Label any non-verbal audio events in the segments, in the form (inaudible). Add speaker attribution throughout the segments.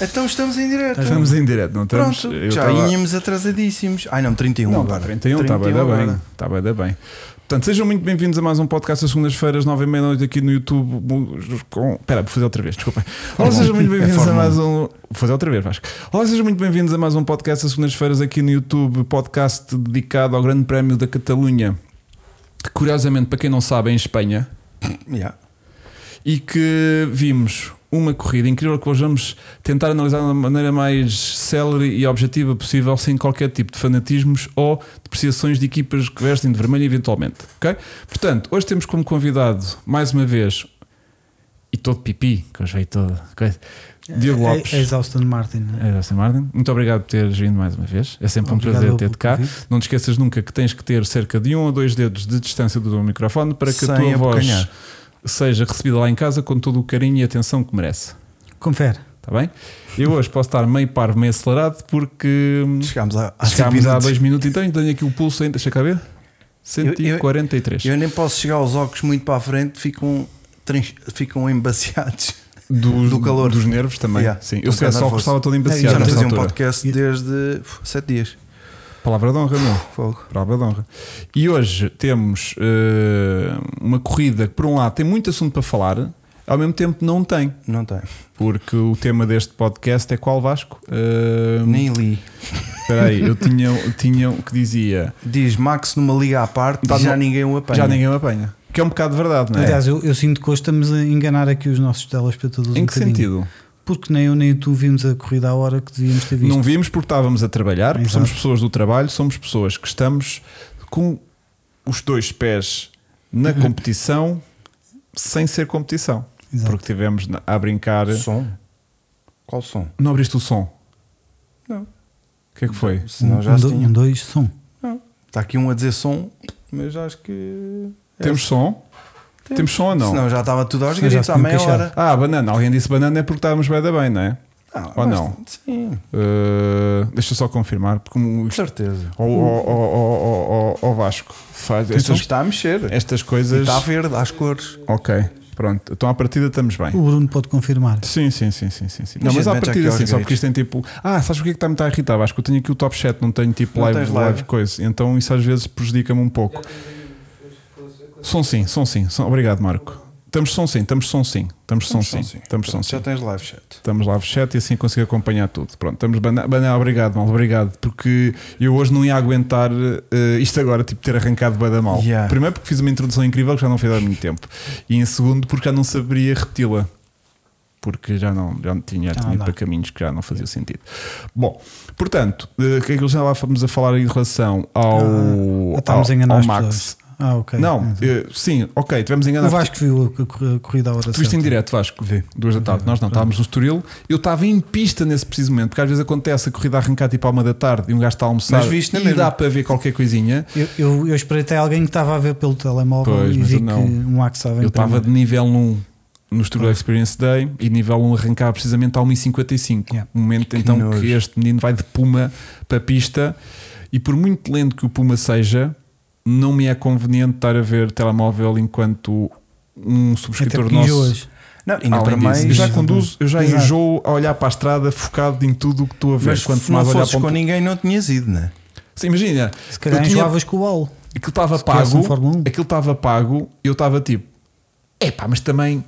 Speaker 1: Então estamos em direto.
Speaker 2: Estamos em direto, não estamos?
Speaker 1: Pronto,
Speaker 2: Eu
Speaker 1: já
Speaker 2: estava-
Speaker 1: vínhamos atrasadíssimos. Ai não, 31
Speaker 2: Não,
Speaker 1: agora.
Speaker 2: está 31, está um tá bem,
Speaker 1: 31
Speaker 2: está bem.
Speaker 1: agora.
Speaker 2: Está bem, está bem. Portanto, sejam muito bem-vindos a mais um podcast às segundas-feiras, nove e meia-noite aqui no YouTube. Com... Pera, vou fazer outra vez, desculpem. Olá,
Speaker 1: bom.
Speaker 2: sejam muito
Speaker 1: É
Speaker 2: bem-vindos a
Speaker 1: Fórmula
Speaker 2: mais um. Vou fazer outra vez, Vasco. Olá, sejam muito bem-vindos a mais um podcast às segundas-feiras aqui no YouTube, podcast dedicado ao Grande Prémio da Catalunha. que, Curiosamente, para quem não sabe, é em Espanha
Speaker 1: Yeah.
Speaker 2: e que vimos uma corrida incrível que hoje vamos tentar analisar da maneira mais célere e objetiva possível, sem qualquer tipo de fanatismos ou depreciações de equipas que vestem de vermelho eventualmente. ok? Portanto, hoje temos como convidado, mais uma vez, e todo pipi, que hoje veio todo. coisa, Diogo
Speaker 3: É-
Speaker 2: Lopes.
Speaker 3: É, é Austin Martin. né?
Speaker 2: É, Sr. Martin, muito obrigado por teres vindo mais uma vez. É sempre
Speaker 3: Obrigado
Speaker 2: um prazer
Speaker 3: pelo
Speaker 2: ter-te cá.
Speaker 3: convite.
Speaker 2: Não te esqueças nunca que tens que ter cerca de um ou dois dedos de distância do teu microfone para que
Speaker 1: Sem
Speaker 2: a tua voz
Speaker 1: abocanhar.
Speaker 2: seja recebida lá em casa com todo o carinho e atenção que merece.
Speaker 3: Confere.
Speaker 2: Está Tá bem? Eu hoje posso estar meio parvo, meio acelerado porque hum,
Speaker 1: Chegámos a, a
Speaker 2: chegámos há
Speaker 1: minutos.
Speaker 2: dois minutos então e tenho aqui o pulso ainda. Deixa cá ver. 143.
Speaker 1: Eu nem posso chegar aos óculos muito para a frente, ficam, trans- ficam embaciados.
Speaker 2: dos,
Speaker 1: do calor.
Speaker 2: Dos nervos também.
Speaker 1: Yeah.
Speaker 2: Sim, eu
Speaker 1: Estou
Speaker 2: se tivesse
Speaker 1: um bocado
Speaker 2: óculos estava todo
Speaker 3: É,
Speaker 1: Já não
Speaker 2: embaciado nessa
Speaker 1: fazia um
Speaker 2: altura.
Speaker 1: podcast desde 7 dias.
Speaker 2: Palavra de honra, meu.
Speaker 1: Fogo.
Speaker 2: Palavra de honra. E hoje temos eh, uma corrida que, por um lado, tem muito assunto para falar, ao mesmo tempo não tem,
Speaker 1: Não tem.
Speaker 2: porque o tema deste podcast é qual Vasco? Eh,
Speaker 1: Nem li.
Speaker 2: Espera aí, eu tinha, tinha o que dizia:
Speaker 1: Diz Max numa liga à parte
Speaker 2: Pá,
Speaker 1: já
Speaker 2: não-
Speaker 1: ninguém o apanha.
Speaker 2: já ninguém me apanha. Que é um bocado de verdade, não é?
Speaker 3: Aliás, eu, eu sinto que hoje estamos a enganar aqui os nossos telespectadores.
Speaker 2: em
Speaker 3: um
Speaker 2: que
Speaker 3: bocadinho.
Speaker 2: sentido?
Speaker 3: Porque nem eu nem tu vimos a corrida à hora que devíamos ter visto.
Speaker 2: Não vimos porque estávamos a trabalhar, porque
Speaker 3: Exato.
Speaker 2: somos pessoas do trabalho, somos pessoas que estamos com os dois pés
Speaker 3: (coughs)
Speaker 2: na competição sem ser competição.
Speaker 3: Exato.
Speaker 2: Porque estivemos na- a brincar.
Speaker 1: Som? Qual som?
Speaker 2: Não abriste o som?
Speaker 1: Não.
Speaker 2: O que é que foi?
Speaker 1: Senão
Speaker 3: um,
Speaker 1: já
Speaker 3: um,
Speaker 1: se
Speaker 3: do-
Speaker 1: tinha.
Speaker 3: um, dois, som.
Speaker 1: Não. Está aqui um a dizer som, mas acho que.
Speaker 3: É.
Speaker 2: Temos som? Temos, som ou não?
Speaker 1: Senão já estava tudo aos
Speaker 3: Senão já
Speaker 1: gritos
Speaker 3: se
Speaker 1: à
Speaker 3: tinham
Speaker 1: meia
Speaker 3: queixado.
Speaker 1: hora.
Speaker 2: Ah, banana. Alguém disse banana é porque estávamos bem da bem, não é?
Speaker 1: Ah,
Speaker 2: Ou
Speaker 1: mas-
Speaker 2: não?
Speaker 1: Sim,
Speaker 2: Uh, deixa eu só confirmar. Porque como
Speaker 1: com
Speaker 2: isto,
Speaker 1: certeza.
Speaker 2: oh, oh, oh, oh, oh, oh, Vasco faz
Speaker 1: Isto
Speaker 3: um
Speaker 2: estas,
Speaker 1: está a mexer.
Speaker 2: estas
Speaker 1: E
Speaker 2: coisas.
Speaker 1: Está verde, às cores.
Speaker 2: Ok, pronto. Então à partida estamos bem.
Speaker 3: O Bruno pode confirmar.
Speaker 2: Sim, sim, sim, sim, sim, sim.
Speaker 1: Mas
Speaker 2: Não, mas
Speaker 1: gente,
Speaker 2: à
Speaker 1: mete aqui
Speaker 2: partida
Speaker 1: aos
Speaker 2: sim, só porque
Speaker 1: gritos.
Speaker 2: isto tem tipo. Ah, sabes o que é que está-me a irritar? Vasco? eu tenho aqui o top chat, não tenho tipo
Speaker 1: Não
Speaker 2: live,
Speaker 1: tens
Speaker 2: live.
Speaker 1: live.
Speaker 2: coisa. Então isso às vezes prejudica-me um pouco. Som sim, som sim. Som- Obrigado, Marco. Estamos som sim, estamos som sim. Estamos som sim. Estamos som
Speaker 1: Já
Speaker 2: sim.
Speaker 1: tens live chat.
Speaker 2: Estamos live chat e assim consigo acompanhar tudo. Pronto, estamos banana. banana obrigado, mal, obrigado. Porque eu hoje não ia aguentar eh, isto agora, tipo, ter arrancado bada mal.
Speaker 1: Yeah.
Speaker 2: Primeiro porque fiz uma introdução incrível que já não fiz há muito tempo. E em segundo porque já não saberia repeti-la. Porque já não, já não tinha,
Speaker 3: Já não
Speaker 2: tinha ido
Speaker 3: dá.
Speaker 2: para caminhos que já não fazia sentido. Bom, portanto, eh, o que é que já lá fomos a falar em relação ao,
Speaker 3: Ah, estávamos a
Speaker 2: ao,
Speaker 3: enganar
Speaker 2: ao
Speaker 3: as
Speaker 2: Max?
Speaker 3: pessoas. Ah, ok.
Speaker 2: Não,
Speaker 3: Então.
Speaker 2: eh, sim, ok, tivemos a enganar.
Speaker 3: O Vasco viu a cor- a corrida à hora
Speaker 2: Tu viste em
Speaker 3: certa.
Speaker 2: direto, Vasco, vê, duas da
Speaker 1: Uhum.
Speaker 2: tarde. Nós não estávamos no Estoril. Eu estava em pista nesse preciso momento, porque às vezes acontece a corrida a arrancar tipo à uma da tarde e um gajo está a almoçar
Speaker 1: Mas viste na
Speaker 2: e
Speaker 1: mesma.
Speaker 2: dá para ver qualquer coisinha.
Speaker 3: Eu, eu, eu esperei até alguém que estava a ver pelo telemóvel
Speaker 2: Pois,
Speaker 3: e
Speaker 2: mas eu
Speaker 3: vi que um
Speaker 2: não.
Speaker 3: o Max estava em
Speaker 2: Eu estava de
Speaker 3: primeiro.
Speaker 2: nível 1 no Estoril Experience Day e nível 1 arrancar precisamente à 1h55.
Speaker 3: Yeah.
Speaker 2: Um momento então
Speaker 1: nojo.
Speaker 2: que este menino vai de Puma para a pista e por muito lento que o Puma seja, não me é conveniente estar a ver telemóvel enquanto
Speaker 1: É
Speaker 2: um
Speaker 3: Até
Speaker 2: subscritor
Speaker 3: porque
Speaker 2: nosso.
Speaker 3: enjoas.
Speaker 1: Não, ainda
Speaker 2: Além
Speaker 1: para
Speaker 2: disso,
Speaker 1: mais.
Speaker 2: eu já
Speaker 3: Exato.
Speaker 2: conduzo, eu já
Speaker 3: Exato.
Speaker 2: enjoo a olhar para a estrada focado em tudo o que estou a ver.
Speaker 1: Mas
Speaker 2: quanto
Speaker 1: se não
Speaker 2: mais olhar
Speaker 1: fosses
Speaker 2: para um...
Speaker 1: com ninguém, não tinhas ido, né?
Speaker 2: Sim, imagina,
Speaker 3: Se calhar
Speaker 2: eu tinha-
Speaker 3: enjoavas com o Al.
Speaker 2: aquilo estava
Speaker 3: se tivesse um
Speaker 2: pago,
Speaker 3: Fórmula 1.
Speaker 2: aquilo estava pago, eu estava tipo, epá, mas também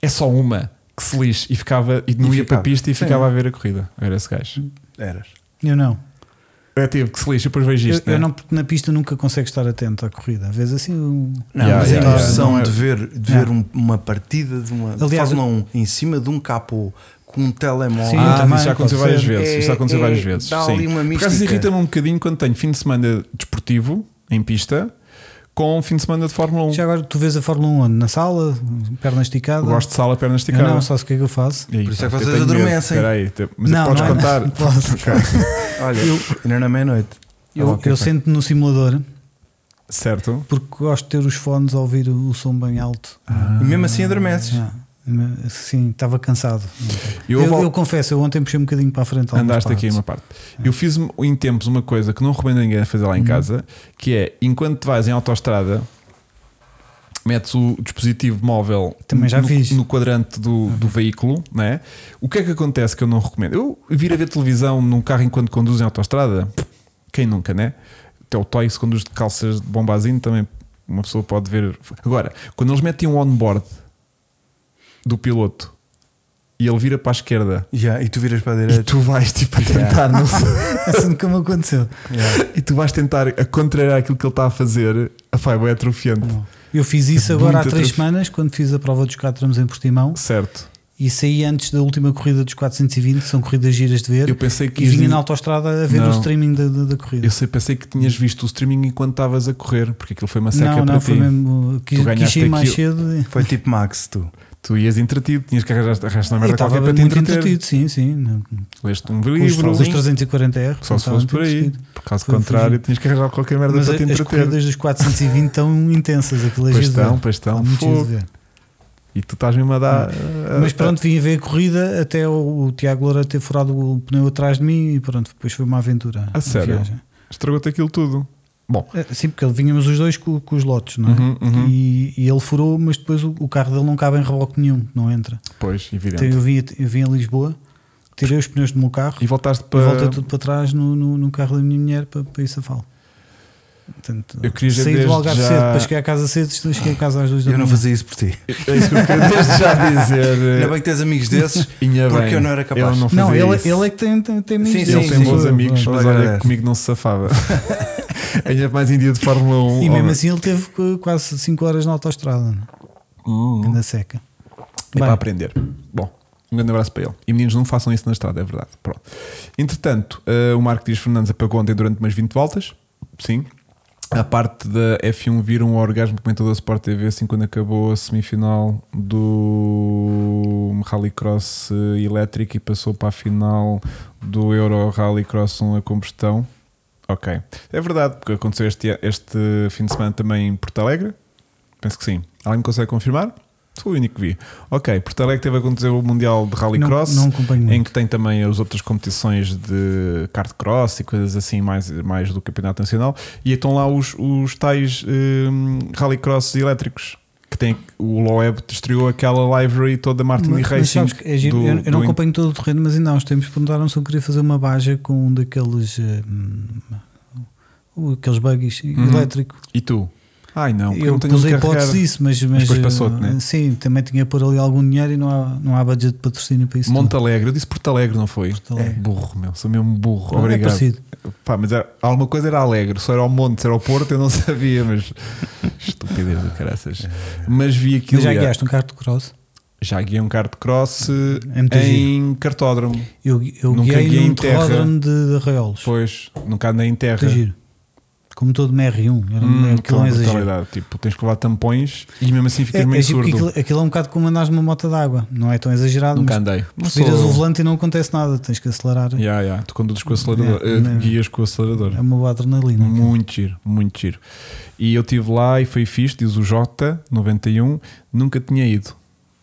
Speaker 2: é só uma que se lixe e ficava Hum. e não ia para
Speaker 1: ficava.
Speaker 2: a pista e
Speaker 1: Sim.
Speaker 2: ficava a ver a corrida. Era esse gajo.
Speaker 1: Eras.
Speaker 3: Eu não.
Speaker 2: É tipo que se lixe e depois vejo
Speaker 3: Eu,
Speaker 2: isto.
Speaker 3: eu
Speaker 2: né?
Speaker 3: não, porque na pista nunca consegues estar atento à corrida. Vês assim um.
Speaker 1: Não,
Speaker 2: Yeah,
Speaker 1: mas
Speaker 2: yeah,
Speaker 1: a
Speaker 2: yeah.
Speaker 1: emoção
Speaker 2: Não é-
Speaker 1: de ver, de ver um- uma partida de uma de
Speaker 3: Aliás,
Speaker 1: Fórmula 1 em cima de um capô com um telemóvel.
Speaker 3: Sim,
Speaker 2: Ah,
Speaker 3: também,
Speaker 2: isso já
Speaker 3: pode
Speaker 2: aconteceu
Speaker 3: ser.
Speaker 2: várias vezes.
Speaker 1: É-
Speaker 2: isso já aconteceu
Speaker 1: é-
Speaker 2: várias vezes.
Speaker 1: dá
Speaker 2: sim.
Speaker 1: ali uma
Speaker 2: Por acaso
Speaker 1: mística.
Speaker 2: irrita-me um bocadinho quando tenho fim de semana desportivo em pista com fim de semana de Fórmula 1.
Speaker 3: Já agora tu vês a Fórmula 1 onde? Na sala, perna esticada.
Speaker 2: Eu gosto de sala, pernas
Speaker 3: Eu
Speaker 2: esticadas.
Speaker 3: não, sabes o que é que eu faço?
Speaker 2: E aí,
Speaker 1: Por isso é que
Speaker 2: pá, eu
Speaker 1: vocês
Speaker 2: tenho medo.
Speaker 1: adormecem.
Speaker 2: Espera aí, te- mas
Speaker 3: Não,
Speaker 2: podes
Speaker 3: não é-
Speaker 2: contar.
Speaker 3: (laughs) não
Speaker 2: (laughs)
Speaker 3: posso.
Speaker 2: Ok.
Speaker 1: (laughs) Olha, ainda na meia-noite.
Speaker 3: Eu,
Speaker 1: Ah, ok,
Speaker 3: eu
Speaker 1: foi.
Speaker 3: sento-me no simulador
Speaker 2: Certo.
Speaker 3: porque gosto de ter os fones a ouvir o, o som bem alto.
Speaker 2: Ah,
Speaker 1: E mesmo assim adormeces.
Speaker 3: Ah, Sim, estava cansado.
Speaker 2: Eu
Speaker 3: Eu,
Speaker 2: vou-
Speaker 3: eu confesso, eu ontem puxei um bocadinho para a frente. algumas
Speaker 2: Andaste aqui
Speaker 3: partes.
Speaker 2: uma parte. Eu fiz um, em tempos uma
Speaker 3: Uhum.
Speaker 2: coisa que não recomendo a ninguém fazer lá em casa, que é enquanto vais em autoestrada, metes o dispositivo móvel
Speaker 3: Também já
Speaker 2: no,
Speaker 3: fiz. Uhum.
Speaker 2: no quadrante do, do veículo, né? o que é que acontece que eu não recomendo? Eu vir a ver televisão num carro enquanto conduz em autostrada, quem nunca, né? Até o Toy que se conduz de calças de bombazinho também uma pessoa pode ver. Agora, quando eles metem um onboard do piloto e ele vira para a esquerda
Speaker 1: Já, e tu viras para a
Speaker 2: e
Speaker 1: direita.
Speaker 2: tu vais tipo a tentar,
Speaker 3: (laughs)
Speaker 2: não sei,
Speaker 3: (laughs) Assim nunca me aconteceu.
Speaker 1: Yeah.
Speaker 2: e tu vais tentar a contrariar aquilo que ele está a fazer, a Fibo é atrofiante,
Speaker 3: Não. Eu fiz isso agora há
Speaker 2: Muito
Speaker 3: três
Speaker 2: atrof-
Speaker 3: semanas, quando fiz a prova dos Catrams em Portimão,
Speaker 2: certo?
Speaker 3: e saí antes da última corrida dos 420, que são corridas giras de ver,
Speaker 2: Eu pensei que
Speaker 3: e
Speaker 2: ias
Speaker 3: vinha
Speaker 2: dizer-
Speaker 3: na autostrada a ver
Speaker 2: Não.
Speaker 3: o streaming da, da, da corrida.
Speaker 2: Eu sei, pensei que tinhas visto o streaming enquanto estavas a correr, porque aquilo foi uma seca
Speaker 3: não,
Speaker 2: para
Speaker 3: não,
Speaker 2: ti.
Speaker 3: foi mesmo. Quis, quis
Speaker 2: ganhaste
Speaker 3: sair mais
Speaker 2: aquilo.
Speaker 3: cedo. e-
Speaker 1: Foi tipo Max, tu.
Speaker 2: Tu ias entretido, tinhas que arranjar arranjar na
Speaker 3: E
Speaker 2: merda
Speaker 3: estava
Speaker 2: qualquer para te
Speaker 3: muito
Speaker 2: entreter.
Speaker 3: entretido, sim, sim. não-
Speaker 2: Leste um
Speaker 3: Com os,
Speaker 2: livro,
Speaker 3: os 340R.
Speaker 2: só se fosse por aí. Por caso
Speaker 3: Foi
Speaker 2: contrário,
Speaker 3: fugido.
Speaker 2: tinhas que arranjar qualquer merda
Speaker 3: Mas
Speaker 2: para te
Speaker 3: a- as
Speaker 2: entreter.
Speaker 3: corridas dos 420 estão intensas, aquilo é
Speaker 2: Pois
Speaker 3: giro de
Speaker 2: estão,
Speaker 3: ver.
Speaker 2: pois estão.
Speaker 3: Há muito giro de
Speaker 2: Fogo. Ah,
Speaker 3: ver.
Speaker 2: E tu estás mesmo a dar. a-
Speaker 3: Mas
Speaker 2: a-
Speaker 3: pronto, vim a ver a corrida até o, o Tiago Loura ter furado o pneu atrás de mim e pronto, depois foi uma aventura.
Speaker 2: A sério?
Speaker 3: viagem.
Speaker 2: Estragou-te aquilo tudo. Bom,
Speaker 3: É, Sim, porque ele vinhamos os dois com, com os lotes, não é?
Speaker 2: Uhum, uhum.
Speaker 3: E, e ele furou, mas depois o, o carro dele não cabe em reboque nenhum, não entra.
Speaker 2: pois,
Speaker 3: Então
Speaker 2: evidente.
Speaker 3: eu vim, a- eu vim a Lisboa, tirei os pneus do meu carro
Speaker 2: E voltaste
Speaker 3: e voltei
Speaker 2: para.
Speaker 3: tudo para trás no, no, no carro da minha mulher para, para ir safá-lo. Portanto,
Speaker 2: Eu queria dizer
Speaker 3: saí do
Speaker 2: desde
Speaker 3: Algarve
Speaker 2: já-
Speaker 3: cedo para chegar a casa cedo, cheguei a casa às duas da
Speaker 1: Eu não
Speaker 3: manhã.
Speaker 1: fazia isso por ti.
Speaker 2: É isso que eu quero desde já
Speaker 1: Ainda
Speaker 2: dizer.
Speaker 1: bem que tens amigos desses.
Speaker 2: Inha
Speaker 1: eh, porque
Speaker 2: bem,
Speaker 1: eu não era capaz.
Speaker 2: ele não fazia
Speaker 3: Não, ele,
Speaker 2: isso.
Speaker 3: ele é que tem, tem, tem amigos.
Speaker 1: Sim,
Speaker 2: Ele
Speaker 3: dele,
Speaker 2: tem
Speaker 3: sim,
Speaker 2: bons
Speaker 3: sim.
Speaker 2: amigos,
Speaker 1: Ela
Speaker 2: mas olha,
Speaker 1: agradece.
Speaker 2: comigo não se safava. (laughs) Ainda mais em dia de Fórmula 1.
Speaker 3: E mesmo
Speaker 2: homem.
Speaker 3: assim ele teve qu- quase 5 horas na autostrada, né?
Speaker 2: Hum,
Speaker 3: na seca.
Speaker 2: é
Speaker 3: Bem.
Speaker 2: para aprender. Bom, um grande abraço para ele. E meninos, não façam isso na estrada, é verdade. Pronto. Entretanto, eh, o Marco Dias Fernandes apagou ontem durante umas 20 voltas. Sim. A parte da F1 vira um orgasmo que comentou da Sport TV assim quando acabou a semifinal do Rallycross eh, elétrico e passou para a final do Euro Rallycross 1 a combustão. Ok. É verdade, porque aconteceu este, este fim de semana também em Porto Alegre. Penso que sim. Alguém me consegue confirmar? Sou o único que vi. Ok, Porto Alegre teve a acontecer o Mundial de Rallycross
Speaker 3: não, não acompanho
Speaker 2: em
Speaker 3: muito.
Speaker 2: que tem também as outras competições de kart cross e coisas assim mais, mais do campeonato nacional e estão lá os, os tais hum, rallycross elétricos que tem o Loeb estreou aquela livery toda Martin e
Speaker 3: Mas- mas
Speaker 2: Racing
Speaker 3: sabes que é giro,
Speaker 2: do-
Speaker 3: eu, eu não
Speaker 2: do-
Speaker 3: acompanho todo o terreno, mas ainda há uns tempos perguntaram se eu queria fazer uma baja com um daqueles. eh, hum, aqueles buggies
Speaker 2: Uhum.
Speaker 3: elétrico.
Speaker 2: e tu? Ai não, porque
Speaker 3: eu
Speaker 2: não tenho um
Speaker 3: pus a
Speaker 2: onde
Speaker 3: hipótese
Speaker 2: carregar.
Speaker 3: disso, mas, mas,
Speaker 2: depois
Speaker 3: eh,
Speaker 2: passou-te, né?
Speaker 3: sim, também tinha que pôr ali algum dinheiro e não há, não há budget de patrocínio para isso.
Speaker 2: Monte Alegre, eu disse Porto Alegre, não foi?
Speaker 3: Porto Alegre.
Speaker 2: É, burro, meu, sou mesmo burro.
Speaker 3: tudo. Não, É
Speaker 2: Obrigado.
Speaker 3: parecido.
Speaker 2: Pá, mas era- alguma coisa era alegre, só era o monte, se era o Porto, eu não (laughs) sabia, mas estupidez do caraças. Mas vi aquilo.
Speaker 3: É. Mas já
Speaker 2: e-
Speaker 3: guiaste um carro de cross?
Speaker 2: já guiei um kart cross eh,
Speaker 3: É muito
Speaker 2: em cartódromo.
Speaker 3: Eu, eu
Speaker 2: Nunca
Speaker 3: guiei
Speaker 2: guiei
Speaker 3: num
Speaker 2: em terra.
Speaker 3: terra. de, de arraiolos.
Speaker 2: Depois, nunca andei em terra.
Speaker 3: Muito giro. Como todo uma R1, era
Speaker 2: Hum,
Speaker 3: um, aquilo é um
Speaker 2: aquela
Speaker 3: exagero.
Speaker 2: brutalidade. Tipo, tens que levar tampões e mesmo assim ficas
Speaker 3: É,
Speaker 2: meio
Speaker 3: é tipo,
Speaker 2: surdo.
Speaker 3: aquilo, aquilo é um bocado como andares numa moto d'água, não é tão exagerado,
Speaker 2: Nunca
Speaker 3: mas
Speaker 2: andei. Não
Speaker 3: tu viras
Speaker 2: sou-
Speaker 3: o volante e não acontece nada, tens que acelerar.
Speaker 2: Ya, ya, Tu conduzes com o acelerador,
Speaker 3: É,
Speaker 2: eh,
Speaker 3: não.
Speaker 2: guias com o acelerador.
Speaker 3: É uma boa adrenalina.
Speaker 2: Muito giro, muito giro. E eu estive lá e foi fixe, diz o J91, nunca tinha ido.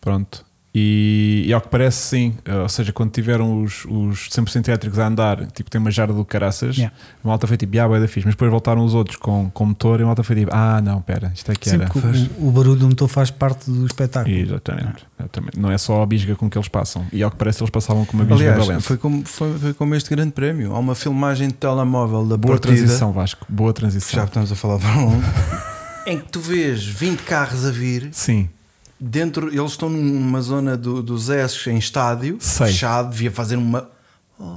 Speaker 2: Pronto. E, e ao que parece, sim. Eh, Ou seja, quando tiveram os, os 100% elétricos a andar, tipo, tem uma jarda do caraças,
Speaker 3: Yeah.
Speaker 2: a malta foi tipo, ah, bué da fixe. Mas depois voltaram os outros com, com motor e a malta foi tipo, ah, não, pera, isto é que
Speaker 3: Sempre
Speaker 2: era.
Speaker 3: que o, o barulho do motor faz parte do espetáculo.
Speaker 2: Exatamente, exatamente. Não é só a bisga com que eles passam. E ao que parece, eles passavam com uma bisga valente.
Speaker 1: Aliás, foi como, foi, foi como este grande prémio. Há uma filmagem de telemóvel da
Speaker 2: Boa
Speaker 1: partida.
Speaker 2: transição, Vasco. Boa
Speaker 1: Já
Speaker 2: transição.
Speaker 1: estamos a falar para
Speaker 3: (laughs)
Speaker 1: um. em que tu vês 20 carros a vir.
Speaker 2: Sim,
Speaker 1: Dentro, eles estão numa zona do, dos S em estádio.
Speaker 2: Sei.
Speaker 1: Fechado. Devia fazer uma...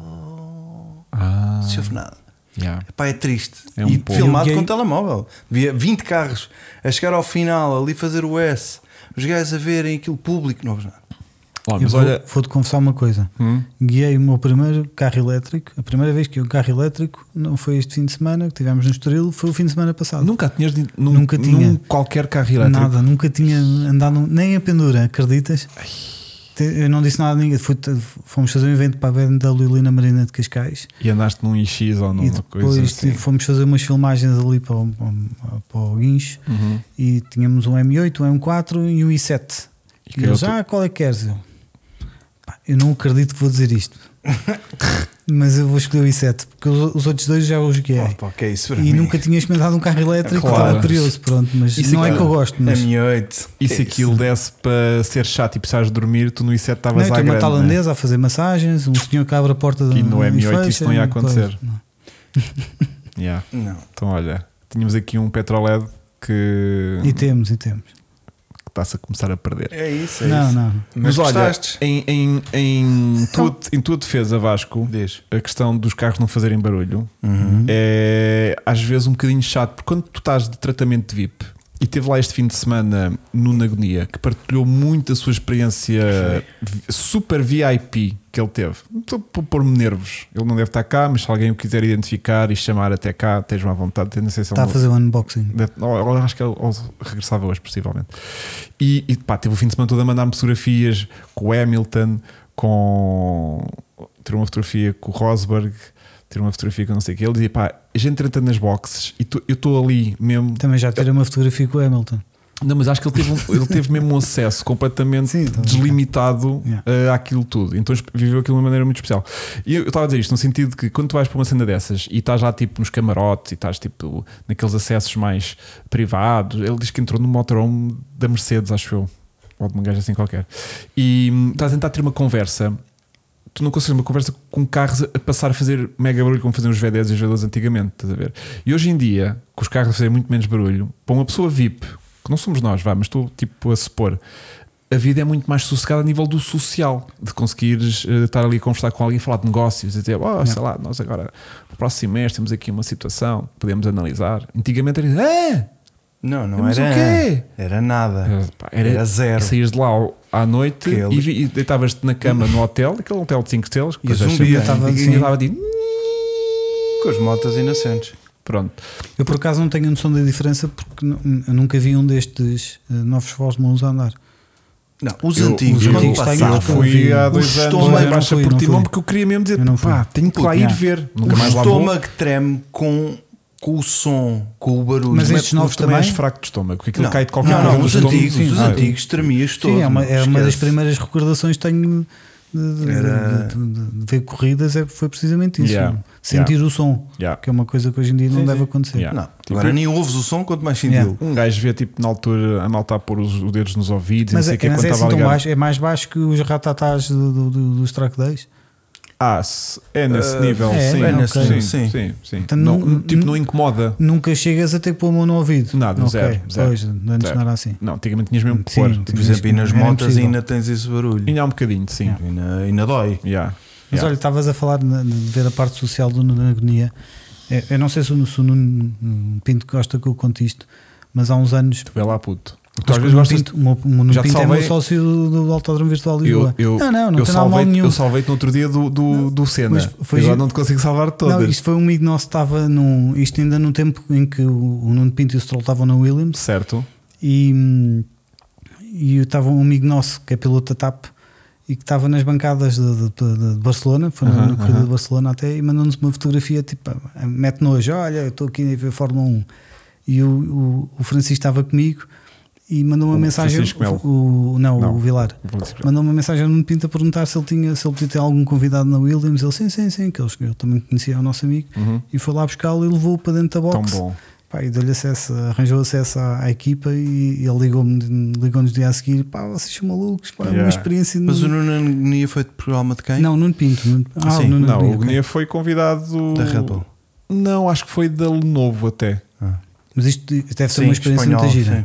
Speaker 1: Oh, não se ouve nada.
Speaker 2: Ah, yeah.
Speaker 1: Epá, é triste.
Speaker 2: É um
Speaker 1: e
Speaker 2: pouco.
Speaker 1: filmado
Speaker 3: Eu
Speaker 1: com
Speaker 3: guiei-
Speaker 1: telemóvel. Via 20 carros a chegar ao final, ali fazer o S. Os gajos a verem aquilo público. Não, não.
Speaker 2: Ó,
Speaker 3: Eu
Speaker 2: mas
Speaker 3: vou,
Speaker 2: olha,
Speaker 3: vou-te confessar uma coisa.
Speaker 2: Hum?
Speaker 3: Guiei o meu primeiro carro elétrico. A primeira vez que eu carro elétrico não foi este fim de semana que tivemos no Estoril, foi o fim de semana passado.
Speaker 2: Nunca tinhas de, num,
Speaker 3: Nunca
Speaker 2: num
Speaker 3: tinha.
Speaker 2: qualquer carro elétrico.
Speaker 3: Nada, nunca tinha andado nem a pendura, acreditas? Te- Eu não disse nada a ninguém. Fui- Fomos fazer um evento para a BMW ali na Marina de Cascais.
Speaker 2: E andaste num IX ou
Speaker 3: e
Speaker 2: numa
Speaker 3: depois
Speaker 2: coisa assim.
Speaker 3: tive- fomos fazer umas filmagens ali para o, para o Guincho
Speaker 2: Uhum.
Speaker 3: e tínhamos um M8, um M4 e um i7.
Speaker 2: E
Speaker 3: E,
Speaker 2: que
Speaker 3: eles,
Speaker 2: outro? (laughs)
Speaker 3: ah, qual é que queres? Eu, "Pá, eu não acredito que vou dizer isto. Mas eu vou escolher o i7, porque os, os outros dois já os joguei.
Speaker 2: Ah,
Speaker 1: Opa, que é isso para
Speaker 3: e
Speaker 1: mim.
Speaker 3: nunca tinha experimentado um carro elétrico,
Speaker 2: Claro.
Speaker 3: estava curioso, pronto, mas
Speaker 1: Isso
Speaker 3: não é
Speaker 1: aqui-
Speaker 3: que eu gosto,
Speaker 1: A
Speaker 3: mas
Speaker 1: minha 8.
Speaker 2: E se aquilo desse para ser chato e precisares dormir, tu no i7
Speaker 3: não,
Speaker 2: estavas
Speaker 3: eu
Speaker 2: à
Speaker 3: tenho uma
Speaker 2: grande. né?
Speaker 3: tailandesa a fazer massagens, um senhor que abre a porta
Speaker 2: E
Speaker 3: da-
Speaker 2: no
Speaker 3: e
Speaker 2: M8 isso
Speaker 3: fecha,
Speaker 2: não ia
Speaker 3: e-
Speaker 2: acontecer.
Speaker 3: pois, não.
Speaker 2: Yeah.
Speaker 1: Não.
Speaker 2: Então olha, tínhamos aqui um Petroled que
Speaker 3: E temos, e temos.
Speaker 2: que está-se a começar a perder.
Speaker 1: É isso, é
Speaker 3: Não,
Speaker 1: isso.
Speaker 3: não.
Speaker 2: Mas,
Speaker 1: Mas,
Speaker 2: olha,
Speaker 1: gostaste?
Speaker 2: em, em, em,
Speaker 3: Então-
Speaker 2: tua, em tua defesa, Vasco,
Speaker 1: Diz.
Speaker 2: a questão dos carros não fazerem barulho
Speaker 3: Uhum.
Speaker 2: é às vezes um bocadinho chato, porque quando tu estás de tratamento de VIP e teve lá este fim de semana Nuno Agonia, que partilhou muito a sua experiência vi- super VIP que ele teve, estou a pôr-me nervos. Ele não deve estar cá, mas se alguém o quiser identificar e chamar até cá, estejam à vontade. Eu Não sei se é ele
Speaker 3: Está a
Speaker 2: não-
Speaker 3: fazer o unboxing.
Speaker 2: Deve- ou- ou oh, acho que ele ou regressava hoje, possivelmente. E, e pá, teve o fim de semana todo a mandar-me fotografias com o Hamilton, com. Tirou uma fotografia com o Rosberg, tirou uma fotografia com não sei o que. Ele dizia, pá, a gente entra nas boxes e tu- eu estou ali mesmo.
Speaker 3: Também já tirei uma fotografia com o Hamilton.
Speaker 2: Não, mas acho que ele teve,
Speaker 3: (laughs)
Speaker 2: um- ele teve mesmo um acesso completamente
Speaker 3: Sim, tá bem.
Speaker 2: deslimitado
Speaker 3: Yeah.
Speaker 2: eh, àquilo tudo. Então es- viveu aquilo de uma maneira muito especial. E eu eu estava a dizer isto no sentido de que quando tu vais para uma cena dessas e estás lá tipo nos camarotes e estás tipo naqueles acessos mais privados, ele diz que entrou no motorhome da Mercedes, acho eu, ou de uma gaja assim qualquer, e hum, estás a tentar ter uma conversa. Tu não consegues uma conversa com carros a passar a fazer mega barulho como faziam os V10 e os V12 antigamente, estás a ver? E hoje em dia, com os carros a fazer muito menos barulho, para uma pessoa VIP, que não somos nós, vá, mas estou tipo a supor, a vida é muito mais sossegada a nível do social, de conseguires eh, estar ali a conversar com alguém, falar de negócios, e dizer, oh, sei lá, nós agora, no próximo mês, temos aqui uma situação, podemos analisar. Antigamente era, ah,
Speaker 1: Não, não
Speaker 2: Mas
Speaker 1: era.
Speaker 2: o quê?
Speaker 1: Era nada.
Speaker 3: É.
Speaker 2: Era, pá, era-
Speaker 1: É. Era zero.
Speaker 2: e saías de lá ao- à noite
Speaker 1: Que ele-
Speaker 2: e, vi- e deitavas-te na cama no hotel, aquele hotel de 5 estrelas, que
Speaker 1: E um
Speaker 2: depois já
Speaker 1: zumbia,
Speaker 2: chama-
Speaker 3: tava
Speaker 2: e
Speaker 3: assim.
Speaker 2: estava tipo,
Speaker 1: Com as motas inocentes.
Speaker 2: pronto.
Speaker 3: Eu por acaso não tenho noção da diferença porque nu- eu nunca vi um destes eh, novos Fórmulas a andar.
Speaker 1: Não, os
Speaker 2: Eu-
Speaker 1: antigos,
Speaker 2: os
Speaker 1: quando
Speaker 2: antigos
Speaker 3: têm
Speaker 1: passavam,
Speaker 2: Eu
Speaker 3: Eu
Speaker 2: fui
Speaker 3: vi.
Speaker 2: há
Speaker 3: Os
Speaker 2: dois anos
Speaker 1: estômagos-
Speaker 2: lá em
Speaker 3: não
Speaker 2: Baixa
Speaker 3: fui, não
Speaker 2: Portimão
Speaker 3: fui.
Speaker 2: porque eu queria mesmo dizer,
Speaker 3: Eu não
Speaker 2: pá, tenho que lá ir
Speaker 3: Yeah.
Speaker 2: ver. Nunca
Speaker 1: o
Speaker 2: mais lá vou.
Speaker 1: estômago treme com, com o som, com o barulho.
Speaker 3: Mas
Speaker 2: Não é-
Speaker 3: estes novos
Speaker 2: também és
Speaker 3: também?
Speaker 2: fraco de estômago, porque aquilo
Speaker 1: não,
Speaker 2: cai de qualquer
Speaker 1: não,
Speaker 2: coisa
Speaker 1: não,
Speaker 2: no
Speaker 1: os
Speaker 2: estômago.
Speaker 1: antigos,
Speaker 2: Sim,
Speaker 1: os
Speaker 2: não é?
Speaker 1: antigos tremias todos.
Speaker 3: Sim, é uma, é uma das
Speaker 1: esquece.
Speaker 3: primeiras recordações que tenho de, de- de-
Speaker 1: Era-
Speaker 3: de- de- de ver corridas, é, foi precisamente isso.
Speaker 2: Yeah.
Speaker 3: Sentir o som,
Speaker 2: Yeah.
Speaker 3: que é uma coisa que hoje em dia não
Speaker 1: Sim,
Speaker 3: deve
Speaker 1: sim.
Speaker 3: acontecer.
Speaker 2: Yeah.
Speaker 1: Não,
Speaker 2: Tipo,
Speaker 1: agora nem ouves o som, quanto mais sentido.
Speaker 2: Um gajo vê tipo na altura a malta a pôr os os dedos nos ouvidos e não
Speaker 3: Mas,
Speaker 2: sei
Speaker 3: é,
Speaker 2: o que
Speaker 3: mas
Speaker 2: quando
Speaker 3: é
Speaker 2: estava
Speaker 3: assim
Speaker 2: a
Speaker 3: tão
Speaker 2: ligar.
Speaker 3: baixo, é mais baixo que os ratatás do, do, do, dos track days.
Speaker 2: Ah, se- é nesse
Speaker 1: Ah,
Speaker 2: nível,
Speaker 3: é,
Speaker 2: sim,
Speaker 3: é
Speaker 1: nesse
Speaker 2: sim,
Speaker 1: nível,
Speaker 2: sim,
Speaker 1: sim.
Speaker 2: sim, sim.
Speaker 3: Então,
Speaker 2: Não-
Speaker 3: não-
Speaker 2: tipo, não incomoda.
Speaker 3: Nunca chegas a ter pôr a mão no ouvido.
Speaker 2: Nada,
Speaker 3: Ok,
Speaker 2: zero, zero.
Speaker 3: Pois, antes
Speaker 2: Zero.
Speaker 3: não era assim.
Speaker 2: Não, antigamente tinhas mesmo que
Speaker 3: Sim,
Speaker 2: pôr.
Speaker 3: sim.
Speaker 1: Por exemplo, e nas
Speaker 3: Era
Speaker 1: motas
Speaker 3: impossível.
Speaker 1: ainda tens esse barulho.
Speaker 2: Ainda há um bocadinho, sim.
Speaker 3: Yeah.
Speaker 1: Ainda, ainda dói.
Speaker 2: Yeah,
Speaker 3: Mas
Speaker 2: yeah.
Speaker 3: olha, estavas a falar na- de ver a parte social do Nuno na Agonia. É, Eu não sei se o, se o Nuno hum, Pinto gosta que eu conte isto, mas há uns anos.
Speaker 2: Tu vê lá, puto. Tu
Speaker 3: Acho
Speaker 2: às
Speaker 3: que o
Speaker 2: vezes
Speaker 3: Nuno
Speaker 2: gostas-
Speaker 3: um Pinto, o meu- o Nuno
Speaker 2: Já te
Speaker 3: Pinto é
Speaker 2: salvei-
Speaker 3: meu sócio do, do Autódromo Virtual de
Speaker 2: Eu,
Speaker 3: Lisboa.
Speaker 2: eu,
Speaker 3: não, não, não
Speaker 2: eu
Speaker 3: tem nada mal
Speaker 2: salvei-te
Speaker 3: nenhum.
Speaker 2: eu salvei-te no outro dia do, do, do Senna.
Speaker 3: mas foi
Speaker 2: Agora
Speaker 3: giro.
Speaker 2: não te consigo salvar todas.
Speaker 3: Não, isto foi um amigo nosso que estava num. Isto ainda no tempo em que o, o Nuno Pinto e o Stroll estavam na Williams.
Speaker 2: Certo.
Speaker 3: e, hum, e eu estava um amigo nosso que é piloto da TAP e que estava nas bancadas de, de- de- de Barcelona, foi na-
Speaker 2: Aham,
Speaker 3: na corrida
Speaker 2: aham.
Speaker 3: de Barcelona até, e mandou-nos uma fotografia tipo, ah, mete nojo, olha, eu estou aqui a ver Fórmula 1. E o, o, o Francisco estava comigo e mandou uma
Speaker 2: O
Speaker 3: mensagem.
Speaker 2: Francisco Melo.
Speaker 3: o, não,
Speaker 2: Não.
Speaker 3: o Vilar. Mandou uma mensagem no Pinto a perguntar se ele, tinha, se ele podia ter algum convidado na Williams. Ele, sim, sim, sim, que ele, eu também conhecia o nosso amigo.
Speaker 2: Uhum.
Speaker 3: E foi lá buscá-lo e levou-o para dentro da
Speaker 2: Tão
Speaker 3: box.
Speaker 2: bom.
Speaker 3: Pá, e deu-lhe acesso, arranjou acesso à, à equipa e ele ligou-me, ligou-nos no dia a seguir: pá, vocês são malucos, pá, é
Speaker 2: Yeah.
Speaker 3: uma experiência.
Speaker 1: Mas o Nuno Agonia foi de programa de quem?
Speaker 3: Não, Nuno Pinto. Nuno- Ah,
Speaker 1: sim.
Speaker 3: o Nuno
Speaker 2: Não,
Speaker 3: Agonia,
Speaker 2: o
Speaker 3: ok.
Speaker 2: Gnia foi convidado.
Speaker 1: Da Red Bull.
Speaker 2: Não, acho que foi da Lenovo até.
Speaker 3: Mas isto deve ser
Speaker 1: Sim,
Speaker 3: uma experiência
Speaker 1: espanhol,
Speaker 3: muito gira.
Speaker 1: sim.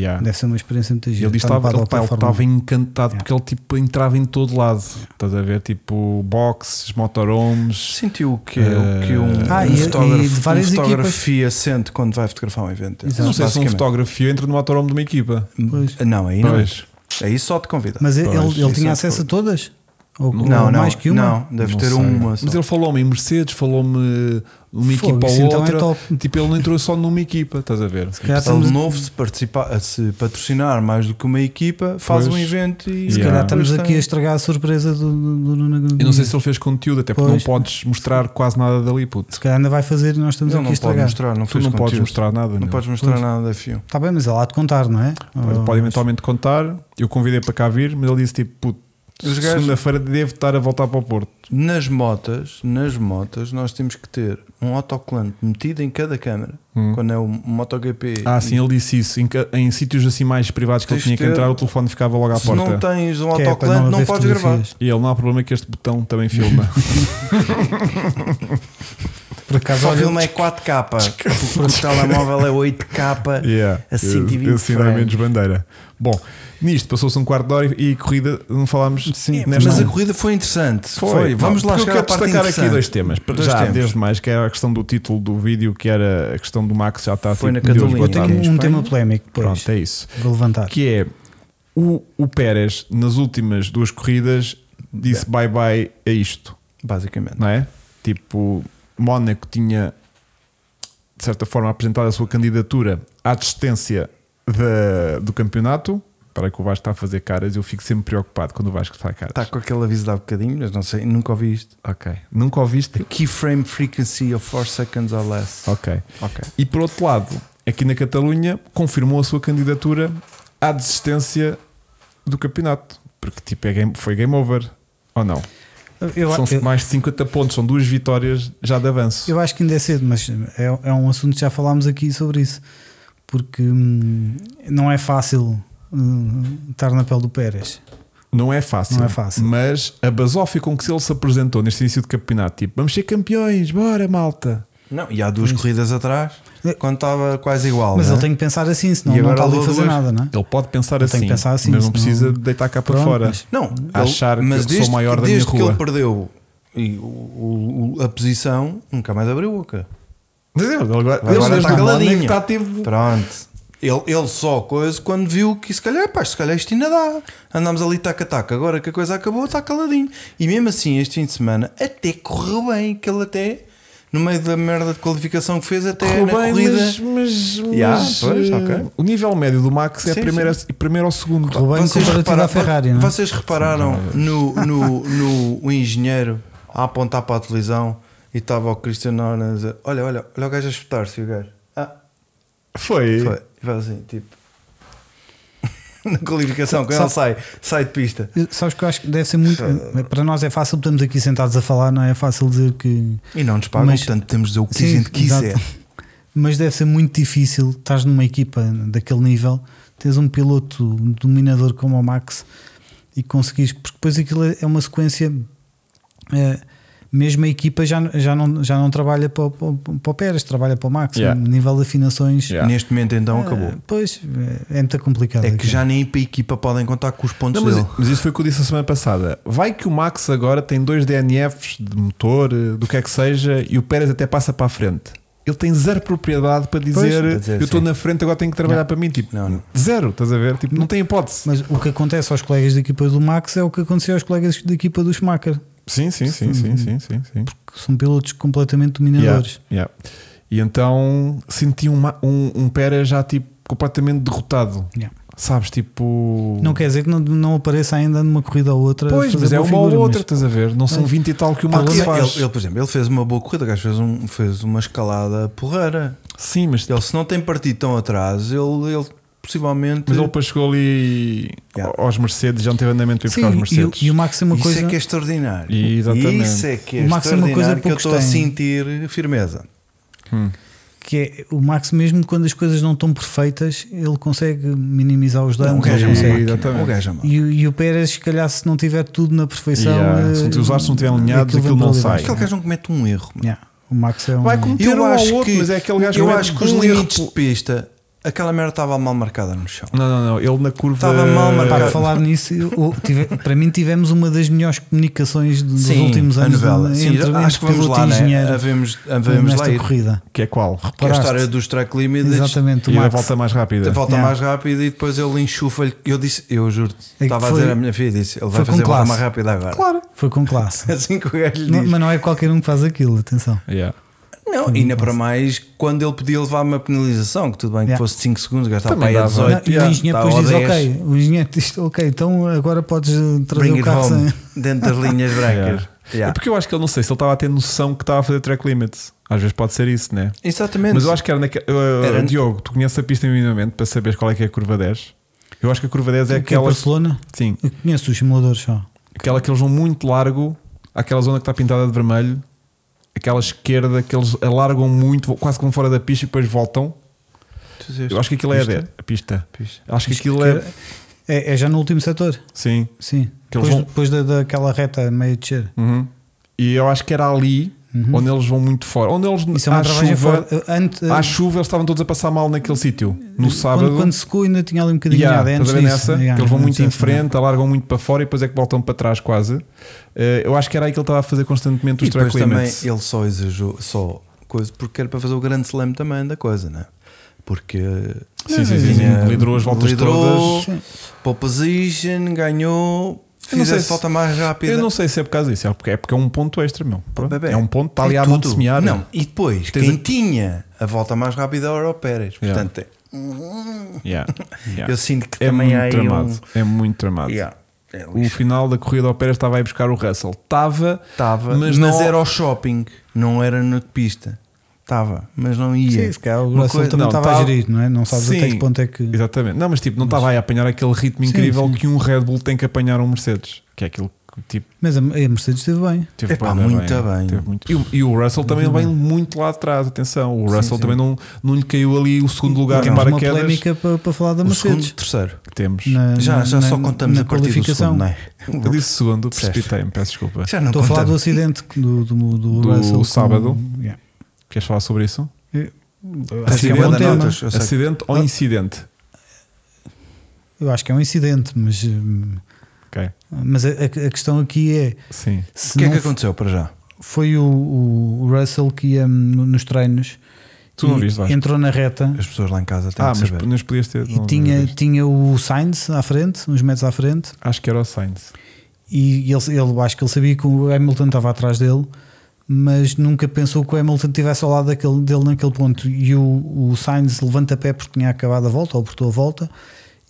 Speaker 2: Yeah.
Speaker 3: Deve ser uma experiência muito gira.
Speaker 2: Ele
Speaker 3: Estar no
Speaker 2: estava, ele,
Speaker 3: paddock da
Speaker 2: ele
Speaker 3: Fórmula
Speaker 2: estava
Speaker 3: 1.
Speaker 2: encantado
Speaker 3: Yeah.
Speaker 1: É.
Speaker 2: porque ele tipo, entrava em todo lado. Estás a ver? Tipo boxes, motorhomes.
Speaker 1: Sentiu o que,
Speaker 2: Eh,
Speaker 1: o que um,
Speaker 3: Ah,
Speaker 1: um
Speaker 3: e- e de
Speaker 1: fotógrafo,
Speaker 3: várias
Speaker 1: um
Speaker 3: equipas.
Speaker 1: fotografia sente quando vai fotografar um evento.
Speaker 3: Exato.
Speaker 2: Eu Não sei se um
Speaker 1: Basicamente.
Speaker 2: fotografia entra no motorhome de uma equipa.
Speaker 3: Pois.
Speaker 1: Não, aí não. é.
Speaker 2: Pois.
Speaker 1: Aí só te convida.
Speaker 3: um. Mas ele,
Speaker 2: Pois,
Speaker 3: ele
Speaker 1: isso
Speaker 3: tinha
Speaker 1: é
Speaker 3: acesso a todas? Ou,
Speaker 1: não,
Speaker 3: ou
Speaker 1: não,
Speaker 3: mais que uma?
Speaker 1: não, deve
Speaker 2: Não
Speaker 1: ter
Speaker 2: sei.
Speaker 1: uma só.
Speaker 2: Mas ele falou-me em Mercedes, falou-me uma
Speaker 3: Fogo,
Speaker 2: equipa
Speaker 3: isso
Speaker 2: ou
Speaker 3: então é
Speaker 2: outra.
Speaker 3: top.
Speaker 2: Tipo, ele não entrou só numa equipa, estás a ver?
Speaker 3: Se calhar
Speaker 1: Pessoal de
Speaker 3: estamos,
Speaker 1: novo, se, participar, se patrocinar mais do que uma equipa, faz
Speaker 2: Pois.
Speaker 1: um evento e.
Speaker 2: Se
Speaker 3: se
Speaker 2: Yeah.
Speaker 3: calhar estamos
Speaker 1: Pois
Speaker 3: aqui a
Speaker 1: tem.
Speaker 3: estragar a surpresa do, do, do Nuno Agonia.
Speaker 2: Eu não sei se ele fez conteúdo, até porque
Speaker 3: Pois.
Speaker 2: não podes mostrar quase nada dali, puto.
Speaker 3: Se calhar ainda vai fazer e nós estamos
Speaker 1: Ele
Speaker 3: aqui a
Speaker 1: não pode
Speaker 3: estragar. Tá
Speaker 1: mostrar, não
Speaker 2: Tu
Speaker 1: fez
Speaker 2: não podes
Speaker 1: conteúdo.
Speaker 2: mostrar nada.
Speaker 1: Não
Speaker 2: meu.
Speaker 1: podes mostrar nada da FIO.
Speaker 3: Está bem, mas ele há de contar, não é?
Speaker 2: Pode,
Speaker 3: Ou-
Speaker 2: pode eventualmente contar. Eu convidei para cá vir, mas ele disse tipo, puto,
Speaker 1: Os gajos-
Speaker 2: Segunda-feira devo estar a voltar para o Porto.
Speaker 1: Nas motas, nas motas, nós temos que ter um autocolante metido em cada câmara.
Speaker 2: Hum.
Speaker 1: Quando é o MotoGP.
Speaker 2: Ah, sim, ele disse isso. Em, ca- em sítios assim mais privados que ele
Speaker 1: Tens
Speaker 2: tinha que
Speaker 1: ter-
Speaker 2: entrar, o telefone ficava logo à
Speaker 1: Se não
Speaker 2: porta.
Speaker 1: tens um
Speaker 3: Que é para
Speaker 1: autocolante, não
Speaker 3: haver
Speaker 1: podes gravar.
Speaker 3: fotografias.
Speaker 2: E ele não há problema que este botão também filma.
Speaker 3: Por acaso,
Speaker 1: Só o
Speaker 3: olha,
Speaker 1: filme é
Speaker 2: (laughs)
Speaker 1: 4K, porque o telemóvel é 8K.
Speaker 2: (laughs) yeah.
Speaker 1: A 120
Speaker 2: Esse ainda é
Speaker 1: frames.
Speaker 2: menos bandeira. Bom, nisto passou-se um quarto de hora e, e corrida, não falámos
Speaker 3: Sim,
Speaker 1: Mas
Speaker 2: nesta
Speaker 1: a corrida foi interessante. Foi. Vamos
Speaker 2: Não,
Speaker 1: lá
Speaker 2: porque
Speaker 1: chegar
Speaker 2: eu
Speaker 1: à
Speaker 2: quero
Speaker 1: parte
Speaker 2: destacar aqui
Speaker 1: interessante.
Speaker 2: dois temas.
Speaker 1: Dois
Speaker 2: já,
Speaker 1: temas.
Speaker 2: desde mais, que era a questão do título do vídeo, que era a questão do Max, já está
Speaker 1: Foi
Speaker 2: tipo,
Speaker 1: na
Speaker 2: Deus,
Speaker 1: Catalunha.
Speaker 2: boa
Speaker 3: eu
Speaker 1: Tá.
Speaker 2: tarde.
Speaker 1: Em
Speaker 3: tenho um
Speaker 1: Espanha?
Speaker 3: tema polémico depois.
Speaker 2: Pronto, é isso.
Speaker 3: Vou levantar.
Speaker 2: que é o, o Pérez nas últimas duas corridas disse bye bye a isto,
Speaker 1: Basicamente.
Speaker 2: não é? Tipo, Mónaco tinha de certa forma apresentado a sua candidatura à desistência da- do campeonato. Para que o Vasco está a fazer caras, eu fico sempre preocupado quando o Vasco está a caras.
Speaker 1: Está tá com aquele aviso de há bocadinho, mas não sei, nunca ouvi isto.
Speaker 2: Tá, Ok. Nunca ouviste?
Speaker 1: Keyframe frequency of 4 seconds or less.
Speaker 2: Ok.
Speaker 1: Ok.
Speaker 2: E por outro lado, aqui na Catalunha, confirmou a sua candidatura à desistência do campeonato. Porque tipo, é game- foi game over. Ou não?
Speaker 3: Eu,
Speaker 2: é, são
Speaker 3: eu,
Speaker 2: mais de 50 pontos, são duas vitórias já de avanço.
Speaker 3: eu acho que ainda é cedo, mas é, é um assunto que já falámos aqui sobre isso. Porque hum, não é fácil hum, estar na pele do Pérez.
Speaker 2: Não é fácil.
Speaker 3: Não é fácil.
Speaker 2: Mas a basófia com que ele se apresentou neste início de campeonato, tipo, vamos ser campeões, bora malta.
Speaker 1: Não, e há duas corridas atrás,
Speaker 3: É.
Speaker 1: quando estava quase igual.
Speaker 3: Mas
Speaker 1: não
Speaker 3: ele
Speaker 1: é?
Speaker 3: tem que pensar assim, senão
Speaker 1: E
Speaker 3: não
Speaker 1: agora
Speaker 3: está ali a
Speaker 1: levou
Speaker 3: fazer
Speaker 1: dois.
Speaker 3: nada, não é?
Speaker 2: Ele pode pensar,
Speaker 3: Ele tem
Speaker 2: assim,
Speaker 3: que pensar assim,
Speaker 2: mas não
Speaker 3: senão-
Speaker 2: precisa deitar cá para
Speaker 3: Pronto,
Speaker 2: fora.
Speaker 3: mas-
Speaker 1: Não,
Speaker 2: achar que eu sou
Speaker 1: desde,
Speaker 2: o maior da minha
Speaker 1: desde que
Speaker 2: rua.
Speaker 1: ele perdeu e o- o- o- a posição, nunca mais abriu boca.
Speaker 2: Mas ele agora,
Speaker 1: Agora
Speaker 2: ele
Speaker 1: está
Speaker 3: tá
Speaker 2: desde o Mónaco
Speaker 1: tá caladinho.
Speaker 2: está tipo-
Speaker 1: Pronto. Ele, ele só coisa quando viu que se calhar, pá, se calhar isto ainda dá. Andámos ali taca-taca, agora que a coisa acabou, está caladinho. E mesmo assim, este fim de semana, até correu bem, que ele até, no meio da merda de qualificação que fez, até
Speaker 2: Correu
Speaker 1: na
Speaker 2: bem,
Speaker 1: corrida.
Speaker 2: mas, mas-
Speaker 1: Ya,
Speaker 2: mas,
Speaker 1: pois,
Speaker 2: eh,
Speaker 1: ok.
Speaker 2: o nível médio do Max é
Speaker 1: Sim,
Speaker 2: primeiro, primeiro ao segundo.
Speaker 3: Correu bem comparativo
Speaker 1: repara-
Speaker 3: à Ferrari, não é?
Speaker 1: vocês repararam no,
Speaker 3: (laughs)
Speaker 1: no, no o engenheiro a apontar para a televisão e estava o Cristiano Ronaldo a dizer: Olha, olha, olha o gajo a espetar-se. E o gajo, ah,
Speaker 2: Foi.
Speaker 1: foi. E faz assim, tipo. (laughs) Na qualificação, quando
Speaker 3: Sabe-
Speaker 1: ele sai, sai de pista.
Speaker 3: Sabes que eu acho que deve ser muito. Para nós é fácil, estamos aqui sentados a falar, não é fácil dizer que.
Speaker 1: E não nos pagam,
Speaker 3: Mas-
Speaker 1: portanto temos de dizer o que
Speaker 3: Sim,
Speaker 1: a gente quiser.
Speaker 3: exato. Mas deve ser muito difícil, estás numa equipa daquele nível, tens um piloto dominador como o Max e conseguires, porque depois aquilo é uma sequência, eh, mesmo a equipa já, já, não, já não trabalha para, o- para, o- para o Pérez, trabalha para o Max,
Speaker 2: Yeah.
Speaker 3: o nível de afinações.
Speaker 2: Yeah.
Speaker 1: Neste momento, então,
Speaker 3: eh,
Speaker 1: acabou.
Speaker 3: Pois, eh, é muito complicado.
Speaker 1: É que
Speaker 3: aquilo.
Speaker 1: já nem para a equipa podem contar com os pontos
Speaker 2: Não, mas,
Speaker 1: dele.
Speaker 2: mas isso foi o que eu disse a semana passada. Vai que o Max agora tem dois DNFs de motor, eh, do que é que seja, e o Pérez até passa para a frente. Ele tem zero propriedade para dizer,
Speaker 1: para dizer
Speaker 2: eu estou
Speaker 1: sim.
Speaker 2: na frente, agora tenho que trabalhar para mim. Tipo,
Speaker 1: Não, não.
Speaker 2: zero, estás a ver? Tipo, não tem hipótese.
Speaker 3: Mas o que acontece aos colegas da equipa do Max é o que aconteceu aos colegas da equipa do Schumacher,
Speaker 2: Sim, sim, sim,
Speaker 1: Hum.
Speaker 2: sim, sim, sim. sim.
Speaker 3: que são pilotos completamente
Speaker 2: Yeah,
Speaker 3: dominadores.
Speaker 2: yeah. E então senti um, Ma- um, um Pérez já tipo completamente derrotado.
Speaker 3: Yeah.
Speaker 2: Sabes, tipo.
Speaker 3: Não quer dizer que não, não apareça ainda numa corrida ou outra.
Speaker 2: Pois,
Speaker 3: fazer
Speaker 2: mas é
Speaker 3: boa
Speaker 2: uma ou
Speaker 3: figura,
Speaker 2: outra,
Speaker 3: mas-
Speaker 2: estás a ver? Não são 20 e tal que o
Speaker 1: Porque
Speaker 2: Max faz.
Speaker 1: Ah, ele, ele, por exemplo, ele fez uma boa corrida, o gajo fez, um, fez uma escalada porreira.
Speaker 2: Sim, mas
Speaker 1: Ele, se não tem partido tão atrás, ele, ele possivelmente.
Speaker 2: Mas ele depois chegou ali
Speaker 1: Yeah.
Speaker 2: aos Mercedes, já não teve andamento para ir
Speaker 3: Sim,
Speaker 2: buscar os
Speaker 3: e,
Speaker 2: Mercedes.
Speaker 3: o- e o Max é uma
Speaker 1: Isso
Speaker 3: coisa.
Speaker 1: é que é extraordinário.
Speaker 2: Exatamente.
Speaker 1: Isso é que é
Speaker 3: O Max é uma
Speaker 1: extraordinário
Speaker 3: coisa
Speaker 1: que eu
Speaker 3: poucos
Speaker 1: estou a
Speaker 3: têm.
Speaker 1: sentir firmeza.
Speaker 3: que é- o Max, mesmo quando as coisas não estão perfeitas, ele consegue minimizar os danos.
Speaker 1: o gajo é
Speaker 3: ele
Speaker 1: mau.
Speaker 3: um consegue.
Speaker 2: Exatamente.
Speaker 1: O gajo é mau.
Speaker 3: E, o- e o Pérez, se calhar, se não tiver tudo na perfeição,
Speaker 2: Yeah,
Speaker 3: eh,
Speaker 2: ah, se os astros não estiverem alinhados, aquilo
Speaker 3: vai
Speaker 2: não
Speaker 3: para ali
Speaker 2: sai.
Speaker 1: Aquele gajo não comete um erro. mano.
Speaker 3: baixo. Yeah, O Max é um.
Speaker 2: Vai cometer
Speaker 1: Eu
Speaker 2: um ao
Speaker 1: acho
Speaker 2: outro,
Speaker 1: que,
Speaker 2: mas é aquele gajo
Speaker 1: eu
Speaker 2: mete
Speaker 1: acho que os
Speaker 2: um
Speaker 1: limites
Speaker 2: erro.
Speaker 1: de pista, aquela merda estava mal marcada no chão.
Speaker 2: Não, não, não. Ele na curva.
Speaker 1: Estava mal marcado.
Speaker 2: Eh,
Speaker 3: Para falar nisso, eu- tive- para mim tivemos uma das melhores comunicações dos últimos
Speaker 1: a
Speaker 3: anos
Speaker 1: novela. Sim,
Speaker 3: entre,
Speaker 1: acho que
Speaker 3: entre
Speaker 1: vamos
Speaker 3: piloto
Speaker 1: lá,
Speaker 3: e
Speaker 1: né?
Speaker 3: engenheiro
Speaker 1: Havemos, havemos lá
Speaker 3: nesta
Speaker 1: ir.
Speaker 3: corrida.
Speaker 2: Que é qual?
Speaker 1: Que é a
Speaker 3: Reparaste?
Speaker 1: história dos track limits.
Speaker 3: Exatamente, o
Speaker 2: E a
Speaker 3: Max.
Speaker 2: volta mais rápida.
Speaker 1: Volta
Speaker 3: Yeah. É
Speaker 1: mais rápida e depois ele enxufa-lhe. Eu disse, eu juro-te,
Speaker 3: que
Speaker 1: estava a
Speaker 3: foi-
Speaker 1: dizer à minha filha: disse, ele vai
Speaker 3: foi com
Speaker 1: fazer a volta
Speaker 3: classe.
Speaker 1: mais rápida agora.
Speaker 2: Claro.
Speaker 3: Foi com classe.
Speaker 1: (laughs) Assim que o gajo lhe
Speaker 3: Não,
Speaker 1: diz.
Speaker 3: mas não é qualquer um que faz aquilo, atenção.
Speaker 2: Yeah.
Speaker 1: Não, ainda para mais quando ele podia levar uma penalização, que tudo bem que
Speaker 3: Yeah.
Speaker 1: fosse de 5 segundos, o gajo estava
Speaker 2: Também
Speaker 1: aí a
Speaker 2: dava.
Speaker 1: 18.
Speaker 3: Não, e o
Speaker 2: yeah,
Speaker 3: engenheiro
Speaker 1: tá
Speaker 3: depois
Speaker 1: ao
Speaker 3: diz:
Speaker 1: 10.
Speaker 3: Ok, o engenheiro diz: Ok, então agora podes eh, trazer
Speaker 1: Bring
Speaker 3: o
Speaker 1: it
Speaker 3: carro
Speaker 1: home,
Speaker 3: sem.
Speaker 1: dentro das linhas brancas.
Speaker 2: (laughs) Yeah.
Speaker 1: Yeah.
Speaker 2: É porque eu acho que ele não sei se ele estava a ter noção que estava a fazer track limits. Às vezes pode ser isso, né?
Speaker 1: Exatamente.
Speaker 2: Mas eu acho que era naquela. Uh,
Speaker 1: Era-
Speaker 2: Diogo, tu conheces a pista minimamente para saberes qual é que é a curva 10? Eu acho que a curva 10 é
Speaker 3: O que é
Speaker 2: aquela.
Speaker 3: Barcelona?
Speaker 2: Sim.
Speaker 3: Eu conheço os simuladores só.
Speaker 2: Aquela que eles vão muito largo, aquela zona que está pintada de vermelho, aquela esquerda que eles alargam muito, quase como fora da pista e depois voltam.
Speaker 1: Tu dizes,
Speaker 2: Eu acho que aquilo é a,
Speaker 1: Pista?
Speaker 2: de- a pista.
Speaker 1: Pista.
Speaker 2: Acho que aquilo é.
Speaker 3: É, é já no último setor,
Speaker 2: Sim.
Speaker 3: sim.
Speaker 2: Que
Speaker 3: depois
Speaker 2: eles vão-
Speaker 3: depois da, daquela reta meio de descer.
Speaker 2: Uhum. E eu acho que era ali onde eles vão muito fora. Onde eles,
Speaker 3: Uhum. Isso é uma
Speaker 2: à,
Speaker 3: travagem
Speaker 2: chuva,
Speaker 3: forte. Ante-
Speaker 2: à chuva, eles estavam todos a passar mal naquele sítio. No sábado.
Speaker 3: quando, quando secou ainda tinha ali um bocadinho
Speaker 2: Yeah,
Speaker 3: de ADN.
Speaker 2: estás a ver
Speaker 3: disso.
Speaker 2: nessa?
Speaker 3: Yeah, é
Speaker 2: que eles vão muito em
Speaker 3: antes dessa,
Speaker 2: frente, alargam muito para fora e depois é que voltam para trás quase. Eh, eu acho que era aí que ele estava a fazer constantemente os
Speaker 1: E depois
Speaker 2: track
Speaker 1: também
Speaker 2: limits.
Speaker 1: ele só exagerou, só coisa, porque era para fazer o grande slam também da coisa, né? Porque
Speaker 2: Sim, sim, sim,
Speaker 1: tinha-
Speaker 2: sim. Liderou as voltas
Speaker 1: liderou,
Speaker 2: todas.
Speaker 1: pole position, ganhou,
Speaker 2: Eu não sei
Speaker 1: fizesse
Speaker 2: se-
Speaker 1: falta mais rápida.
Speaker 2: Eu não sei se é por causa disso, é porque é, porque é um ponto extra, meu. Pronto,
Speaker 1: Bebé,
Speaker 2: é um ponto, está ali
Speaker 1: é
Speaker 2: a
Speaker 1: tudo.
Speaker 2: semear.
Speaker 1: Não, e depois,
Speaker 2: Tens
Speaker 1: quem
Speaker 2: a-
Speaker 1: tinha a volta mais rápida era o Pérez.
Speaker 2: Yeah.
Speaker 1: Portanto, é-
Speaker 2: Yeah, yeah.
Speaker 1: eu sinto que
Speaker 2: é
Speaker 1: também
Speaker 2: muito
Speaker 1: há aí
Speaker 2: tramado.
Speaker 1: um...
Speaker 2: É muito tramado.
Speaker 1: Yeah, é lixo.
Speaker 2: O final da corrida ao Pérez estava a ir buscar o Russell. Estava,
Speaker 1: Estava, mas,
Speaker 2: mas, não
Speaker 1: era ao shopping, não era na pista. Estava, mas não ia.
Speaker 3: Sim, se calhar o
Speaker 1: Uma
Speaker 3: Russell
Speaker 1: coisa-
Speaker 3: também
Speaker 2: não,
Speaker 3: estava a
Speaker 2: tá-
Speaker 3: gerir, não é? Não sabes até
Speaker 2: Sim.
Speaker 3: que ponto é que.
Speaker 2: Exatamente. Não, mas tipo, não estava aí a apanhar aquele ritmo
Speaker 3: Sim,
Speaker 2: incrível
Speaker 3: sim.
Speaker 2: que um Red Bull tem que apanhar um Mercedes. Que é aquilo que tipo.
Speaker 3: Mas a, a Mercedes esteve bem.
Speaker 2: Teve
Speaker 1: Epá,
Speaker 2: bué da
Speaker 1: muito bem.
Speaker 2: Teve muito- E, o- e o Russell também vem muito lá atrás, atenção. O
Speaker 1: sim.
Speaker 2: Russell também não, não lhe caiu ali o segundo lugar em
Speaker 3: Temos uma
Speaker 2: paraquedas.
Speaker 3: polémica para, para falar da
Speaker 1: o segundo,
Speaker 3: Mercedes.
Speaker 1: terceiro.
Speaker 2: que temos.
Speaker 3: na-
Speaker 1: Já,
Speaker 3: na-
Speaker 1: já só
Speaker 3: na-
Speaker 1: contamos
Speaker 3: na
Speaker 1: a partir do segundo, não é?
Speaker 2: Eu disse segundo,
Speaker 1: Certo.
Speaker 2: precipitei-me, peço desculpa.
Speaker 1: Já não
Speaker 3: Estou a falar do
Speaker 1: contamos.
Speaker 3: acidente do, do, do,
Speaker 2: Do
Speaker 3: Russell com-
Speaker 2: sábado.
Speaker 3: Yeah.
Speaker 2: Queres falar sobre isso?
Speaker 3: Eu- Acho que é
Speaker 1: Acidente,
Speaker 3: um bom
Speaker 1: da
Speaker 3: tema.
Speaker 1: notas, eu sei.
Speaker 2: Acidente
Speaker 3: Ah.
Speaker 2: ou incidente?
Speaker 3: Eu acho que é um incidente, mas, hum,
Speaker 2: Ok,
Speaker 3: mas a, a- a questão aqui é
Speaker 2: sim.
Speaker 3: se
Speaker 1: O que é
Speaker 3: não
Speaker 1: que aconteceu para já?
Speaker 3: foi o, o Russell que ia hum, nos treinos
Speaker 2: Tu não
Speaker 3: e
Speaker 2: viste, Vasco?
Speaker 3: entrou na reta
Speaker 1: As pessoas lá em casa têm
Speaker 2: Ah,
Speaker 1: que
Speaker 2: mas
Speaker 1: saber.
Speaker 2: nos podias ter.
Speaker 3: e
Speaker 2: não-
Speaker 3: tinha,
Speaker 2: não viste.
Speaker 3: tinha o Sainz à frente, uns metros à frente,
Speaker 2: Acho que era o Sainz.
Speaker 3: e ele, ele acho que ele sabia que o Hamilton estava atrás dele, mas nunca pensou que o Hamilton estivesse ao lado daquele, dele naquele ponto. E o, o Sainz levanta pé porque tinha acabado a volta ou apertou a volta.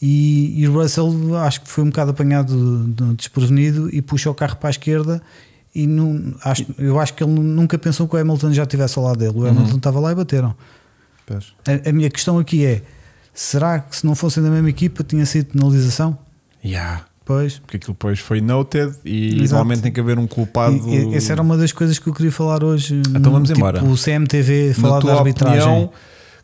Speaker 3: E, e o Russell acho que foi um bocado apanhado de- de- desprevenido e puxa o carro para a esquerda. E não, acho, eu acho que ele nunca pensou que o Hamilton já estivesse ao lado dele. O Hamilton estava lá e bateram.
Speaker 1: Pois.
Speaker 3: A, a minha questão aqui é: será que se não fossem da mesma equipa tinha sido penalização?
Speaker 1: Yeah.
Speaker 3: Pois.
Speaker 2: Porque aquilo depois foi noted e
Speaker 3: Exato.
Speaker 2: normalmente tem que haver um culpado.
Speaker 3: E- e- Essa era um uma das coisas que eu queria falar hoje.
Speaker 2: Então vamos
Speaker 3: tipo,
Speaker 2: embora.
Speaker 3: O CMTV
Speaker 2: na
Speaker 3: falar da
Speaker 2: tua
Speaker 3: arbitragem.
Speaker 2: opinião,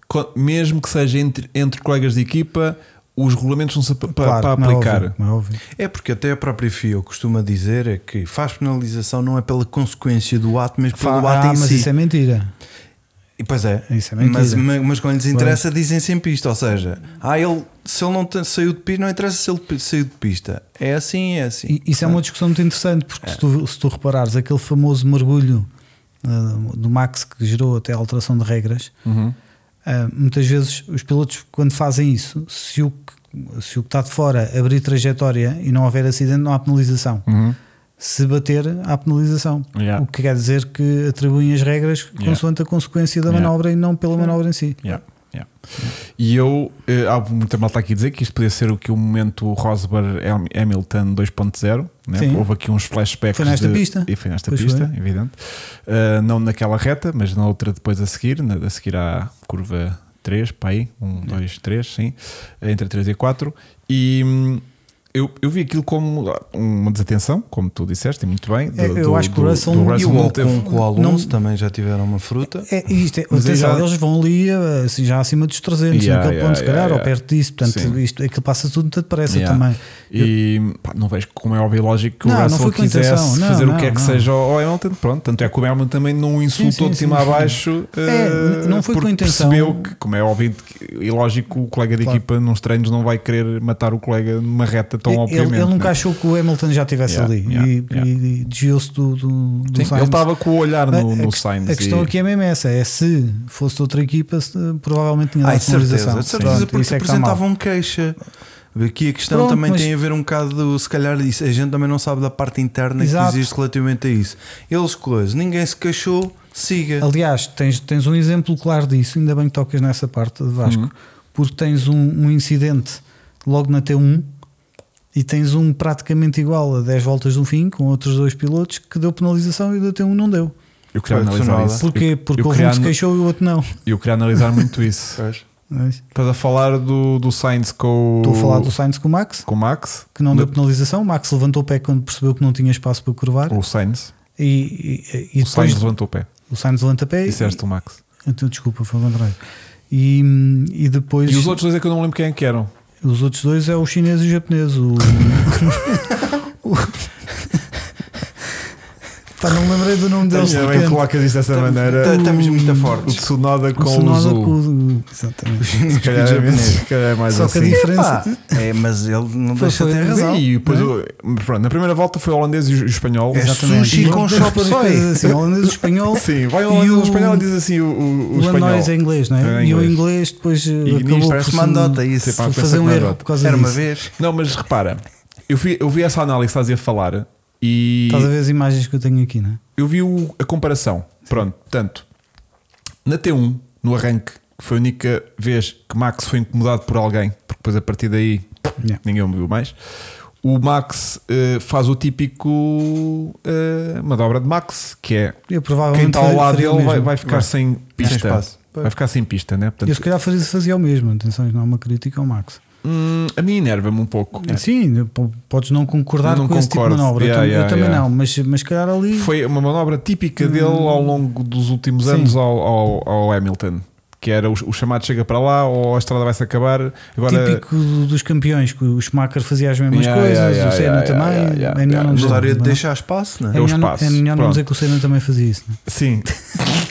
Speaker 2: co- mesmo que seja entre, entre colegas de equipa, os regulamentos são para,
Speaker 3: Claro,
Speaker 2: para
Speaker 3: como é
Speaker 2: aplicar.
Speaker 3: óbvio, como é óbvio.
Speaker 1: É porque até a própria FIA costuma dizer é que faz penalização não é pela consequência do ato, mas pelo
Speaker 3: Fa-
Speaker 1: ato
Speaker 3: ah,
Speaker 1: em
Speaker 3: mas
Speaker 1: si.
Speaker 3: isso é mentira.
Speaker 1: E, Pois é,
Speaker 3: Isso é mentira.
Speaker 1: mas, mas, mas quando lhes interessa dizem sempre isto, ou seja, ah, ele, se ele não te- saiu de pista, não interessa se ele pi- saiu de pista. É assim, é assim.
Speaker 3: E- Isso é uma discussão muito interessante, porque
Speaker 2: É.
Speaker 3: se, tu, se tu reparares aquele famoso mergulho ah, do Max que gerou até a alteração de regras,
Speaker 2: Uhum,
Speaker 3: ah, muitas vezes os pilotos, quando fazem isso, se o, que- se o que está de fora abrir trajetória e não houver acidente, não há penalização.
Speaker 2: uhum.
Speaker 3: Se bater, há penalização.
Speaker 2: Yeah.
Speaker 3: O que quer dizer que atribuem as regras
Speaker 2: Yeah.
Speaker 3: consoante a consequência da
Speaker 2: Yeah.
Speaker 3: manobra e não pela manobra em si.
Speaker 2: Yeah, yeah. E eu, eh, há muita malta aqui a dizer que isto podia ser o que o momento Rosberg Ham- Hamilton 2.0, né?
Speaker 3: Sim.
Speaker 2: houve aqui uns flashbacks.
Speaker 3: Foi nesta
Speaker 2: de-
Speaker 3: pista.
Speaker 2: E foi nesta
Speaker 3: Pois
Speaker 2: pista,
Speaker 3: foi.
Speaker 2: evidente. Eh, não naquela reta, mas na outra depois a seguir, na, a seguir à curva 3, para aí, 1, 2, 3, sim, entre 3 e 4. E. hum, eu, eu vi aquilo como uma desatenção, como tu disseste, e muito bem. do-
Speaker 3: É, eu
Speaker 2: do-
Speaker 3: acho que o
Speaker 2: do-
Speaker 3: Russell-
Speaker 2: do
Speaker 3: E o
Speaker 1: E
Speaker 2: Russell
Speaker 1: o
Speaker 2: não
Speaker 1: Ocon
Speaker 2: teve-
Speaker 1: com o Alonso também já tiveram uma fruta.
Speaker 3: É, isto é-
Speaker 2: Mas aí
Speaker 3: atenção,
Speaker 2: já-
Speaker 3: eles vão ali ah, assim, já acima dos 300
Speaker 2: Yeah,
Speaker 3: naquele
Speaker 2: yeah,
Speaker 3: ponto, se calhar,
Speaker 2: yeah,
Speaker 3: ou perto disso. Portanto,
Speaker 2: Sim.
Speaker 3: isto, aquilo passa tudo muito depressa
Speaker 2: Yeah.
Speaker 3: também.
Speaker 2: E pá, não vejo como é óbvio e lógico que
Speaker 3: Não,
Speaker 2: o
Speaker 3: não
Speaker 2: Russell
Speaker 3: foi com
Speaker 2: quisesse
Speaker 3: intenção. Não,
Speaker 2: fazer o
Speaker 3: não,
Speaker 2: que é que
Speaker 3: não.
Speaker 2: seja ao Hamilton. Pronto, tanto é que o Hamilton também não o insultou
Speaker 3: sim,
Speaker 2: de cima
Speaker 3: sim,
Speaker 2: a baixo.
Speaker 3: É,
Speaker 2: eh,
Speaker 3: não foi com
Speaker 2: porque
Speaker 3: intenção.
Speaker 2: Percebeu que, como é óbvio que- e lógico, o colega de
Speaker 3: Claro.
Speaker 2: equipa nos treinos não vai querer matar o colega numa reta tão
Speaker 3: ele,
Speaker 2: obviamente.
Speaker 3: ele nunca
Speaker 2: né?
Speaker 3: achou que o Hamilton já estivesse
Speaker 2: Yeah,
Speaker 3: ali
Speaker 2: yeah,
Speaker 3: e,
Speaker 2: yeah.
Speaker 3: e- e desviou-se do, do, do
Speaker 2: Sim,
Speaker 3: Sainz.
Speaker 2: ele estava com o olhar no,
Speaker 3: Mas
Speaker 2: no
Speaker 3: a, que-
Speaker 2: Sainz.
Speaker 3: a questão
Speaker 2: e-
Speaker 3: aqui é mesmo essa: é se fosse de outra equipa, se, eh, provavelmente
Speaker 2: Ah,
Speaker 3: tinha
Speaker 1: Ai,
Speaker 3: dado
Speaker 1: de certeza,
Speaker 3: penalização.
Speaker 1: de certeza,
Speaker 3: Pronto,
Speaker 1: porque
Speaker 3: isso é que está mal.
Speaker 1: apresentavam queixa. Aqui a questão
Speaker 3: Pronto,
Speaker 1: também
Speaker 3: mas-
Speaker 1: tem a ver um bocado, do, se calhar, isso, a gente também não sabe da parte interna
Speaker 3: Exato.
Speaker 1: que existe relativamente a isso. Eles, coisa, ninguém se queixou, siga.
Speaker 3: Aliás, tens, tens um exemplo claro disso, ainda bem que tocas nessa parte de Vasco,
Speaker 2: Uhum.
Speaker 3: porque tens um, um incidente logo na T1 e tens um praticamente igual a 10 voltas do fim, com outros dois pilotos, que deu penalização e o da T1 não deu.
Speaker 2: Eu queria
Speaker 1: Foi
Speaker 2: analisar
Speaker 1: adicional,
Speaker 2: isso.
Speaker 3: Porquê?
Speaker 2: Eu-
Speaker 3: Porque
Speaker 2: eu
Speaker 3: houve
Speaker 2: queria
Speaker 3: um que se
Speaker 2: an-
Speaker 3: queixou e o outro não. (laughs)
Speaker 2: Eu queria analisar muito isso.
Speaker 1: Pois.
Speaker 3: Vês?
Speaker 2: Estás a falar do, do Sainz com o.
Speaker 3: Estou a falar do Sainz com o Max,
Speaker 2: Com o Max?
Speaker 3: que não
Speaker 2: No-
Speaker 3: deu penalização. O Max levantou o pé quando percebeu que não tinha espaço para curvar.
Speaker 2: O Sainz.
Speaker 3: E, e- e
Speaker 2: O
Speaker 3: depois
Speaker 2: Sainz levantou o pé.
Speaker 3: o Sainz levanta o pé.
Speaker 2: Disseste o Max.
Speaker 3: e- então, desculpa, foi o contrário. E, e depois
Speaker 2: E os outros dois é que eu não lembro quem é que eram.
Speaker 3: os outros dois é o chinês e o japonês. O... o- Pá, não me lembrei do nome deles. de
Speaker 2: Ainda é bem que
Speaker 3: repente.
Speaker 2: colocas isto dessa maneira.
Speaker 1: Estamos muito
Speaker 2: O
Speaker 1: fortes.
Speaker 2: Tsunoda
Speaker 3: O
Speaker 2: com o
Speaker 3: Sonoda
Speaker 2: Zu.
Speaker 3: com o- Exatamente.
Speaker 2: Se calhar é
Speaker 1: japonês.
Speaker 2: mais- se calhar é mais
Speaker 3: Só que a
Speaker 2: assim.
Speaker 3: diferença.
Speaker 1: É, mas ele não
Speaker 3: Foi-
Speaker 1: deixa
Speaker 3: foi um
Speaker 1: de ter
Speaker 3: bem.
Speaker 1: razão.
Speaker 2: E depois,
Speaker 3: é?
Speaker 2: o- pronto, na primeira volta foi o holandês e o espanhol.
Speaker 1: É sushi com
Speaker 3: Vamos
Speaker 1: chop
Speaker 3: pôr as
Speaker 1: suey.
Speaker 3: coisas Assim, o holandês e o espanhol.
Speaker 2: Sim, vai o
Speaker 3: E
Speaker 2: holandês e o
Speaker 3: o-
Speaker 2: espanhol e diz assim o, o, o
Speaker 3: O Lanois é
Speaker 2: espanhol.
Speaker 3: inglês, não
Speaker 2: Era
Speaker 3: é? E o
Speaker 2: inglês.
Speaker 3: inglês depois eh,
Speaker 2: nisto
Speaker 3: acabou por
Speaker 2: parece
Speaker 3: se-
Speaker 1: uma anedota, isso.
Speaker 3: por
Speaker 2: Epá, pensa
Speaker 3: fazer um
Speaker 2: que é
Speaker 3: erro
Speaker 2: anedota.
Speaker 3: por causa
Speaker 1: Era uma
Speaker 3: disso.
Speaker 1: vez.
Speaker 2: Não, mas repara, eu vi, eu vi essa análise que estás aí a falar e
Speaker 3: Estás a ver as imagens que eu tenho aqui, não é?
Speaker 2: eu vi o- a comparação. Pronto, portanto, na T1, no arranque, que foi a única vez que Max foi incomodado por alguém, porque depois a partir daí
Speaker 3: Yeah.
Speaker 2: ninguém o viu mais. O Max eh, faz o típico eh, manobra de Max, que é
Speaker 3: Eu
Speaker 2: quem
Speaker 3: provavelmente
Speaker 2: está ao
Speaker 3: faria-
Speaker 2: lado
Speaker 3: faria o
Speaker 2: dele vai,
Speaker 3: mesmo.
Speaker 2: vai ficar
Speaker 1: Vai.
Speaker 2: sem pista.
Speaker 1: espaço.
Speaker 2: vai ficar sem pista, né?
Speaker 3: Eu
Speaker 2: Portanto,
Speaker 3: se calhar fazia, fazia o mesmo, atenção, isto não é uma crítica ao Max.
Speaker 2: hum, a mim enerva-me um pouco.
Speaker 3: Sim, p- podes não concordar
Speaker 2: Não
Speaker 3: com esse tipo de
Speaker 2: concordo.
Speaker 3: manobra.
Speaker 2: Yeah,
Speaker 3: eu, tam- eu
Speaker 2: yeah,
Speaker 3: também
Speaker 2: yeah.
Speaker 3: não, mas, mas se calhar ali.
Speaker 2: Foi uma manobra típica dele ao longo dos últimos
Speaker 3: Hum. Sim.
Speaker 2: anos ao, ao- ao Hamilton, que era o, o chamado chega para lá ou a estrada vai-se acabar. Agora,
Speaker 3: Típico do- dos campeões, que o Schumacher fazia as mesmas
Speaker 2: Yeah,
Speaker 3: coisas,
Speaker 2: yeah, yeah,
Speaker 3: o Senna
Speaker 2: yeah,
Speaker 3: também.
Speaker 2: yeah, yeah, yeah,
Speaker 3: é melhor
Speaker 2: yeah.
Speaker 3: não
Speaker 1: Mas
Speaker 2: Mas
Speaker 3: dizer,
Speaker 1: a área
Speaker 3: não é?
Speaker 1: de deixar espaço, não
Speaker 3: É
Speaker 1: é?
Speaker 2: É o
Speaker 3: melhor, não-
Speaker 2: espaço,
Speaker 3: é melhor não
Speaker 2: pronto.
Speaker 3: dizer que o Senna também fazia isso. Não, é? (laughs)
Speaker 2: Sim.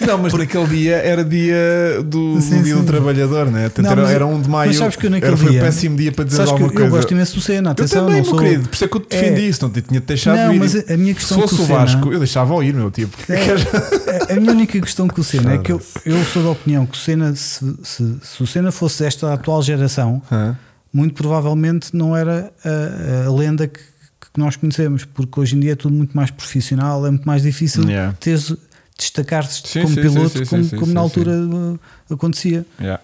Speaker 2: Não, mas naquele dia era dia do, do
Speaker 3: Sim,
Speaker 2: dia do
Speaker 3: sim.
Speaker 2: trabalhador, né? Portanto,
Speaker 3: Não,
Speaker 2: era,
Speaker 3: mas-
Speaker 2: era 1 de maio.
Speaker 3: mas sabes que eu naquele
Speaker 2: era, foi
Speaker 3: dia-
Speaker 2: um péssimo dia para dizer
Speaker 3: Sabes que
Speaker 2: alguma
Speaker 3: eu,
Speaker 2: coisa.
Speaker 3: eu gosto imenso do Senna,
Speaker 2: Eu
Speaker 3: atenção,
Speaker 2: também,
Speaker 3: não
Speaker 2: meu
Speaker 3: sou.
Speaker 2: querido, por isso é que eu te
Speaker 3: É.
Speaker 2: defendi isso, não te tinha deixado
Speaker 3: Não,
Speaker 2: ir.
Speaker 3: mas a minha
Speaker 2: Se
Speaker 3: questão
Speaker 2: fosse
Speaker 3: com
Speaker 2: o
Speaker 3: o Senna,
Speaker 2: Vasco, eu deixava ir, meu tipo.
Speaker 3: É, A- A minha única questão com o Senna é que eu, eu sou da opinião que o Senna, se, se- se o Senna fosse desta atual geração,
Speaker 2: Hã?
Speaker 3: muito provavelmente não era a, a lenda que, que nós conhecemos, porque hoje em dia é tudo muito mais profissional, é muito mais difícil
Speaker 2: Yeah.
Speaker 3: teres- destacar-se
Speaker 2: Sim,
Speaker 3: como
Speaker 2: sim,
Speaker 3: piloto,
Speaker 2: sim, sim,
Speaker 3: como,
Speaker 2: sim, sim,
Speaker 3: como na
Speaker 2: sim.
Speaker 3: altura uh, acontecia.
Speaker 2: Yeah.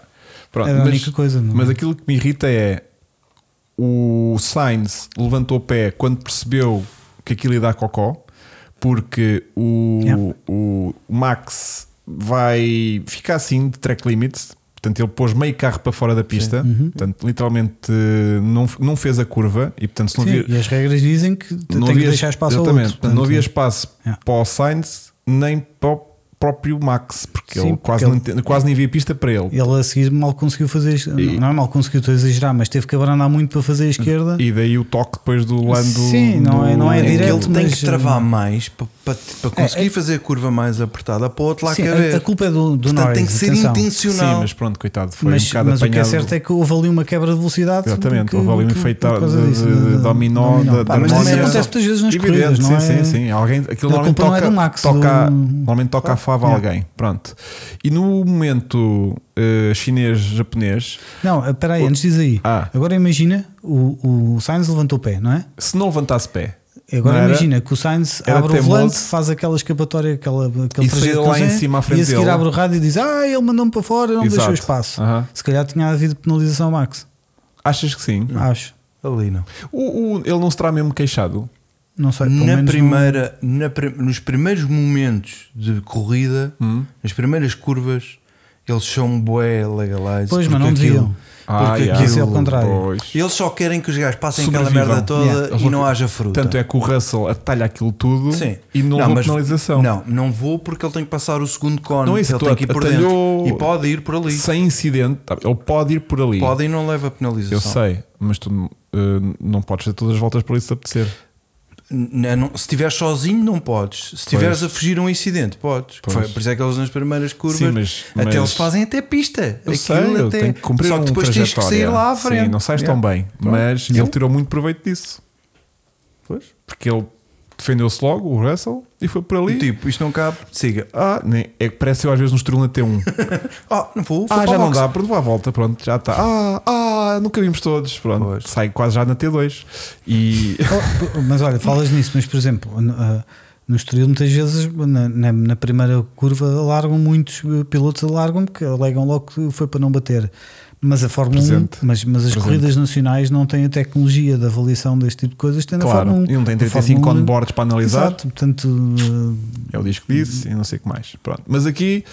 Speaker 2: Pronto,
Speaker 3: Era a
Speaker 2: mas,
Speaker 3: única coisa, não é?
Speaker 2: mas aquilo que me irrita é o Sainz levantou o pé quando percebeu que aquilo ia dar cocó, porque o,
Speaker 3: Yeah.
Speaker 2: o Max vai ficar assim de track limits. Portanto, ele pôs meio carro para fora da pista,
Speaker 3: uhum.
Speaker 2: portanto, literalmente eh, não, não fez a curva e, portanto, se não
Speaker 3: Sim,
Speaker 2: havia-
Speaker 3: e as regras dizem que tem que deixar espaço ao outro.
Speaker 2: exatamente, portanto, não
Speaker 3: portanto, é.
Speaker 2: havia espaço
Speaker 3: Yeah.
Speaker 2: para o Sainz nem para o próprio Max, porque
Speaker 3: Sim,
Speaker 2: ele
Speaker 3: porque
Speaker 2: quase,
Speaker 3: ele-
Speaker 2: Não, tem- quase nem havia pista para ele.
Speaker 3: Ele a seguir mal conseguiu fazer, isto-
Speaker 2: E-
Speaker 3: não é mal conseguiu, estou a exagerar, mas teve que abrandar muito para fazer a esquerda.
Speaker 2: E daí o toque depois do Lando.
Speaker 3: Sim, não
Speaker 2: do-
Speaker 3: é- não é
Speaker 1: É que
Speaker 3: direto, é?
Speaker 1: ele tem
Speaker 3: mas,
Speaker 1: que travar mais para, para- para conseguir fazer a curva mais apertada para o outro lá
Speaker 3: É, Sim,
Speaker 1: caber.
Speaker 3: a, a culpa é do, do
Speaker 1: Portanto,
Speaker 3: Norris.
Speaker 1: tem que ser
Speaker 3: atenção.
Speaker 1: intencional.
Speaker 2: Sim, mas pronto, coitado, foi um
Speaker 3: Mas,
Speaker 2: bocado
Speaker 3: mas o
Speaker 2: apanhado.
Speaker 3: que é certo é que houve ali uma quebra de velocidade.
Speaker 2: Exatamente,
Speaker 3: que-
Speaker 2: houve ali um
Speaker 3: por-
Speaker 2: efeito
Speaker 3: por causa
Speaker 2: de-
Speaker 3: disso,
Speaker 2: de- dominó, da-
Speaker 3: Pá,
Speaker 2: da
Speaker 3: mas isso
Speaker 1: harmonia.
Speaker 3: acontece muitas vezes nas
Speaker 2: Evidente,
Speaker 3: corridas,
Speaker 2: sim,
Speaker 3: não é?
Speaker 2: sim, sim. Alguém, aquilo
Speaker 3: A
Speaker 2: normalmente
Speaker 3: culpa não
Speaker 2: toca,
Speaker 3: é do Max,
Speaker 2: toca,
Speaker 3: do-
Speaker 2: normalmente toca a fava a alguém. Pronto. E no momento eh, chinês-japonês,
Speaker 3: Não, espera aí, antes diz aí.
Speaker 2: Ah.
Speaker 3: Agora imagina, o, o Sainz levantou o pé, não é?
Speaker 2: se não levantasse pé,
Speaker 3: Agora
Speaker 2: Não era?
Speaker 3: imagina que o Sainz
Speaker 2: Era
Speaker 3: abre o
Speaker 2: teimoso.
Speaker 3: volante, faz aquela escapatória, aquela, aquele
Speaker 2: E saía
Speaker 3: trajeto que
Speaker 2: lá
Speaker 3: eles
Speaker 2: em
Speaker 3: têm,
Speaker 2: cima à frente
Speaker 3: e a seguir
Speaker 2: dele.
Speaker 3: abre o rádio e diz: Ah, ele mandou-me para fora, não
Speaker 2: Exato.
Speaker 3: deixou espaço.
Speaker 2: Aham.
Speaker 3: Se calhar tinha havido penalização ao Max,
Speaker 2: achas que sim?
Speaker 3: acho.
Speaker 1: Ali não.
Speaker 2: O- o- ele não se terá mesmo queixado?
Speaker 3: Não sei, pelo
Speaker 1: Na
Speaker 3: menos
Speaker 1: primeira, na prim- nos primeiros momentos de corrida,
Speaker 2: Hum.
Speaker 1: nas primeiras curvas, eles são bué legalized.
Speaker 3: Pois,
Speaker 1: porque
Speaker 3: mas não
Speaker 1: aquilo-
Speaker 3: deviam.
Speaker 1: Porque
Speaker 2: já.
Speaker 1: aquilo-
Speaker 3: Isso é o contrário.
Speaker 2: Ah, Pois.
Speaker 1: Eles só querem que os gajos passem
Speaker 2: Sobrevivam.
Speaker 1: aquela merda toda
Speaker 3: Yeah.
Speaker 2: Eles
Speaker 1: e
Speaker 2: vão-
Speaker 1: não haja fruta.
Speaker 2: Tanto é que o Russell atalha aquilo tudo
Speaker 1: Sim.
Speaker 2: e não, houve
Speaker 1: mas-
Speaker 2: penalização.
Speaker 1: Não, não vou porque ele tem que passar o segundo cone.
Speaker 2: Não é isso,
Speaker 1: ele
Speaker 2: tu
Speaker 1: tem que ir por
Speaker 2: atalhou-
Speaker 1: dentro. E pode ir por ali.
Speaker 2: Sem incidente, tá, ele pode ir por ali.
Speaker 1: Pode e não leva a penalização.
Speaker 2: Eu sei, mas tu eh, não podes fazer todas as voltas por isso se apetecer.
Speaker 1: N- é, não- se estiveres sozinho, não podes. Se estiveres a fugir a um incidente, podes.
Speaker 2: Pois.
Speaker 1: Foi, por isso é que eles nas primeiras curvas
Speaker 2: Sim, mas- mas-
Speaker 1: até eles fazem até pista.
Speaker 2: Eu
Speaker 1: Aquilo
Speaker 2: sei, ele
Speaker 1: até-
Speaker 2: tem que cumprir
Speaker 1: Só que
Speaker 2: um
Speaker 1: depois tens que sair
Speaker 2: trajetória.
Speaker 1: lá à frente.
Speaker 2: Sim, não sais
Speaker 1: Yeah.
Speaker 2: tão bem, mas ele tirou muito proveito disso. Pois. Porque ele defendeu-se logo, o Russell, e foi por ali.
Speaker 1: Tipo, isto não cabe, siga.
Speaker 2: Ah, nem, é que parece eu às vezes no um. Estoril na T1.
Speaker 1: Oh, não vou, vou
Speaker 2: ah,
Speaker 1: para
Speaker 2: já
Speaker 1: o
Speaker 2: não
Speaker 1: boxe.
Speaker 2: dá, perdoa a volta, pronto, já está. Ah, ah, nunca vimos todos, pronto.
Speaker 1: Pois.
Speaker 2: Sai quase já na T2. E
Speaker 3: Oh, p- mas olha, falas nisso, mas por exemplo, n- ah, no Estoril muitas vezes na, na- na primeira curva alargam muitos eh, pilotos alargam porque alegam logo que foi para não bater. Mas a Fórmula
Speaker 2: Presente.
Speaker 3: 1, mas, mas as
Speaker 2: Presente.
Speaker 3: corridas nacionais não têm a tecnologia de avaliação deste tipo de coisas, tem (laughs) na
Speaker 2: claro,
Speaker 3: Fórmula é 1.
Speaker 2: e não tem
Speaker 3: Na
Speaker 2: 35
Speaker 3: Fórmula 1,
Speaker 2: onboards para analisar.
Speaker 3: Exato, Uhum. portanto, eh,
Speaker 2: É o disco disse e não sei o que mais. Pronto. Mas aqui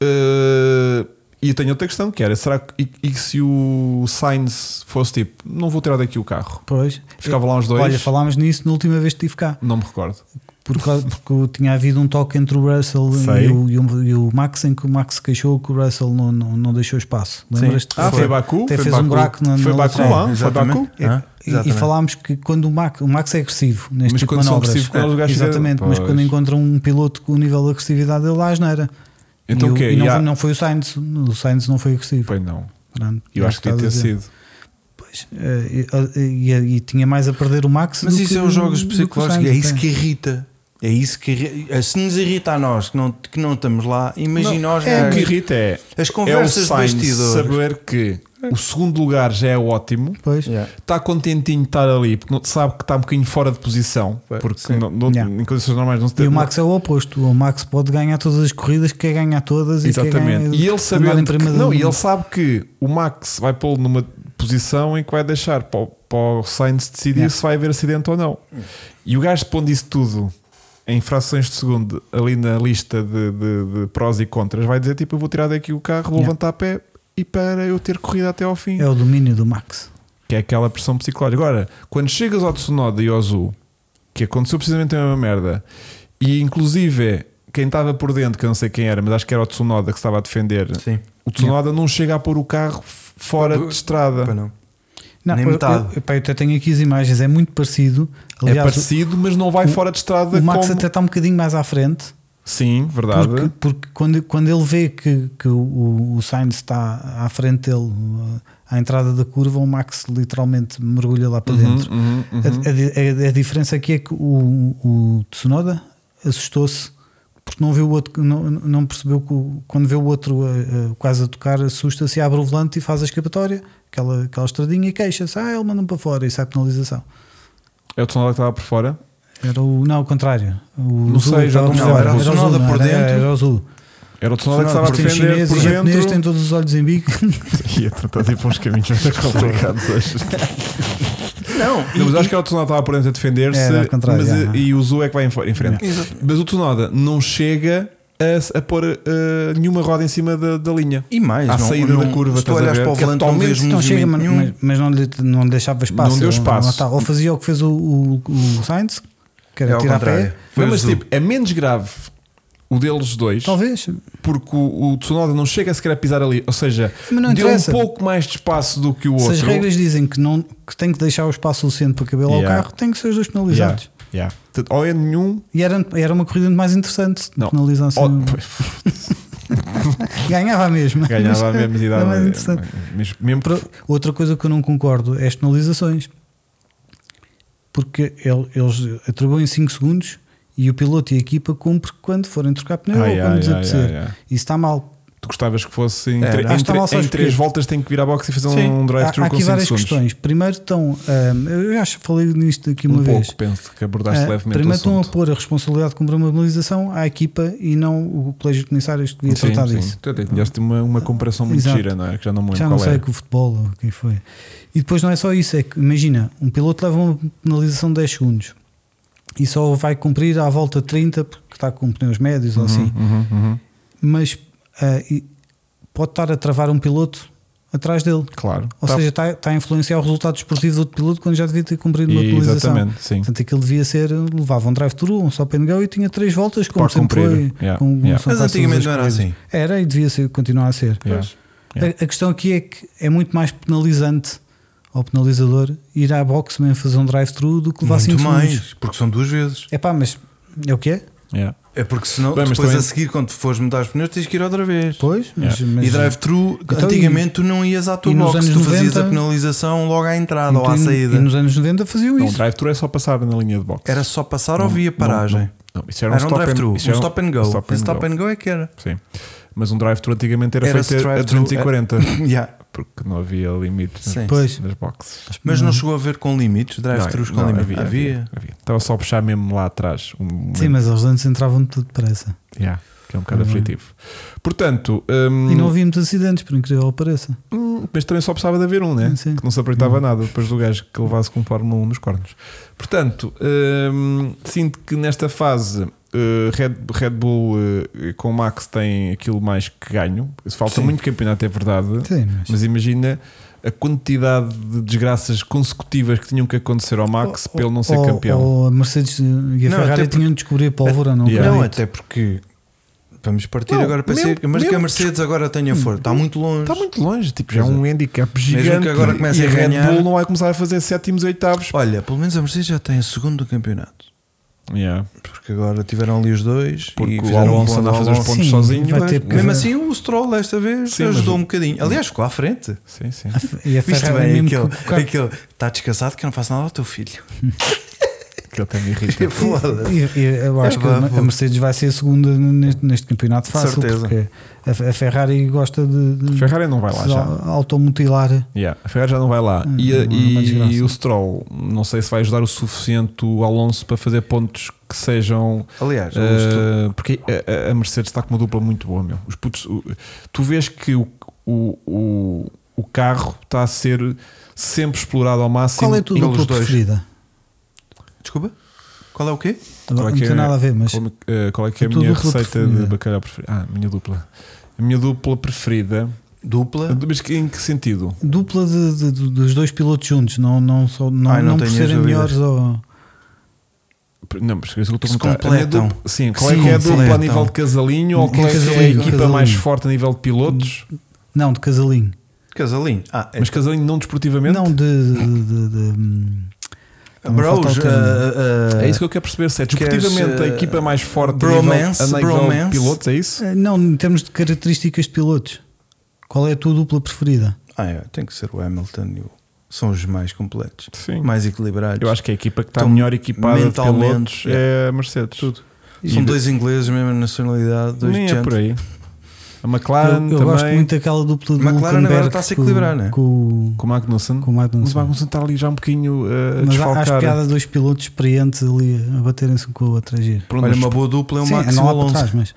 Speaker 2: eh, E eu tenho outra questão que era: será que e, e se o Sainz fosse tipo, não vou tirar daqui o carro?
Speaker 3: Pois. eh,
Speaker 2: Ficava lá uns dois.
Speaker 3: Olha, falámos nisso na última vez que estive cá.
Speaker 2: Não me recordo.
Speaker 3: Por
Speaker 2: (laughs)
Speaker 3: causa- Porque, tinha havido um toque entre o Russell
Speaker 2: Sei.
Speaker 3: e o, e o- e o Max, em que o Max se queixou que o Russell não, não, não deixou espaço. Lembras-te?
Speaker 2: Ah, foi
Speaker 3: Até
Speaker 2: Baku?
Speaker 3: fez
Speaker 2: foi
Speaker 3: um
Speaker 2: Baku.
Speaker 3: buraco na,
Speaker 2: Foi
Speaker 3: na
Speaker 2: Baku
Speaker 3: lateral. É,
Speaker 2: lá? Foi
Speaker 1: Exatamente.
Speaker 2: Baku?
Speaker 1: Ah,
Speaker 3: E- e,
Speaker 1: exatamente.
Speaker 3: falámos que quando o Max, o Max é agressivo neste
Speaker 2: Mas
Speaker 3: tipo
Speaker 2: quando
Speaker 3: de
Speaker 2: são
Speaker 3: manobras.
Speaker 2: agressivos com eles, os gajos
Speaker 3: Exatamente,
Speaker 2: fizeram-
Speaker 3: mas
Speaker 2: Pois.
Speaker 3: quando encontra um piloto com o nível de agressividade ele lá asneira.
Speaker 2: Então
Speaker 3: e,
Speaker 2: o
Speaker 3: o-
Speaker 2: quê?
Speaker 3: e não,
Speaker 2: E há-
Speaker 3: foi, não foi o Sainz, o Sainz não foi agressivo.
Speaker 2: Pois não.
Speaker 3: Pronto,
Speaker 2: Eu
Speaker 3: é
Speaker 2: acho que
Speaker 3: o
Speaker 2: devia ter
Speaker 3: estava a dizer.
Speaker 2: sido.
Speaker 3: Pois, eh, e, e- e tinha mais a perder o Max.
Speaker 1: Mas
Speaker 3: do
Speaker 1: isso
Speaker 3: que-
Speaker 1: é os jogos
Speaker 3: do que o
Speaker 1: psicológicos,
Speaker 3: Sainz
Speaker 1: é isso
Speaker 3: até.
Speaker 1: que irrita. É isso que irri- Se nos irrita a nós que não, que não estamos lá, imagina nós
Speaker 2: É, o que
Speaker 1: gajos.
Speaker 2: irrita é,
Speaker 1: as
Speaker 2: é o
Speaker 1: conversas de
Speaker 2: Sainz
Speaker 1: bastidores.
Speaker 2: saber que o segundo lugar já é ótimo.
Speaker 3: Pois.
Speaker 1: Yeah.
Speaker 2: Está contentinho de estar ali, porque não- sabe que está um bocadinho fora de posição,
Speaker 1: Pois,
Speaker 2: porque
Speaker 1: sim.
Speaker 2: não- não-
Speaker 3: Yeah.
Speaker 2: em condições normais não se
Speaker 3: E
Speaker 2: tem-
Speaker 3: o Max é o oposto. O Max pode ganhar todas as corridas, quer ganhar todas e quer
Speaker 2: Exatamente.
Speaker 3: ganhar,
Speaker 2: E ele
Speaker 3: andar
Speaker 2: sabendo
Speaker 3: em
Speaker 2: que,
Speaker 3: primeiro
Speaker 2: não,
Speaker 3: do
Speaker 2: e ele
Speaker 3: mundo.
Speaker 2: sabe que o Max vai pô-lo numa posição em que vai deixar para o, para o Sainz decidir
Speaker 3: Yeah.
Speaker 2: se vai haver acidente ou não. E o gajo pondo isso tudo em frações de segundo ali na lista de, de- de prós e contras, vai dizer tipo: Eu vou tirar daqui o carro, vou
Speaker 3: Yeah.
Speaker 2: levantar a pé e para eu ter corrido até ao fim.
Speaker 3: É o domínio do Max.
Speaker 2: Que é aquela pressão psicológica. Agora, quando chegas ao Tsunoda e ao Zu, que aconteceu precisamente a mesma merda, e inclusive quem estava por dentro, que eu não sei quem era, mas acho que era o Tsunoda que se estava a defender,
Speaker 1: Sim,
Speaker 2: o Tsunoda não chega a pôr o carro f- fora de
Speaker 1: pá,
Speaker 2: estrada.
Speaker 1: não.
Speaker 3: Não,
Speaker 1: Nem
Speaker 3: eu,
Speaker 1: metade.
Speaker 3: eu, epá, eu até tenho aqui as imagens, é muito parecido.
Speaker 2: é
Speaker 3: Aliás,
Speaker 2: parecido, mas não vai
Speaker 3: o-
Speaker 2: fora de estrada
Speaker 3: o Max
Speaker 2: como-
Speaker 3: até está um bocadinho mais à frente.
Speaker 2: Sim, verdade.
Speaker 3: Porque, porque quando, quando ele vê que, que o, o Sainz está à frente dele, uh, à entrada da curva, o Max literalmente mergulha lá para
Speaker 2: Uhum,
Speaker 3: dentro. É
Speaker 2: uhum, uhum.
Speaker 3: A- A, di- a- a diferença aqui é que o, o Tsunoda assustou-se porque não viu o outro, não, não percebeu que o- quando vê o outro a- a- quase a tocar, assusta-se, abre o volante e faz a escapatória, aquela, aquela estradinha e queixa-se. Ah, ele manda-me para fora, isso é a penalização.
Speaker 2: É o Tsunoda que estava por fora.
Speaker 3: Era o, não, o contrário. O
Speaker 2: Não
Speaker 3: Zulu
Speaker 2: sei, já
Speaker 3: estava
Speaker 2: não
Speaker 3: por
Speaker 2: lembro.
Speaker 3: fora.
Speaker 2: Era o
Speaker 3: Zulu,
Speaker 1: Tsunoda
Speaker 3: não
Speaker 1: por
Speaker 3: era-
Speaker 1: dentro?
Speaker 3: Era o Zulu.
Speaker 2: Era o Tsunoda que estava a
Speaker 3: Os
Speaker 2: defender
Speaker 3: chineses
Speaker 2: por
Speaker 3: e japoneses têm
Speaker 2: (laughs) dentro.
Speaker 3: todos os olhos em bico.
Speaker 2: Ia tratar de ir para uns
Speaker 3: (laughs)
Speaker 2: caminhos muito complicados hoje.
Speaker 1: Não,
Speaker 2: Não, mas acho que era o Tsunoda que estava por dentro a defender-se
Speaker 3: Era ao contrário,
Speaker 2: mas,
Speaker 3: é, é.
Speaker 2: e o Zu é que vai em fo- em frente.
Speaker 1: Exato.
Speaker 2: Mas o Tsunoda não chega a, a pôr eh, nenhuma roda em cima da, da linha.
Speaker 1: E mais,
Speaker 2: À
Speaker 1: não,
Speaker 2: saída
Speaker 1: não,
Speaker 2: da curva,
Speaker 1: se tu
Speaker 2: estás a
Speaker 1: olhas
Speaker 2: ver?
Speaker 1: para o
Speaker 2: Que
Speaker 1: volante, não
Speaker 2: atualmente
Speaker 1: vês
Speaker 3: Então chega,
Speaker 1: movimento
Speaker 3: mas,
Speaker 1: nenhum.
Speaker 3: mas, mas não, lhe, não lhe deixava espaço.
Speaker 2: Não deu
Speaker 3: Ele-
Speaker 2: espaço.
Speaker 3: lá está. Ou fazia o que fez o, o, o Sainz, que
Speaker 1: É
Speaker 3: era
Speaker 1: ao
Speaker 3: tirar a
Speaker 1: contrário.
Speaker 3: pé.
Speaker 1: Foi
Speaker 2: Não, mas
Speaker 1: o Zu.
Speaker 2: tipo, é menos grave o deles dois,
Speaker 3: Talvez.
Speaker 2: porque o, o Tsunoda não chega sequer a pisar ali. Ou seja,
Speaker 3: Mas não
Speaker 2: deu
Speaker 3: interessa.
Speaker 2: um pouco mais de espaço do que o
Speaker 3: Se
Speaker 2: outro.
Speaker 3: as regras dizem que, não, que tem que deixar o espaço suficiente para caber lá
Speaker 2: Yeah.
Speaker 3: o carro, tem que ser os dois
Speaker 2: Yeah,
Speaker 3: penalizados.
Speaker 2: yeah. Portanto, Ou é nenhum.
Speaker 3: E era, era uma corrida muito mais interessante se
Speaker 2: Não. Oh,
Speaker 3: penalizassem.
Speaker 2: Ou, (laughs)
Speaker 3: o- (laughs) Ganhava a mesma.
Speaker 2: ganhava a
Speaker 3: mas
Speaker 2: mesma
Speaker 3: (laughs) era
Speaker 2: idade.
Speaker 3: mais é interessante.
Speaker 2: Mesmo, mesmo que-
Speaker 3: Pro- Outra coisa que eu não concordo é as penalizações. Porque el- eles atribuem 5 segundos e o piloto e a equipa cumpre quando forem trocar pneu
Speaker 2: Ah,
Speaker 3: ou
Speaker 2: yeah,
Speaker 3: quando lhes
Speaker 2: yeah,
Speaker 3: apetecer.
Speaker 2: yeah, yeah.
Speaker 3: Isso está mal.
Speaker 2: Tu gostavas que fosse em,
Speaker 1: Era.
Speaker 2: tre-
Speaker 1: Ah,
Speaker 2: em,
Speaker 3: está
Speaker 2: tre-
Speaker 3: lá só
Speaker 2: em
Speaker 3: os
Speaker 2: três
Speaker 3: quê?
Speaker 2: voltas tem que vir à box e fazer
Speaker 1: Sim.
Speaker 2: um
Speaker 3: Há, há
Speaker 2: drive-thru com
Speaker 3: aqui
Speaker 2: 5
Speaker 3: várias
Speaker 2: segundos.
Speaker 3: questões. Primeiro estão. hum, eu acho que falei nisto aqui uma
Speaker 2: um
Speaker 3: vez.
Speaker 2: pouco, penso que abordaste
Speaker 3: Ah,
Speaker 2: levemente
Speaker 3: primeiro
Speaker 2: o
Speaker 3: estão a
Speaker 2: assunto.
Speaker 3: pôr a responsabilidade de cumprir uma penalização à equipa e não o colégio de comissários que devia tratar disso.
Speaker 2: Tu até Tinhas uma, uma comparação muito
Speaker 3: Exato.
Speaker 2: gira, não é? Que já não me lembro
Speaker 3: Já não
Speaker 2: qual
Speaker 3: sei
Speaker 2: é.
Speaker 3: que o futebol ou quem foi. E depois não é só isso, é que imagina, um piloto leva uma penalização de 10 segundos e só vai cumprir à volta 30 porque está com pneus médios ou assim.
Speaker 2: Uhum, uhum.
Speaker 3: Mas ah, e pode estar a travar um piloto atrás dele.
Speaker 2: Claro.
Speaker 3: Ou
Speaker 2: Tá-
Speaker 3: seja, está, está a influenciar o resultado desportivo do outro piloto quando já devia ter cumprido uma penalização.
Speaker 2: exatamente, sim.
Speaker 3: Portanto, aquilo devia ser, levava um drive-thru, um stop and go e tinha três voltas, como
Speaker 2: Para
Speaker 3: sempre
Speaker 2: cumprir,
Speaker 3: foi.
Speaker 2: yeah,
Speaker 3: como
Speaker 2: yeah.
Speaker 3: são
Speaker 1: Mas
Speaker 3: quase todas
Speaker 1: antigamente
Speaker 3: as
Speaker 1: não era
Speaker 3: corridas.
Speaker 1: assim.
Speaker 3: Era e devia ser, continuar a ser.
Speaker 2: Yeah.
Speaker 3: A, a questão aqui é que é muito mais penalizante ao penalizador ir à box mesmo fazer um drive-thru do que levar 5
Speaker 1: Muito
Speaker 3: segundos.
Speaker 1: mais, porque são duas vezes.
Speaker 3: É pá, mas é o que é?
Speaker 2: Yeah.
Speaker 1: É porque senão,
Speaker 2: Bem, mas
Speaker 1: depois
Speaker 2: também-
Speaker 1: a seguir, quando fores mudar os pneus, tens que ir outra vez.
Speaker 3: Pois, mas,
Speaker 2: Yeah.
Speaker 3: mas
Speaker 1: E drive-thru,
Speaker 3: Então,
Speaker 1: antigamente tu não ias à tua
Speaker 3: e nos
Speaker 1: box, tu
Speaker 3: anos
Speaker 1: fazias
Speaker 3: 90?
Speaker 1: a penalização logo à entrada
Speaker 3: então,
Speaker 1: ou à
Speaker 3: e-
Speaker 1: saída.
Speaker 3: E nos anos 90 faziam
Speaker 2: Não, o
Speaker 3: isso.
Speaker 2: drive-thru é só passar na linha de boxe.
Speaker 1: Era só passar
Speaker 2: Não,
Speaker 1: ou via
Speaker 2: não,
Speaker 1: paragem?
Speaker 2: Não, não. Isso
Speaker 1: Era,
Speaker 2: era,
Speaker 1: um
Speaker 2: stop and-
Speaker 1: drive-thru, um
Speaker 2: isso era
Speaker 1: stop and go.
Speaker 2: stop and
Speaker 1: Esse stop
Speaker 2: go.
Speaker 1: and go é que era.
Speaker 2: Sim. Mas um drive-thru antigamente era,
Speaker 1: Era
Speaker 2: feito a- a
Speaker 1: drive-thru,
Speaker 2: 240,
Speaker 1: Yeah.
Speaker 2: porque não havia limite nas,
Speaker 1: Sim.
Speaker 3: Pois.
Speaker 2: nas boxes.
Speaker 1: Mas não chegou a ver com limites, drive-thrus
Speaker 2: Uhum. Não,
Speaker 1: com
Speaker 2: não,
Speaker 1: limites.
Speaker 2: havia, havia, havia. Estava só a puxar mesmo lá atrás. Um,
Speaker 3: Sim, mas eles antes entravam tudo depressa.
Speaker 2: Yeah, que é um bocado
Speaker 3: Uhum.
Speaker 2: aflitivo. Portanto, hum,
Speaker 3: E não havia muitos acidentes, por incrível que pareça.
Speaker 2: Hum, mas também só precisava de haver um, né?
Speaker 3: Sim, sim. Uhum.
Speaker 2: Que não se aproveitava nada depois do gajo um que levasse com o Fórmula 1 nos cornos. Portanto, hum, sinto que nesta fase eh, Red, Red Bull eh, com o Max tem aquilo mais que ganho. Falta
Speaker 1: Sim.
Speaker 2: muito campeonato, é verdade.
Speaker 3: Sim, mas-
Speaker 2: Mas imagina a quantidade de desgraças consecutivas que tinham que acontecer ao Max
Speaker 3: Oh,
Speaker 2: pelo não ser
Speaker 3: Ou-
Speaker 2: campeão.
Speaker 3: Ou a Mercedes e a
Speaker 1: Não, até
Speaker 3: Ferrari
Speaker 1: porque- é
Speaker 3: tinham de descobrir a pólvora, não? é?
Speaker 2: Yeah.
Speaker 1: Não,
Speaker 3: acredito.
Speaker 1: até porque vamos partir
Speaker 2: Não,
Speaker 1: agora para
Speaker 2: mesmo-
Speaker 1: ser. Mas que
Speaker 2: mesmo-
Speaker 1: a Mercedes agora tenha força, está muito longe.
Speaker 2: Está muito longe, tipo, já é um handicap gigante.
Speaker 1: que agora comece
Speaker 2: e
Speaker 1: a
Speaker 2: a Red
Speaker 1: ganhar.
Speaker 2: Bull não vai começar a fazer sétimos, oitavos.
Speaker 1: Olha, pelo menos a Mercedes já tem a segunda do campeonato.
Speaker 2: Yeah.
Speaker 1: Porque agora tiveram ali os dois
Speaker 2: Porque
Speaker 1: e
Speaker 2: o
Speaker 1: fizeram um
Speaker 2: Alonso
Speaker 1: plano
Speaker 2: anda a
Speaker 1: ao
Speaker 2: fazer os
Speaker 1: Alonso.
Speaker 2: pontos
Speaker 3: Sim,
Speaker 2: sozinho. é?
Speaker 3: vai
Speaker 2: mas-
Speaker 3: ter que-
Speaker 1: Mesmo assim, o Stroll desta vez
Speaker 2: Sim, mas
Speaker 1: ajudou
Speaker 2: o-
Speaker 1: um bocadinho. Aliás, ficou à frente.
Speaker 2: Sim, sim.
Speaker 3: A Fe- E a
Speaker 1: Viste
Speaker 3: Ferrari
Speaker 1: bem
Speaker 3: mesmo
Speaker 1: aquele,
Speaker 3: que o carro-
Speaker 1: aquele está descansado que eu não faço nada ao teu
Speaker 3: (laughs)
Speaker 1: filho.
Speaker 2: Aquilo (laughs) até me irrita.
Speaker 1: Foda-se.
Speaker 3: E- e Eu acho
Speaker 1: É
Speaker 3: que a
Speaker 1: bafo.
Speaker 3: Mercedes vai ser a segunda neste, neste campeonato
Speaker 1: De
Speaker 3: fácil,
Speaker 1: certeza.
Speaker 3: porque a, Fe- a Ferrari gosta de, de
Speaker 2: A Ferrari não vai lá
Speaker 3: se
Speaker 2: já.
Speaker 3: au- automutilar.
Speaker 2: Yeah, a Ferrari já não vai lá.
Speaker 3: Hum,
Speaker 2: e, a-
Speaker 3: é uma
Speaker 2: e-
Speaker 3: desgraça.
Speaker 2: e o Stroll, não sei se vai ajudar o suficiente o Alonso para fazer pontos que sejam.
Speaker 1: Aliás, o Stroll-
Speaker 2: eh, porque a, a- a Mercedes está com uma dupla muito boa, meu. Os putos, o- tu vês que o, o, o, o carro está a ser sempre explorado ao máximo.
Speaker 3: Qual é a tua
Speaker 2: E-
Speaker 1: pelos
Speaker 3: dupla
Speaker 1: dois.
Speaker 3: preferida?
Speaker 1: desculpa, qual é o quê?
Speaker 2: Qual é
Speaker 3: não
Speaker 2: que
Speaker 3: tem
Speaker 2: é-
Speaker 3: nada a ver, mas
Speaker 2: Como- eh, qual é que é
Speaker 3: A
Speaker 2: a
Speaker 3: tua
Speaker 2: minha
Speaker 3: dupla
Speaker 2: receita
Speaker 3: preferida.
Speaker 2: de bacalhau preferida? Ah, a minha dupla. A minha dupla preferida.
Speaker 3: Ah.
Speaker 1: Dupla?
Speaker 2: Mas que- em que sentido?
Speaker 3: dupla de- de- de- dos dois pilotos juntos, não, não, só, não,
Speaker 1: Ai, não
Speaker 3: não por
Speaker 1: tenho
Speaker 3: serem
Speaker 1: dúvidas.
Speaker 3: melhores ou.
Speaker 2: Não, mas isso que eu estou
Speaker 1: Se
Speaker 2: a perguntar. A minha
Speaker 1: completam.
Speaker 2: dupla- Sim, qual é
Speaker 1: Se
Speaker 2: que é a dupla a
Speaker 1: completam.
Speaker 2: nível de casalinho ou qual é que é a
Speaker 3: Casalinho,
Speaker 2: equipa
Speaker 3: casalinho.
Speaker 2: mais forte a nível de pilotos?
Speaker 3: Não, de casalinho.
Speaker 1: Casalinho. Ah, é
Speaker 2: Mas casalinho não desportivamente?
Speaker 3: Não, de. de, de, de- hum, não me falta
Speaker 1: Bros,
Speaker 3: o termo.
Speaker 1: ah, ah,
Speaker 2: É isso que eu quero perceber. Se é
Speaker 1: Queres,
Speaker 2: desportivamente a
Speaker 1: eh,
Speaker 2: equipa mais forte
Speaker 1: bromance,
Speaker 2: a nível, a nível de
Speaker 1: bromance?
Speaker 2: pilotos, é isso?
Speaker 3: Eh, Não, em termos de características de pilotos, qual é a tua dupla preferida?
Speaker 1: ah, é, tem que ser o Hamilton e o. São os mais completos,
Speaker 2: Sim.
Speaker 1: mais equilibrados.
Speaker 2: Eu acho que é a equipa que está
Speaker 1: Então,
Speaker 2: melhor equipada de
Speaker 1: mentalmente,
Speaker 2: pilotos é a Mercedes. Tudo.
Speaker 1: São dois ingleses, mesma nacionalidade, dois
Speaker 2: Nem é
Speaker 1: gente.
Speaker 2: por aí. A
Speaker 3: Eu-
Speaker 2: McLaren
Speaker 3: eu
Speaker 2: Ah, também,
Speaker 3: gosto muito daquela dupla do
Speaker 1: McLaren agora
Speaker 3: Hülkenberg
Speaker 1: está a se
Speaker 3: com-
Speaker 1: equilibrar, né?
Speaker 3: Com,
Speaker 2: com o Magnussen.
Speaker 3: com o Magnussen.
Speaker 2: Mas o é? Magnussen está ali já um bocadinho eh, a
Speaker 3: Mas há- há
Speaker 2: desfalcar.
Speaker 3: piada dois pilotos experientes ali a baterem-se um com o outro a agir.
Speaker 2: Pronto,
Speaker 1: Olha,
Speaker 2: mas
Speaker 1: uma boa dupla é o
Speaker 3: Sim,
Speaker 1: Max e
Speaker 3: não
Speaker 1: o
Speaker 3: há para
Speaker 1: Alonso.
Speaker 2: (laughs)
Speaker 3: trás, mas.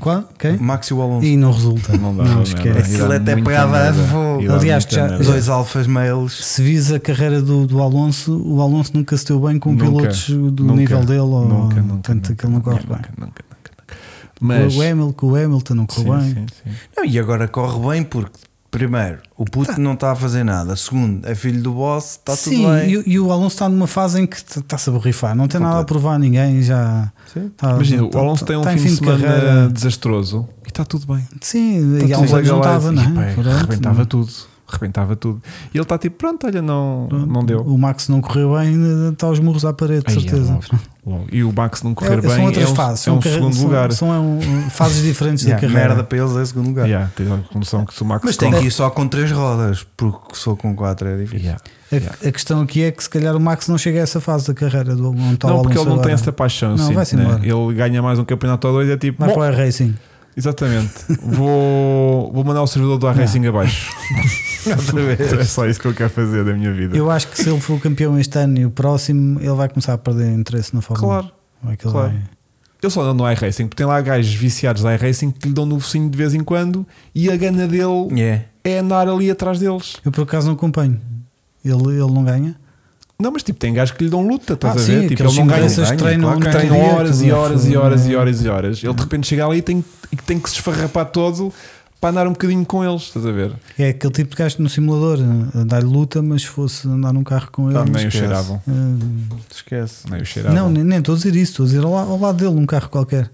Speaker 3: Qual? Quem?
Speaker 1: Max e o Alonso.
Speaker 3: E não resulta.
Speaker 2: Não
Speaker 3: Não,
Speaker 2: dá, não é
Speaker 3: esquece.
Speaker 2: dá. E dá
Speaker 1: Aquilo até
Speaker 2: muita
Speaker 1: pegava a
Speaker 2: merda.
Speaker 1: fogo.
Speaker 2: E dá
Speaker 3: Aliás,
Speaker 2: muita
Speaker 3: já-
Speaker 2: merda.
Speaker 1: Dois alfas males.
Speaker 3: Se vis a carreira do, do Alonso, o Alonso nunca se deu bem com
Speaker 2: Nunca,
Speaker 3: pilotos do
Speaker 2: nunca,
Speaker 3: nível dele, ou
Speaker 2: nunca, nunca,
Speaker 3: tanto que ele não corre
Speaker 2: nunca,
Speaker 3: bem.
Speaker 2: nunca, nunca, nunca, nunca. Mas
Speaker 3: O, Hamilton, o Hamilton não
Speaker 2: sim,
Speaker 3: correu bem.
Speaker 2: sim, sim.
Speaker 1: Não, e agora corre bem porque, primeiro, o puto não está a fazer nada. Segundo, é filho do boss, está
Speaker 3: Sim,
Speaker 1: tudo bem.
Speaker 3: e, o- e o Alonso está numa fase em que t- está-se a borrifar, não tem nada a
Speaker 1: Completo.
Speaker 3: provar a ninguém. Já
Speaker 1: Sim.
Speaker 3: está-
Speaker 2: Imagina,
Speaker 3: está-
Speaker 2: o Alonso tem um
Speaker 3: está Tá, em
Speaker 2: fim de semana desastroso e está tudo bem.
Speaker 3: Sim,
Speaker 2: Está
Speaker 3: e há
Speaker 2: tudo
Speaker 3: uns anos não
Speaker 2: legal.
Speaker 3: estava,
Speaker 2: E,
Speaker 3: não
Speaker 2: pá,
Speaker 3: é? Pronto,
Speaker 2: Rebentava
Speaker 3: não-
Speaker 2: tudo, rebentava tudo. E ele está tipo, pronto, olha, não,
Speaker 3: pronto.
Speaker 2: não deu.
Speaker 3: O Max não correu bem, está aos murros à parede, de
Speaker 2: Aí é
Speaker 3: certeza.
Speaker 2: logo, logo. E o Max não correr
Speaker 3: É-
Speaker 2: bem
Speaker 3: são outras
Speaker 2: é um,
Speaker 3: fases,
Speaker 2: é
Speaker 3: são
Speaker 2: um
Speaker 3: carre-
Speaker 2: segundo
Speaker 3: são-
Speaker 2: lugar.
Speaker 3: São, é um- fases
Speaker 2: (laughs)
Speaker 3: diferentes
Speaker 1: Yeah,
Speaker 3: da carreira.
Speaker 1: merda para eles é segundo lugar.
Speaker 2: Yeah, tem uma conclusão que se o Max
Speaker 1: Mas tem
Speaker 2: corre-
Speaker 1: que ir só com três rodas, porque só com quatro é difícil.
Speaker 2: Yeah.
Speaker 3: A, a questão aqui é que se calhar o Max não chega a essa fase da carreira do não está o
Speaker 2: Não, porque ele
Speaker 3: Alonso
Speaker 2: não tem
Speaker 3: agora.
Speaker 2: essa paixão.
Speaker 3: Não,
Speaker 2: sim,
Speaker 3: vai-se
Speaker 2: né?
Speaker 3: embora.
Speaker 2: Ele ganha mais um campeonato ou dois, é tipo,
Speaker 3: Vai
Speaker 2: bom,
Speaker 3: para o Racing. (laughs)
Speaker 2: Exatamente. Vou, vou mandar o servidor do iRacing abaixo. (laughs) é só isso que eu quero fazer da minha vida.
Speaker 3: Eu acho que se ele for campeão este ano e o próximo, ele vai começar a perder interesse na Fórmula
Speaker 2: Claro.
Speaker 3: 1. Vai que ele
Speaker 2: claro.
Speaker 3: vai-
Speaker 2: Eu só ando no iRacing, porque tem lá gajos viciados da iRacing que lhe dão no focinho de vez em quando e a gana dele
Speaker 1: Yeah.
Speaker 2: é andar ali atrás deles.
Speaker 3: Eu por acaso não acompanho. Ele, ele não ganha?
Speaker 2: Não, mas tipo, tem gajos que lhe dão luta, estás
Speaker 3: Ah,
Speaker 2: a
Speaker 3: sim,
Speaker 2: ver? Tipo,
Speaker 3: aqueles
Speaker 2: ele não ganha,
Speaker 3: ingleses
Speaker 2: ganha,
Speaker 3: treinam
Speaker 2: claro, que
Speaker 3: durante o
Speaker 2: treinam
Speaker 3: dia,
Speaker 2: horas e
Speaker 3: aquilo é
Speaker 2: horas e
Speaker 3: foda.
Speaker 2: horas e horas e horas. Ele de repente chega ali e tem, e tem que se esfarrapar todo para andar um bocadinho com eles, estás a ver?
Speaker 3: É aquele tipo de gajo que no simulador, eh, dá-lhe luta, mas se fosse andar num carro com ele.
Speaker 2: Ah, nem o
Speaker 1: esquece.
Speaker 2: cheiravam.
Speaker 3: eh,
Speaker 1: Esquece.
Speaker 2: Nem o cheiravam.
Speaker 3: não, nem, nem estou a dizer isso, estou a dizer ao, la- ao lado dele, num carro qualquer.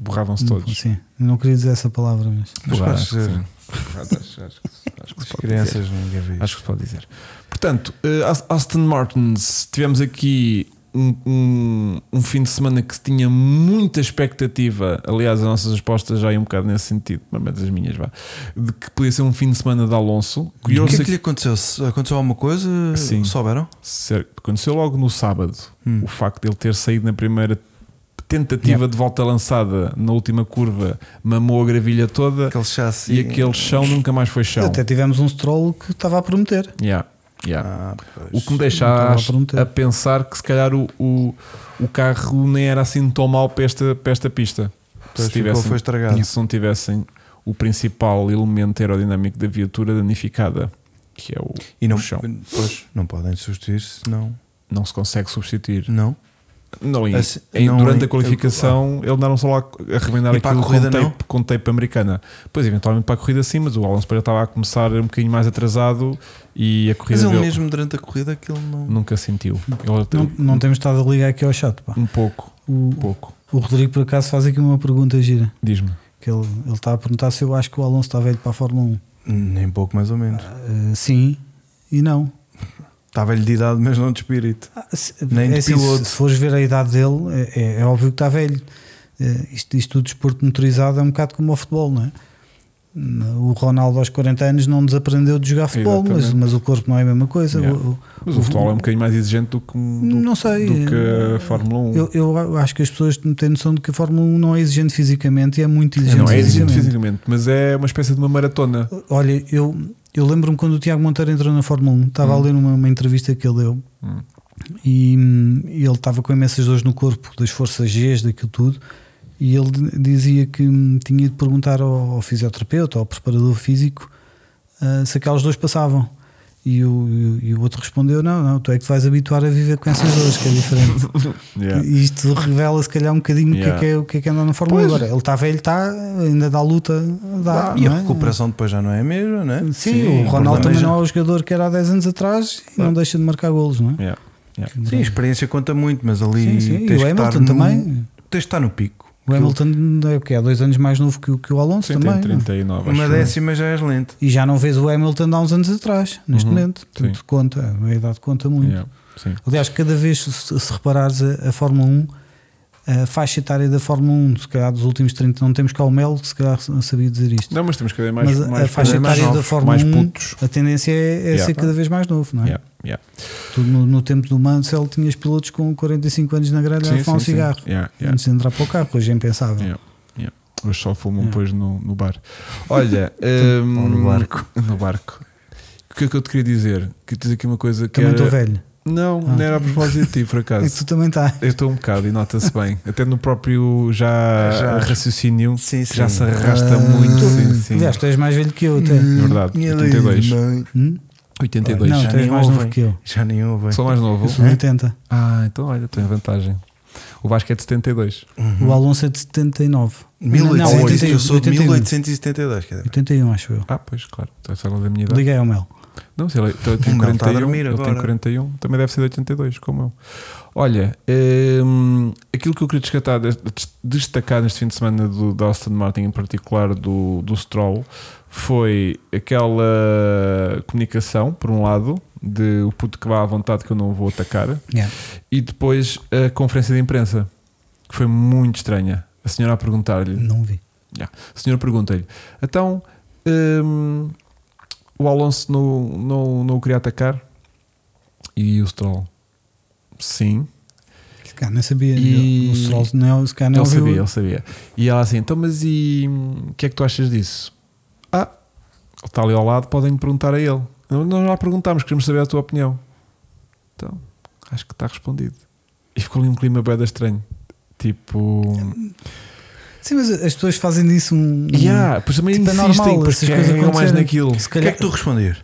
Speaker 2: Borravam-se todos.
Speaker 3: Sim, não queria dizer essa palavra, mas.
Speaker 1: Mas
Speaker 2: Claro,
Speaker 1: pode
Speaker 2: acho que
Speaker 1: ser.
Speaker 2: sim. Acho- acho que- acho que
Speaker 1: As
Speaker 2: se pode dizer.
Speaker 1: crianças não querem ver
Speaker 2: Acho que se pode dizer. Portanto, eh, As- Aston Martins, tivemos aqui um, um, um fim de semana que se tinha muita expectativa. Aliás, as nossas respostas já iam um bocado nesse sentido, mas as minhas vá. De que podia ser um fim de semana de
Speaker 1: isso.
Speaker 2: Alonso.
Speaker 1: O que
Speaker 2: Curioso
Speaker 1: é
Speaker 2: é
Speaker 1: que lhe aconteceu? Se Aconteceu alguma coisa?
Speaker 2: Sim.
Speaker 1: Souberam?
Speaker 2: Cer- Aconteceu logo no sábado
Speaker 1: Hum.
Speaker 2: o facto de ele ter saído na primeira tentativa de volta lançada na última curva, mamou a gravilha toda
Speaker 1: Aquele chassi.
Speaker 2: e aquele chão nunca mais foi chão.
Speaker 3: Até tivemos um stroll que estava a prometer.
Speaker 2: Yeah,
Speaker 1: Ah,
Speaker 2: yeah.
Speaker 1: pois.
Speaker 2: O que me
Speaker 3: Não
Speaker 2: deixa
Speaker 3: estava a prometer.
Speaker 2: a, pensar que se calhar o, o, o carro nem era assim tão mau para esta, para esta pista.
Speaker 1: Pois
Speaker 2: se,
Speaker 1: ficou,
Speaker 2: tivessem,
Speaker 1: foi estragado.
Speaker 2: se não tivessem o principal elemento aerodinâmico da viatura danificada, que é o.
Speaker 1: E não,
Speaker 2: o chão.
Speaker 1: pois, não podem substituir, senão.
Speaker 2: Não se consegue substituir.
Speaker 1: Não.
Speaker 2: Não, e,
Speaker 1: Assim,
Speaker 2: e
Speaker 1: não,
Speaker 2: durante
Speaker 1: em-
Speaker 2: a qualificação eles andaram só lá a remendar
Speaker 1: E para a
Speaker 2: aquilo com
Speaker 1: corrida, não?
Speaker 2: tape, com tape americana. Pois, eventualmente para a corrida sim, mas o Alonso Pereira estava a começar um bocadinho mais atrasado e a
Speaker 1: Mas
Speaker 2: corrida
Speaker 1: ele
Speaker 2: dele
Speaker 1: mesmo durante a corrida aquilo não.
Speaker 2: nunca sentiu. Ele
Speaker 3: Não, não temos estado a ligar aqui ao chat. Pá.
Speaker 2: um pouco,
Speaker 3: O,
Speaker 2: um pouco,
Speaker 3: o Rodrigo, por acaso, faz aqui uma pergunta gira.
Speaker 2: diz-me.
Speaker 3: Que ele, ele está a perguntar se eu acho que o Alonso está velho para a Fórmula 1.
Speaker 1: Nem pouco, mais ou menos.
Speaker 3: Ah, sim e não.
Speaker 1: Estava lhe de idade, mas não de espírito.
Speaker 3: Ah, se,
Speaker 1: Nem de
Speaker 3: é assim,
Speaker 1: piloto.
Speaker 3: se fores ver a idade dele, é, é- é óbvio que está velho. Eh, Isto, isto do desporto motorizado é um bocado como o futebol, não é? O Ronaldo aos 40 anos não desaprendeu de jogar futebol, mas,
Speaker 2: Exatamente.
Speaker 3: mas o corpo não é a mesma coisa.
Speaker 2: Yeah.
Speaker 3: O- o-
Speaker 2: Mas o futebol é um bocadinho mais exigente do que, um- do,
Speaker 3: não sei.
Speaker 2: do que a Fórmula 1.
Speaker 3: eu, eu acho que as pessoas têm noção de que a Fórmula 1 não é exigente fisicamente e é muito exigente.
Speaker 2: não é exigente
Speaker 3: fisicamente.
Speaker 2: fisicamente, mas é uma espécie de uma maratona.
Speaker 3: Olha, eu, eu lembro-me quando o Tiago Monteiro entrou na Fórmula 1, estava a ler uma, uma entrevista que ele deu
Speaker 2: Hum.
Speaker 3: e, hum, e ele estava com imensas dores no corpo, das forças Gs, daquilo tudo, e ele d- dizia que hum, tinha de perguntar ao, ao fisioterapeuta, ao preparador físico, ah, se aquelas dores passavam. E o, e o- e o outro respondeu: Não, não, tu é que te vais habituar a viver com essas dores, que é diferente.
Speaker 1: (laughs)
Speaker 2: Yeah.
Speaker 3: E isto revela, se calhar, um bocadinho o,
Speaker 2: Yeah.
Speaker 3: que é que é, o que é que anda na Fórmula 1.
Speaker 1: Pois. Ah,
Speaker 3: Agora, ele está velho, está, ainda dá luta, dá.
Speaker 1: e a
Speaker 3: não é?
Speaker 1: recuperação depois já não é a mesma, não é?
Speaker 3: Sim,
Speaker 1: Sim,
Speaker 3: o
Speaker 1: o
Speaker 3: Ronaldo
Speaker 1: problema
Speaker 3: também
Speaker 1: já-
Speaker 3: não é o jogador que era há 10 anos atrás e não deixa de marcar golos, não é?
Speaker 2: Yeah. Yeah.
Speaker 1: Sim, a experiência conta muito, mas ali.
Speaker 3: Sim, sim. E
Speaker 1: Tens
Speaker 3: o
Speaker 1: que estar
Speaker 3: Hamilton
Speaker 1: no-
Speaker 3: também.
Speaker 1: Tens de estar no pico.
Speaker 3: O Hamilton é o quê? Há dois anos mais novo que, o- que o Alonso
Speaker 2: Sim, tem
Speaker 3: também. não é?
Speaker 2: 39,
Speaker 1: Uma
Speaker 2: acho eu.
Speaker 1: décima já és lento.
Speaker 3: E já não vês o Hamilton há uns anos atrás, neste
Speaker 2: Uhum,
Speaker 3: momento. Portanto,
Speaker 2: sim.
Speaker 3: conta, a idade conta muito.
Speaker 2: Yeah, sim.
Speaker 3: Aliás, cada vez, se, se reparares a, a Fórmula 1, a faixa etária da Fórmula 1, se calhar dos últimos 30, não temos cá o Melo, que se calhar sabia dizer isto.
Speaker 2: Não, mas temos que ver mais,
Speaker 3: Mas a-
Speaker 2: mais
Speaker 3: a faixa
Speaker 2: mais
Speaker 3: etária da
Speaker 2: novos,
Speaker 3: Fórmula
Speaker 2: mais
Speaker 3: 1,
Speaker 2: putos.
Speaker 3: a tendência é, é
Speaker 2: Yeah.
Speaker 3: ser cada vez mais novo, não é?
Speaker 2: Yeah, yeah.
Speaker 3: Tu, no, no tempo do Mansell tinhas pilotos com 45 anos na grelha a
Speaker 2: Sim,
Speaker 3: fumar um
Speaker 2: sim, sim.
Speaker 3: cigarro
Speaker 2: Yeah, yeah.
Speaker 3: antes de entrar para o carro, hoje é impensável.
Speaker 2: Yeah, yeah. Hoje só fumam
Speaker 3: Yeah.
Speaker 2: depois no, no bar.
Speaker 3: (laughs)
Speaker 2: Olha, hum,
Speaker 1: Ou no barco.
Speaker 2: (laughs) No barco. O que é que eu te queria dizer? Que tens aqui uma coisa que
Speaker 3: Também
Speaker 2: era...
Speaker 3: estou velho.
Speaker 2: Não,
Speaker 3: Ah.
Speaker 2: não era a propósito de ti,
Speaker 3: (laughs)
Speaker 2: por
Speaker 3: E
Speaker 2: acaso.
Speaker 3: tu também está.
Speaker 2: Eu estou um bocado e nota-se bem. Até no próprio já,
Speaker 1: Já.
Speaker 2: raciocínio
Speaker 1: Sim,
Speaker 2: já se arrasta
Speaker 3: Ah,
Speaker 2: muito. Sim, sim.
Speaker 3: Aliás, tu és mais velho que eu até.
Speaker 2: É verdade, 82.
Speaker 3: Hum?
Speaker 2: 82.
Speaker 3: Não,
Speaker 1: já
Speaker 3: tu és
Speaker 1: nem
Speaker 3: mais novo
Speaker 1: ouvem.
Speaker 3: que eu.
Speaker 1: Já nem ouvem.
Speaker 2: Sou mais novo.
Speaker 3: Eu sou de 80.
Speaker 2: Ah, então olha, estou em vantagem. O Vasco é de 72.
Speaker 3: O Alonso é de 79. Não,
Speaker 1: 1800,
Speaker 3: 81,
Speaker 1: Uhum. eu sou de
Speaker 3: 81.
Speaker 1: 1872, quer dizer.
Speaker 3: 81, acho eu.
Speaker 2: Ah, pois, claro. Então essa era da minha idade.
Speaker 3: Liguei ao Mel.
Speaker 2: Não, sei lá, então eu tenho
Speaker 1: Não, está a
Speaker 2: 41.
Speaker 1: dormir
Speaker 2: Ele tem
Speaker 1: agora.
Speaker 2: 41, também deve ser de 82, como eu. Olha, hum, aquilo que eu queria destacar, destacar neste fim de semana do, da Aston Martin, em particular do, do Stroll, foi aquela comunicação, por um lado, de o puto que vá à vontade que eu não vou atacar,
Speaker 3: Yeah.
Speaker 2: e depois a conferência de imprensa, que foi muito estranha. A senhora a perguntar-lhe,
Speaker 3: Não vi.
Speaker 2: a senhora pergunta-lhe: então hum, o Alonso não, não, não o queria atacar? E o Stroll? Sim,
Speaker 3: Se calhar nem sabia.
Speaker 2: E-
Speaker 3: Eu- O Stroll não, se calhar
Speaker 2: ele
Speaker 3: não ouviu.
Speaker 2: sabia, ele sabia. E ela assim: então, mas e hum, o que é que tu achas disso? Ah, ele está ali ao lado, podem lhe perguntar a ele. Não, Nós já perguntámos, queremos saber a tua opinião. Então, acho que está respondido. E ficou ali um clima bem estranho. Tipo,
Speaker 3: Sim, mas as pessoas fazem disso um. um-
Speaker 2: yeah, pois também
Speaker 3: tipo, é
Speaker 2: insistem,
Speaker 3: normal
Speaker 2: porque
Speaker 3: essas coisas
Speaker 2: carregam mais
Speaker 3: acontecerem.
Speaker 2: naquilo.
Speaker 3: um. Se
Speaker 1: O que é
Speaker 3: calhar,
Speaker 1: que tu responder?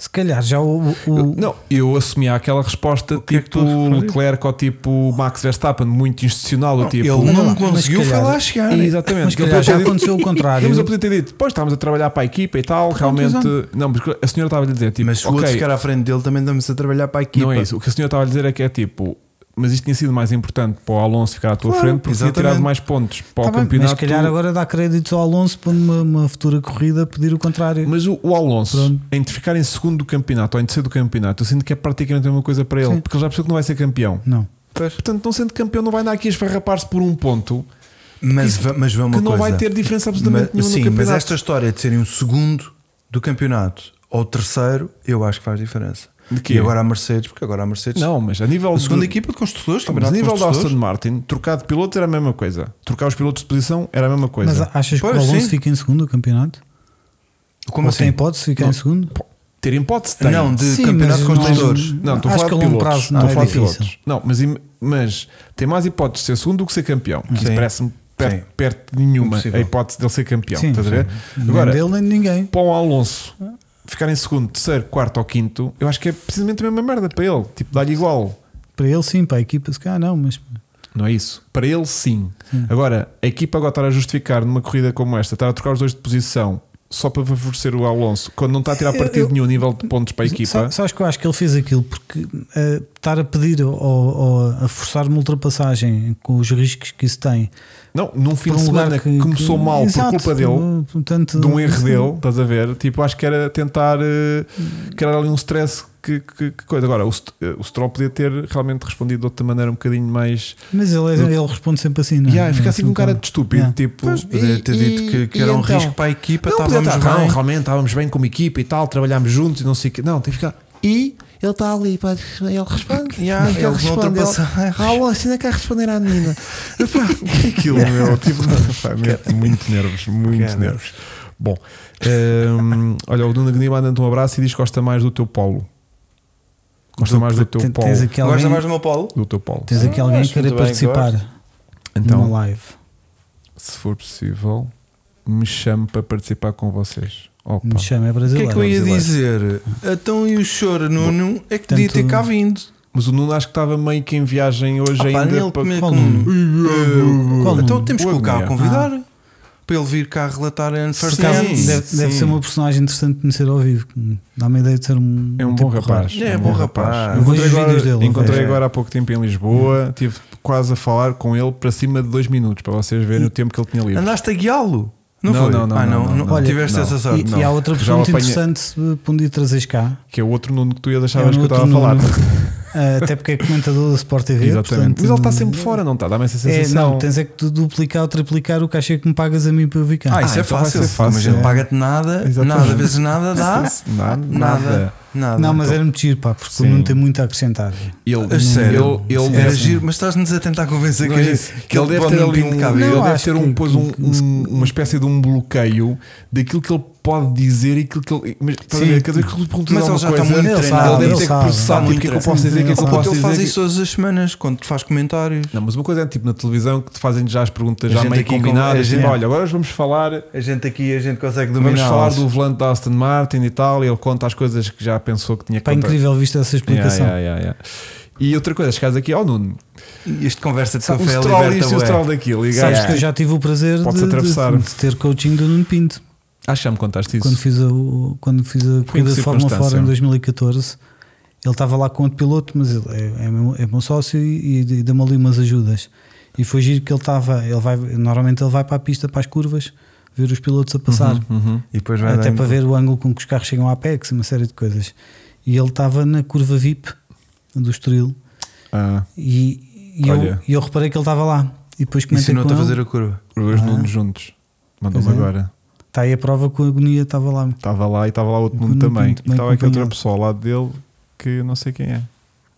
Speaker 3: se calhar já o. o- o-
Speaker 2: Eu- não, eu assumia aquela resposta
Speaker 1: que é que
Speaker 2: tipo
Speaker 1: tu respondeste?
Speaker 2: Leclerc ou tipo Max Verstappen, muito institucional. do tipo,
Speaker 1: ele
Speaker 3: Olha
Speaker 1: não
Speaker 3: lá, mas
Speaker 1: conseguiu,
Speaker 3: se calhar-
Speaker 1: foi lá chegar.
Speaker 2: Exatamente.
Speaker 3: é. Mas se
Speaker 2: Ele
Speaker 3: calhar já
Speaker 2: podia ter (laughs)
Speaker 3: aconteceu o contrário.
Speaker 2: Mas eu podia ter dito, pois estávamos a trabalhar para a equipa e tal, realmente. Não, mas a senhora estava a lhe dizer, tipo,
Speaker 1: Mas se o outro
Speaker 2: ok,
Speaker 1: ficar à frente dele, também estamos a trabalhar para a equipa.
Speaker 2: não é isso. O que a senhora estava a lhe dizer é que é tipo, mas isto tinha sido mais importante para o Alonso ficar à tua
Speaker 1: Claro,
Speaker 2: frente porque tinha
Speaker 1: exatamente.
Speaker 2: tirado mais pontos para
Speaker 3: Tá
Speaker 2: o
Speaker 3: bem,
Speaker 2: campeonato.
Speaker 3: Mas se calhar agora dá crédito ao Alonso para uma, uma futura corrida pedir o contrário.
Speaker 2: Mas o, o Alonso,
Speaker 3: Pronto.
Speaker 2: em de ficar em segundo do campeonato ou em terceiro do campeonato, eu sinto que é praticamente a mesma coisa para ele,
Speaker 3: Sim.
Speaker 2: porque ele já percebeu que não vai ser campeão.
Speaker 3: Não.
Speaker 2: Portanto, não sendo campeão, não vai andar aqui a esfarrapar-se por um ponto
Speaker 1: Mas,
Speaker 2: Isso-
Speaker 1: va- mas vamos
Speaker 2: que não vai ter diferença absolutamente
Speaker 1: mas,
Speaker 2: nenhuma
Speaker 1: Sim,
Speaker 2: no
Speaker 1: mas
Speaker 2: campeonato.
Speaker 1: esta história de serem o segundo do campeonato ou o terceiro, eu acho que faz diferença.
Speaker 2: De quê?
Speaker 1: E agora a Mercedes, porque agora a Mercedes. é
Speaker 2: Não, mas a nível
Speaker 1: a segunda
Speaker 2: do-
Speaker 1: equipa de construtores,
Speaker 2: Mas a
Speaker 1: campeonato de
Speaker 2: nível da Aston
Speaker 1: construtores.
Speaker 2: Martin, trocar de pilotos era a mesma coisa. Trocar os pilotos de posição era a mesma coisa.
Speaker 3: Mas achas
Speaker 1: Pois,
Speaker 3: que o Alonso
Speaker 1: sim.
Speaker 3: fica em segundo do campeonato?
Speaker 1: Como
Speaker 3: Ou
Speaker 1: assim?
Speaker 3: tem hipótese de ficar em segundo?
Speaker 2: Pô, Ter hipótese tem.
Speaker 1: Não, de
Speaker 3: Sim,
Speaker 1: campeonato de
Speaker 3: mas não-
Speaker 1: construtores.
Speaker 2: Não, estou a
Speaker 3: Acho
Speaker 2: falar de
Speaker 3: que a longo
Speaker 2: pilotos.
Speaker 3: prazo não
Speaker 2: estou a
Speaker 3: é
Speaker 2: falar de
Speaker 3: difícil.
Speaker 2: pilotos. Não, mas, im- mas tem mais hipótese de ser segundo do que ser campeão. Que isso
Speaker 1: Sim.
Speaker 2: parece-me per-
Speaker 1: Sim.
Speaker 2: perto de nenhuma
Speaker 1: Impossível.
Speaker 2: a hipótese dele ser campeão.
Speaker 3: Sim.
Speaker 2: estás a ver?
Speaker 3: Nem
Speaker 2: Agora,
Speaker 3: dele nem de ninguém.
Speaker 2: para o Alonso ficar em segundo, terceiro, quarto ou quinto, eu acho que é precisamente a mesma merda para ele. Tipo, dá-lhe igual.
Speaker 3: Para ele sim, para a equipa se calhar não, mas
Speaker 2: Não é isso? Para ele, sim. Agora, a equipa agora estar a justificar numa corrida como esta, estar a trocar os dois de posição só para favorecer o Alonso, quando não está a tirar
Speaker 3: Eu-
Speaker 2: partido
Speaker 3: eu-
Speaker 2: nenhum nível de pontos para a equipa.
Speaker 3: Sa- Sabes que eu acho que ele fez aquilo porque eh, estar a pedir ou, ou a forçar uma ultrapassagem com os riscos que isso tem
Speaker 2: Não, num fim
Speaker 3: para um
Speaker 2: de semana que, começou mal
Speaker 3: Exato,
Speaker 2: por culpa dele,
Speaker 3: portanto,
Speaker 2: de um erro dele, estás a ver? Tipo, acho que era tentar eh, criar ali um stress. Que, que- que coisa. Agora, o, St- eh, o Stroll podia ter realmente respondido de outra maneira um bocadinho mais.
Speaker 3: Mas ele, é- ele responde sempre assim, não é?
Speaker 2: E yeah, fica
Speaker 3: É
Speaker 2: assim com
Speaker 3: um
Speaker 2: cara
Speaker 3: bocado-
Speaker 2: de estúpido.
Speaker 3: Yeah.
Speaker 2: Tipo,
Speaker 1: Podia ter dito é, que, que era um risco para a equipa,
Speaker 2: então? Não, então,
Speaker 1: estávamos
Speaker 2: podia estar, não,
Speaker 1: bem.
Speaker 2: realmente estávamos bem como equipa e tal, trabalhámos juntos e não sei o que. Não, tem que ficar. E ele está ali, pá, ele (laughs) responde.
Speaker 1: Yeah,
Speaker 2: ele
Speaker 1: eles vão
Speaker 2: responde. Ele,
Speaker 1: ultrapassar.
Speaker 2: ah, o Alonso ainda quer responder à (laughs) menina. Epá, que é aquilo, meu? (laughs) Tipo, pá, mete muito nervos, muito
Speaker 1: Caramba.
Speaker 2: nervos. (laughs) Bom, hum, olha, o Nuno Guinima manda-te um abraço e diz que gosta mais do teu polo. (laughs) Gosta mais do teu
Speaker 3: Tem-
Speaker 2: polo.
Speaker 3: Tens aqui
Speaker 1: Gosta
Speaker 3: alguém,
Speaker 1: mais do meu polo?
Speaker 2: Do teu polo.
Speaker 3: tens aqui
Speaker 1: Ah,
Speaker 3: alguém
Speaker 1: acho
Speaker 3: que querer
Speaker 1: muito bem,
Speaker 3: participar
Speaker 2: Então,
Speaker 3: numa live.
Speaker 2: se for possível, me chame para participar com vocês. Opa.
Speaker 3: Me chama, é
Speaker 1: O que é
Speaker 3: brasileiro.
Speaker 1: que eu ia
Speaker 2: Brasileiro.
Speaker 1: dizer? Então e o choro Nuno é que podia ter
Speaker 3: Portanto,
Speaker 1: cá vindo.
Speaker 2: Mas o Nuno acho que estava meio que em viagem hoje
Speaker 1: Ah, pá,
Speaker 2: ainda.
Speaker 1: nele
Speaker 2: Para...
Speaker 1: comer
Speaker 3: qual
Speaker 1: com-
Speaker 3: número?
Speaker 1: Eh,
Speaker 3: Qual
Speaker 1: Então
Speaker 3: número?
Speaker 1: temos que
Speaker 2: Boa
Speaker 1: o carro
Speaker 2: mulher.
Speaker 1: convidar para ele vir cá relatar a
Speaker 3: Por
Speaker 1: First
Speaker 3: acaso,
Speaker 1: Hands.
Speaker 3: deve, deve
Speaker 2: sim.
Speaker 3: ser uma personagem interessante de conhecer ao vivo. Dá-me a ideia de ser um.
Speaker 2: É um
Speaker 3: tipo
Speaker 2: bom rapaz.
Speaker 3: raro.
Speaker 1: É, bom rapaz.
Speaker 2: Eu Encontrei,
Speaker 3: Vejo os
Speaker 2: agora,
Speaker 3: vídeos dele,
Speaker 2: encontrei
Speaker 3: vejo.
Speaker 2: agora há pouco tempo em Lisboa. Tive quase a falar com ele para cima de dois minutos, para vocês verem o tempo que ele tinha livre.
Speaker 1: Andaste a guiá-lo? Não,
Speaker 2: Não,
Speaker 1: foi?
Speaker 2: não, não,
Speaker 1: ah, não,
Speaker 2: não, não,
Speaker 3: não.
Speaker 1: tiveste
Speaker 2: Olha,
Speaker 1: essa sorte.
Speaker 3: E,
Speaker 1: não.
Speaker 3: e há outra
Speaker 2: Já
Speaker 3: pessoa muito
Speaker 2: o apanhei.
Speaker 3: interessante eh, para um dia trazeres cá.
Speaker 2: Que é o outro Nuno que tu ias
Speaker 3: É
Speaker 2: achavas
Speaker 3: um
Speaker 2: que eu estava a
Speaker 3: outro
Speaker 2: falar.
Speaker 3: Nuno. (laughs) Eh, até porque é comentador da Sport TV.
Speaker 2: (laughs) Exatamente.
Speaker 3: portanto,
Speaker 2: Mas ele tá está sempre fora, não está? Dá-me essa
Speaker 3: É,
Speaker 2: sensação.
Speaker 3: não, tens é que tu duplicar ou triplicar o cachê que me pagas a mim para eu vir cá.
Speaker 1: Ah, isso
Speaker 2: Ah,
Speaker 1: é
Speaker 2: então vai
Speaker 1: fácil.
Speaker 2: ser fácil,
Speaker 1: Mas ele
Speaker 2: é.
Speaker 1: paga-te nada,
Speaker 2: Exatamente.
Speaker 1: nada vezes nada dá.
Speaker 2: Nada. é-
Speaker 1: Nada. Nada.
Speaker 3: Ah, não, mas era muito giro, pá, porque
Speaker 2: então. Sim.
Speaker 3: não tem muito a acrescentar.
Speaker 2: Ele,
Speaker 1: A sério. É assim.
Speaker 2: ele, ele
Speaker 1: Era
Speaker 2: deve-
Speaker 1: giro, mas estás-nos a tentar convencer
Speaker 2: Não
Speaker 1: que,
Speaker 2: é
Speaker 1: a gente-
Speaker 2: isso.
Speaker 1: que ele deve ter ali um
Speaker 2: um,
Speaker 1: cabo.
Speaker 3: Não,
Speaker 2: ele deve
Speaker 3: acho
Speaker 2: ter
Speaker 3: que-
Speaker 2: um, pois um,
Speaker 3: que-
Speaker 2: um- uma espécie de um bloqueio daquilo que ele pode dizer e aquilo que ele. Mas, estás a
Speaker 3: Sim.
Speaker 2: ver? Cada vez que lhe perguntas
Speaker 1: Mas ele
Speaker 2: alguma
Speaker 1: já está
Speaker 2: coisa,
Speaker 1: muito
Speaker 2: ele
Speaker 1: treinado,
Speaker 2: deve
Speaker 1: ele
Speaker 2: ter que
Speaker 3: sabe.
Speaker 2: processar
Speaker 1: Está
Speaker 2: tipo, o
Speaker 1: muito
Speaker 2: que é que eu
Speaker 1: treinado.
Speaker 2: posso dizer, o que é que eu
Speaker 3: Ele
Speaker 1: Opa,
Speaker 2: posso
Speaker 1: tu
Speaker 2: dizer.
Speaker 1: fazes
Speaker 2: que-
Speaker 1: isso todas as semanas quando te faz comentários.
Speaker 2: Não, mas uma coisa é tipo na televisão que te fazem já as perguntas
Speaker 1: A
Speaker 2: já
Speaker 1: gente
Speaker 2: meio
Speaker 1: aqui com- a
Speaker 2: combinadas.
Speaker 1: gente-
Speaker 2: Tipo, olha, agora hoje vamos falar.
Speaker 1: A gente aqui, a gente consegue dominar.
Speaker 2: Vamos falar do volante da Aston Martin e tal, e ele conta as coisas que já pensou que tinha que
Speaker 3: Pá,
Speaker 2: contar.
Speaker 3: incrível visto essa
Speaker 2: Então, Yeah,
Speaker 3: explicação.
Speaker 2: yeah, yeah, yeah. E outra coisa, chegares aqui, ó Nuno,
Speaker 1: Este conversa de
Speaker 2: o
Speaker 1: café é
Speaker 2: stroll
Speaker 1: liberta
Speaker 2: isto e o
Speaker 1: bué.
Speaker 2: stroll daquilo. E
Speaker 3: Sabes
Speaker 2: gajos,
Speaker 3: que eu já tive o prazer de,
Speaker 2: Podes atravessar.
Speaker 3: de- de ter coaching do Nuno Pinto
Speaker 2: Acho que "Ah, já me contaste isso.
Speaker 3: quando fiz a, o- quando fiz a corrida de Fórmula
Speaker 2: circunstância?
Speaker 3: Fora em 2014. Ele estava lá com outro piloto, mas ele é, é meu, é meu sócio e, e deu-me ali umas ajudas. E foi giro que ele estava. Ele vai, normalmente ele vai para a pista, para as curvas, ver os pilotos a passar.
Speaker 2: Uhum.
Speaker 1: E depois vai
Speaker 3: até
Speaker 1: dando-
Speaker 3: para ver o ângulo com que os carros chegam à Apex, uma série de coisas. E ele estava na curva VIP do Estoril
Speaker 2: Ah,
Speaker 3: e, e eu,
Speaker 2: Olha.
Speaker 3: e eu reparei que ele estava lá. E depois comentei com
Speaker 1: Ensinou-te
Speaker 3: ele,
Speaker 1: a fazer a curva.
Speaker 2: os dois
Speaker 3: Ah.
Speaker 2: Nunos juntos. Mandou-me
Speaker 3: Pois é.
Speaker 2: agora.
Speaker 3: está aí a prova com a agonia, estava lá.
Speaker 2: Estava lá e estava lá outro
Speaker 3: Com
Speaker 2: Nuno
Speaker 3: o
Speaker 2: também.
Speaker 3: Pinto
Speaker 2: E
Speaker 3: bem
Speaker 2: estava aqui outra
Speaker 3: acompanhado.
Speaker 2: pessoa ao lado dele que eu não sei quem é.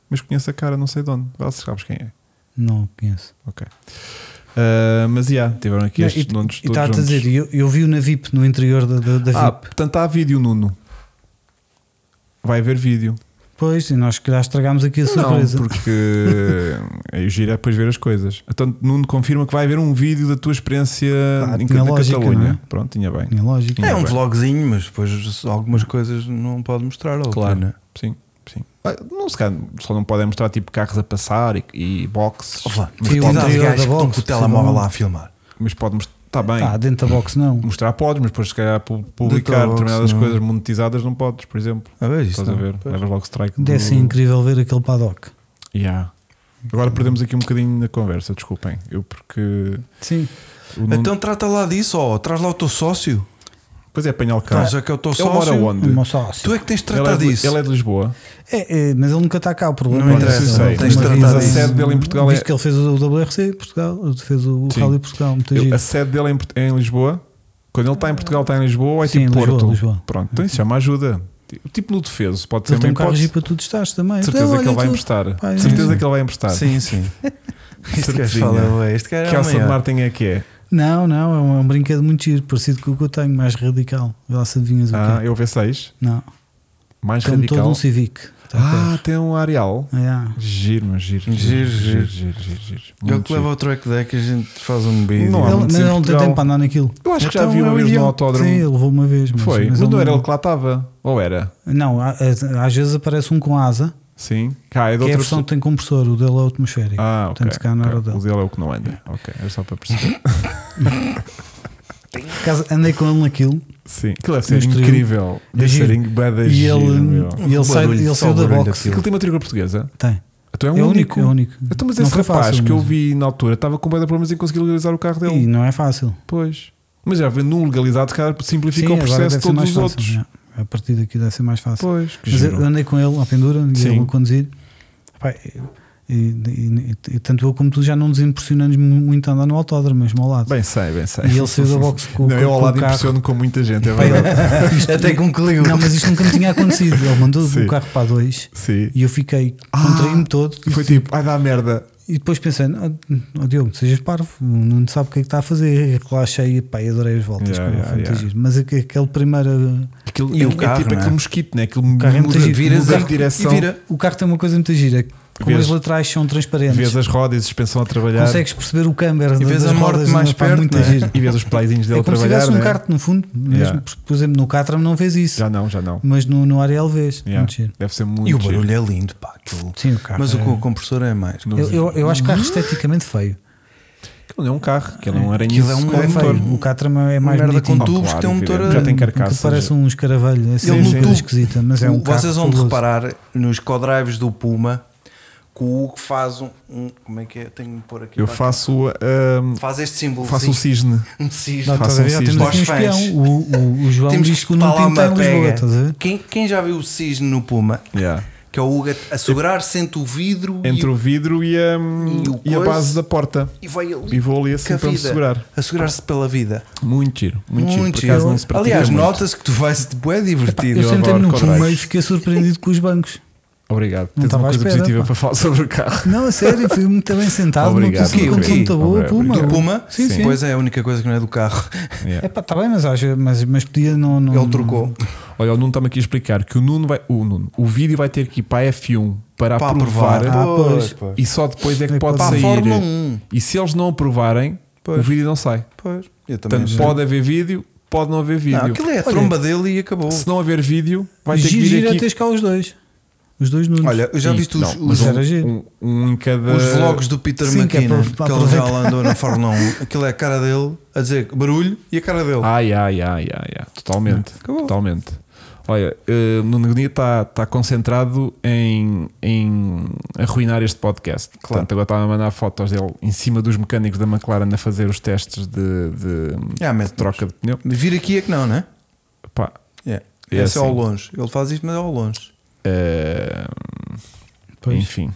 Speaker 2: Mas conheço a cara, não sei de onde. Ah, sabes quem é.
Speaker 3: Não conheço.
Speaker 2: Ah, mas já, tiveram aqui
Speaker 3: Não,
Speaker 2: estes
Speaker 3: e-
Speaker 2: Nunos
Speaker 3: E
Speaker 2: todos
Speaker 3: está a
Speaker 2: juntos.
Speaker 3: dizer, eu, eu vi-o na VIP, no interior da, da, da
Speaker 2: ah,
Speaker 3: VIP.
Speaker 2: portanto há vídeo, Nuno. Vai haver vídeo.
Speaker 3: Pois, e nós que já estragámos aqui a
Speaker 2: Não,
Speaker 3: É surpresa. (laughs)
Speaker 2: porque aí o giro é depois ver as coisas. Então, Nuno confirma que vai haver um vídeo da tua experiência
Speaker 3: Ah,
Speaker 2: em
Speaker 3: tinha
Speaker 2: na
Speaker 3: lógica,
Speaker 2: Catalunha.
Speaker 3: não é?
Speaker 2: Pronto, tinha bem.
Speaker 3: Tinha lógica.
Speaker 2: Tinha
Speaker 1: É um
Speaker 2: bem.
Speaker 1: vlogzinho, mas depois algumas coisas não pode mostrar. ou
Speaker 2: Claro.
Speaker 1: pena.
Speaker 2: Sim, sim. Ah, Não se calhar, só não podem mostrar tipo carros a passar e, e boxes.
Speaker 1: Ó, Flá, mas
Speaker 2: mas,
Speaker 3: Sim,
Speaker 1: pode
Speaker 3: o
Speaker 1: dar
Speaker 3: interior
Speaker 1: gajos
Speaker 3: da
Speaker 1: que estão
Speaker 3: box,
Speaker 1: com o telemóvel
Speaker 3: possivelmente.
Speaker 1: lá a filmar.
Speaker 2: mas pode mostrar. Está bem.
Speaker 3: Tá, dentro da box não.
Speaker 2: Mostrar podes, mas depois se calhar pu- publicar
Speaker 1: box,
Speaker 2: determinadas
Speaker 1: não.
Speaker 2: coisas monetizadas não podes, por exemplo.
Speaker 1: A ver, Ah, isso
Speaker 2: Estás a ver?
Speaker 1: Pois.
Speaker 2: Levas logo strike.
Speaker 3: Deve ser incrível ver aquele paddock.
Speaker 2: Yeah. Agora perdemos aqui um bocadinho na conversa, desculpem. Eu porque.
Speaker 3: Sim.
Speaker 2: o Nuno-
Speaker 1: Então trata lá disso, ó. Traz lá o teu sócio.
Speaker 2: Pois é, apanhar o
Speaker 1: Então,
Speaker 2: carro.
Speaker 1: já que é o teu
Speaker 2: Ele mora
Speaker 1: sócio.
Speaker 2: onde?
Speaker 3: Uma sócio.
Speaker 1: Tu é que tens de
Speaker 2: Ele
Speaker 1: tratar
Speaker 2: é, de-
Speaker 1: disso.
Speaker 2: ele é de Lisboa.
Speaker 3: Um É, é, mas ele nunca está cá, o problema
Speaker 1: Não
Speaker 3: é
Speaker 1: interessa,
Speaker 3: esse.
Speaker 1: não
Speaker 3: Ele
Speaker 1: tens de
Speaker 3: uma
Speaker 1: tratar
Speaker 3: vida-
Speaker 1: disso. A
Speaker 2: sede dele em Portugal
Speaker 3: Visto
Speaker 2: é-
Speaker 3: que ele fez o WRC Portugal, fez o
Speaker 2: Sim.
Speaker 3: Rally Portugal, muito
Speaker 2: Ele-
Speaker 3: giro. Ah.
Speaker 2: a sede dele é em, Port- é em Lisboa. Quando ele está em Portugal, está em Lisboa ou é
Speaker 3: Sim,
Speaker 2: tipo
Speaker 3: Lisboa,
Speaker 2: Porto?
Speaker 3: Lisboa.
Speaker 2: Pronto, então isso chama ajuda. Tipo no defeso, pode ser
Speaker 3: Ele
Speaker 2: uma
Speaker 3: tem um carro
Speaker 2: hipótese.
Speaker 3: giro para tu testares também.
Speaker 2: De certeza
Speaker 3: Então,
Speaker 2: que ele
Speaker 3: olha,
Speaker 2: vai
Speaker 3: tu-
Speaker 2: emprestar.
Speaker 3: Pá,
Speaker 2: De
Speaker 3: é
Speaker 2: certeza
Speaker 3: isso.
Speaker 2: que ele vai emprestar.
Speaker 1: Sim,
Speaker 2: (laughs)
Speaker 1: sim. este gajo
Speaker 2: Certinho.
Speaker 1: fala, ué, este
Speaker 2: Que
Speaker 1: gajo
Speaker 2: a
Speaker 1: é o
Speaker 2: Aston
Speaker 1: maior.
Speaker 2: Martin é que é.
Speaker 3: Não, não, é um, é um brinquedo muito giro, parecido com o que eu tenho, mais radical. Vê lá se adivinhas o
Speaker 2: Ah,
Speaker 3: quê?
Speaker 2: eu V6,
Speaker 3: Não,
Speaker 2: mais
Speaker 3: tem todo
Speaker 2: radical.
Speaker 3: um Civic. Tá
Speaker 2: ah, tem um Arial.
Speaker 3: claro. Ah, é.
Speaker 2: Giro, mas giro.
Speaker 1: Giro,
Speaker 2: giro,
Speaker 1: giro.
Speaker 2: giro, giro, giro.
Speaker 1: Ele
Speaker 2: Muito
Speaker 1: É que leva
Speaker 2: giro.
Speaker 1: ao track deck e a gente faz um vídeo.
Speaker 2: Não há
Speaker 3: Ele-
Speaker 2: muitos
Speaker 3: mas
Speaker 2: em
Speaker 3: ele não tem
Speaker 2: Portugal.
Speaker 3: tempo para andar naquilo.
Speaker 2: Eu acho que já um
Speaker 1: Então
Speaker 2: vi
Speaker 1: é
Speaker 2: uma
Speaker 1: o
Speaker 2: vez no
Speaker 1: ideal.
Speaker 2: autódromo.
Speaker 3: Sim, ele levou uma vez. Mas,
Speaker 2: Foi,
Speaker 3: mas
Speaker 2: mas não
Speaker 3: ele-
Speaker 2: era ele que lá estava? Ou era?
Speaker 3: Não, há- às vezes aparece um com asa
Speaker 2: Sim. Cá é de
Speaker 3: Que é
Speaker 2: outra
Speaker 3: a versão
Speaker 2: pessoa.
Speaker 3: que tem compressor, o dele é o atmosférico.
Speaker 2: Ah, ok.
Speaker 3: Portanto, se calhar não era
Speaker 2: ok.
Speaker 3: o dele.
Speaker 2: O dele é o que não anda. Ok, era só para perceber.
Speaker 3: Por acaso, andei com ele naquilo
Speaker 2: Sim. Aquilo deve ser
Speaker 3: Mas trio.
Speaker 2: incrível.
Speaker 3: É
Speaker 2: Deve
Speaker 3: giro.
Speaker 2: ser bada
Speaker 3: e
Speaker 2: giro,
Speaker 3: ele,
Speaker 2: meu.
Speaker 3: e ele, sai,
Speaker 1: Barulho,
Speaker 3: ele
Speaker 1: só
Speaker 3: saiu
Speaker 1: o
Speaker 3: da
Speaker 1: barulho
Speaker 3: box.
Speaker 1: daquilo.
Speaker 2: Aquilo tem matrícula portuguesa?
Speaker 3: Tem.
Speaker 2: Então é,
Speaker 3: É,
Speaker 2: um
Speaker 3: único,
Speaker 2: único.
Speaker 3: é único.
Speaker 2: Então, mas
Speaker 3: Não
Speaker 2: esse
Speaker 3: foi
Speaker 2: rapaz
Speaker 3: fácil,
Speaker 2: que eu
Speaker 3: mas-
Speaker 2: vi na altura estava com bué de problemas e conseguiu legalizar o carro dele.
Speaker 3: E não é fácil.
Speaker 2: Pois. Mas já vendo um legalizado, se calhar simplifica
Speaker 3: Sim,
Speaker 2: o
Speaker 3: agora
Speaker 2: processo
Speaker 3: deve
Speaker 2: de
Speaker 3: ser
Speaker 2: todos
Speaker 3: mais
Speaker 2: os
Speaker 3: fácil,
Speaker 2: outros.
Speaker 3: já. A partir daqui deve ser mais fácil.
Speaker 2: Pois, que
Speaker 3: Mas eu
Speaker 2: giro.
Speaker 3: andei com ele à pendura e
Speaker 2: Sim.
Speaker 3: ele a conduzir. Pá, e, e- e- e tanto eu como tu já não nos impressionamos mu- muito a andar no autódromo, mesmo ao lado.
Speaker 2: Bem sei, bem sei.
Speaker 3: e ele saiu
Speaker 2: (laughs)
Speaker 3: da box com,
Speaker 2: É Não,
Speaker 3: com,
Speaker 2: eu
Speaker 3: com
Speaker 2: ao
Speaker 3: o
Speaker 2: lado
Speaker 3: carro.
Speaker 2: impressiono com muita gente,
Speaker 3: (laughs)
Speaker 2: é
Speaker 3: Pá,
Speaker 2: verdade.
Speaker 3: ele- isto-
Speaker 1: Até com Clio.
Speaker 3: não, mas isto nunca me tinha acontecido. Ele mandou
Speaker 2: Sim.
Speaker 3: o carro para a dois
Speaker 2: Sim.
Speaker 3: e eu fiquei,
Speaker 2: Ah,
Speaker 3: contraí-me todo.
Speaker 2: E foi tipo, ai dá merda.
Speaker 3: E depois pensei, oh, Diogo, sejas parvo, não sabe o que é que está a fazer. Relaxei e pá, e adorei as voltas.
Speaker 2: Yeah,
Speaker 3: como
Speaker 2: yeah,
Speaker 3: foi muito
Speaker 2: yeah.
Speaker 3: giro. Mas aque- aquele primeiro.
Speaker 2: Aquilo,
Speaker 1: E
Speaker 2: é,
Speaker 1: o
Speaker 2: é
Speaker 1: carro,
Speaker 2: tipo
Speaker 1: não é?
Speaker 2: aquele mosquito, né? Aquilo
Speaker 3: carro é muito
Speaker 2: muda,
Speaker 3: giro.
Speaker 2: viras
Speaker 3: O carro-
Speaker 2: de direção,
Speaker 1: e vira.
Speaker 3: O carro tem uma coisa muito gira: que como
Speaker 2: Vês-
Speaker 3: as laterais são transparentes,
Speaker 2: vês as rodas e suspensão a trabalhar né?
Speaker 3: consegues perceber o câmbio
Speaker 1: E vês a morte mais perto,
Speaker 3: muito
Speaker 1: não é?
Speaker 3: giro.
Speaker 2: e vês os playzinhos (laughs) dele
Speaker 3: É
Speaker 2: a
Speaker 3: como se
Speaker 2: trabalhar.
Speaker 3: tivesse um
Speaker 2: né?
Speaker 3: kart no fundo, mesmo,
Speaker 2: Yeah.
Speaker 3: por, por exemplo, no Catram não vês isso,
Speaker 2: Já não, já não.
Speaker 3: mas no, no Ariel vês.
Speaker 2: Yeah.
Speaker 3: Muito giro.
Speaker 2: Deve ser muito.
Speaker 1: E o
Speaker 2: giro.
Speaker 1: barulho é lindo, pá. aquilo.
Speaker 3: Sim, o carro.
Speaker 1: Mas o
Speaker 3: é-
Speaker 1: com o compressor é mais.
Speaker 3: eu, eu, eu acho o carro esteticamente feio.
Speaker 2: Aquilo não é um carro, aquilo é um
Speaker 1: Aquilo
Speaker 2: aranhice
Speaker 1: é um-
Speaker 2: com
Speaker 3: É
Speaker 1: é
Speaker 2: motor.
Speaker 3: feio. O Catram é mais
Speaker 1: merda
Speaker 3: bonitinho.
Speaker 1: com tubos que tem um
Speaker 2: evidente.
Speaker 1: motor a-
Speaker 2: Já tem
Speaker 3: Aquilo
Speaker 2: carcaça.
Speaker 3: parece
Speaker 2: já.
Speaker 3: um escaravelho, assim,
Speaker 1: Ele
Speaker 2: no
Speaker 3: coisa
Speaker 2: tubo.
Speaker 3: esquisita, mas é um carro
Speaker 1: Vocês vão de
Speaker 3: fabuloso.
Speaker 1: reparar nos co-drives do Puma que o Hugo faz um, um- Como é que é? Tenho de pôr aqui.
Speaker 2: Eu
Speaker 1: para
Speaker 2: faço, um,
Speaker 1: aqui. Faz este símbolo.
Speaker 2: faço um cisne.
Speaker 1: um cisne.
Speaker 3: Não, estás a ver? Já
Speaker 2: Façam
Speaker 3: temos aqui um
Speaker 1: cisnes. Para os fãs.
Speaker 3: espião. O, o, o João
Speaker 1: Temos
Speaker 3: diz que
Speaker 1: que
Speaker 3: o não
Speaker 1: botar lá
Speaker 3: pinta em
Speaker 1: uma
Speaker 3: Lisboa,
Speaker 1: pega.
Speaker 3: estás a ver?
Speaker 1: Quem, quem já viu o cisne no Puma?
Speaker 2: Yeah.
Speaker 1: Que é o Hugo a segurar-se entre o vidro
Speaker 2: Entre
Speaker 1: e,
Speaker 2: o vidro e a, hum,
Speaker 1: E o
Speaker 2: e a
Speaker 1: coice.
Speaker 2: base da porta.
Speaker 1: e vai ali.
Speaker 2: E vou ali assim
Speaker 1: com a
Speaker 2: para me
Speaker 1: vida.
Speaker 2: segurar.
Speaker 1: A segurar-se pela vida.
Speaker 2: Muito giro, muito, giro. Por
Speaker 1: giro.
Speaker 2: acaso não se pratica
Speaker 1: Aliás,
Speaker 2: muito.
Speaker 1: notas que tu vais de boé divertido.
Speaker 2: eu
Speaker 3: Eu sentei-me
Speaker 2: adoro
Speaker 3: no
Speaker 2: quadrais.
Speaker 3: Puma e fiquei surpreendido com os bancos.
Speaker 2: Obrigado.
Speaker 3: Não
Speaker 2: Tens
Speaker 3: estava
Speaker 2: uma
Speaker 3: à
Speaker 2: coisa
Speaker 3: espera,
Speaker 2: positiva
Speaker 3: pá.
Speaker 2: para falar sobre o carro.
Speaker 3: Não, a sério, fui muito bem sentado, uma
Speaker 2: Obrigado,
Speaker 3: pessoa com
Speaker 1: obrigado.
Speaker 3: condição muito boa,
Speaker 2: Obrigado,
Speaker 3: Puma.
Speaker 1: Do Puma?
Speaker 3: Sim, sim.
Speaker 1: Pois é, a única coisa que não é do carro. (laughs)
Speaker 2: Yeah.
Speaker 3: É pá, está bem, mas, acho, mas, mas podia não. não
Speaker 2: Hum,
Speaker 1: Ele trocou.
Speaker 2: Olha, o Nuno está-me aqui a explicar que o Nuno vai. O, Nuno, o vídeo vai ter que ir para a F1 para,
Speaker 1: Para
Speaker 2: aprovar,
Speaker 1: aprovar.
Speaker 3: Ah, pois.
Speaker 2: e só depois é que
Speaker 3: É
Speaker 2: pode
Speaker 3: para
Speaker 1: Para a
Speaker 2: sair.
Speaker 1: Fórmula 1.
Speaker 2: E se eles não aprovarem,
Speaker 1: Pois.
Speaker 2: o vídeo não sai.
Speaker 1: Pois. Eu também é
Speaker 2: Portanto,
Speaker 1: achei.
Speaker 2: pode haver vídeo, pode não haver vídeo.
Speaker 1: Não, aquilo é a tromba dele e acabou.
Speaker 2: Se não haver vídeo, vai ter que vir
Speaker 3: Gira,
Speaker 2: aqui.
Speaker 3: tens cá os dois. Os dois Nunos.
Speaker 1: Olha, eu já
Speaker 2: Sim,
Speaker 1: viste os,
Speaker 2: não,
Speaker 1: os,
Speaker 2: mas
Speaker 3: era giro.
Speaker 2: um, um em cada.
Speaker 1: os vlogs do Peter
Speaker 3: Sim, que é
Speaker 1: McKinnon que,
Speaker 3: para- para
Speaker 1: ele já
Speaker 3: aproveitar.
Speaker 1: lá andou na Fórmula 1? Aquilo é a cara dele a dizer barulho e a cara dele.
Speaker 2: Ai, ai, ai, ai, ai. Totalmente.
Speaker 1: Acabou.
Speaker 2: Totalmente. Olha, eh, Nuno Agonia está está concentrado em, em arruinar este podcast.
Speaker 1: Claro.
Speaker 2: Portanto, agora estava a mandar fotos dele em cima dos mecânicos da McLaren a fazer os testes de, de-
Speaker 1: Ah, mas
Speaker 2: de troca de pneu.
Speaker 1: Vir aqui é que não, né?
Speaker 2: Pá,
Speaker 1: É.
Speaker 2: É
Speaker 1: Esse é
Speaker 2: assim.
Speaker 1: ao longe. Ele faz isto, mas é ao longe.
Speaker 2: eh,
Speaker 3: Pois.
Speaker 2: enfim,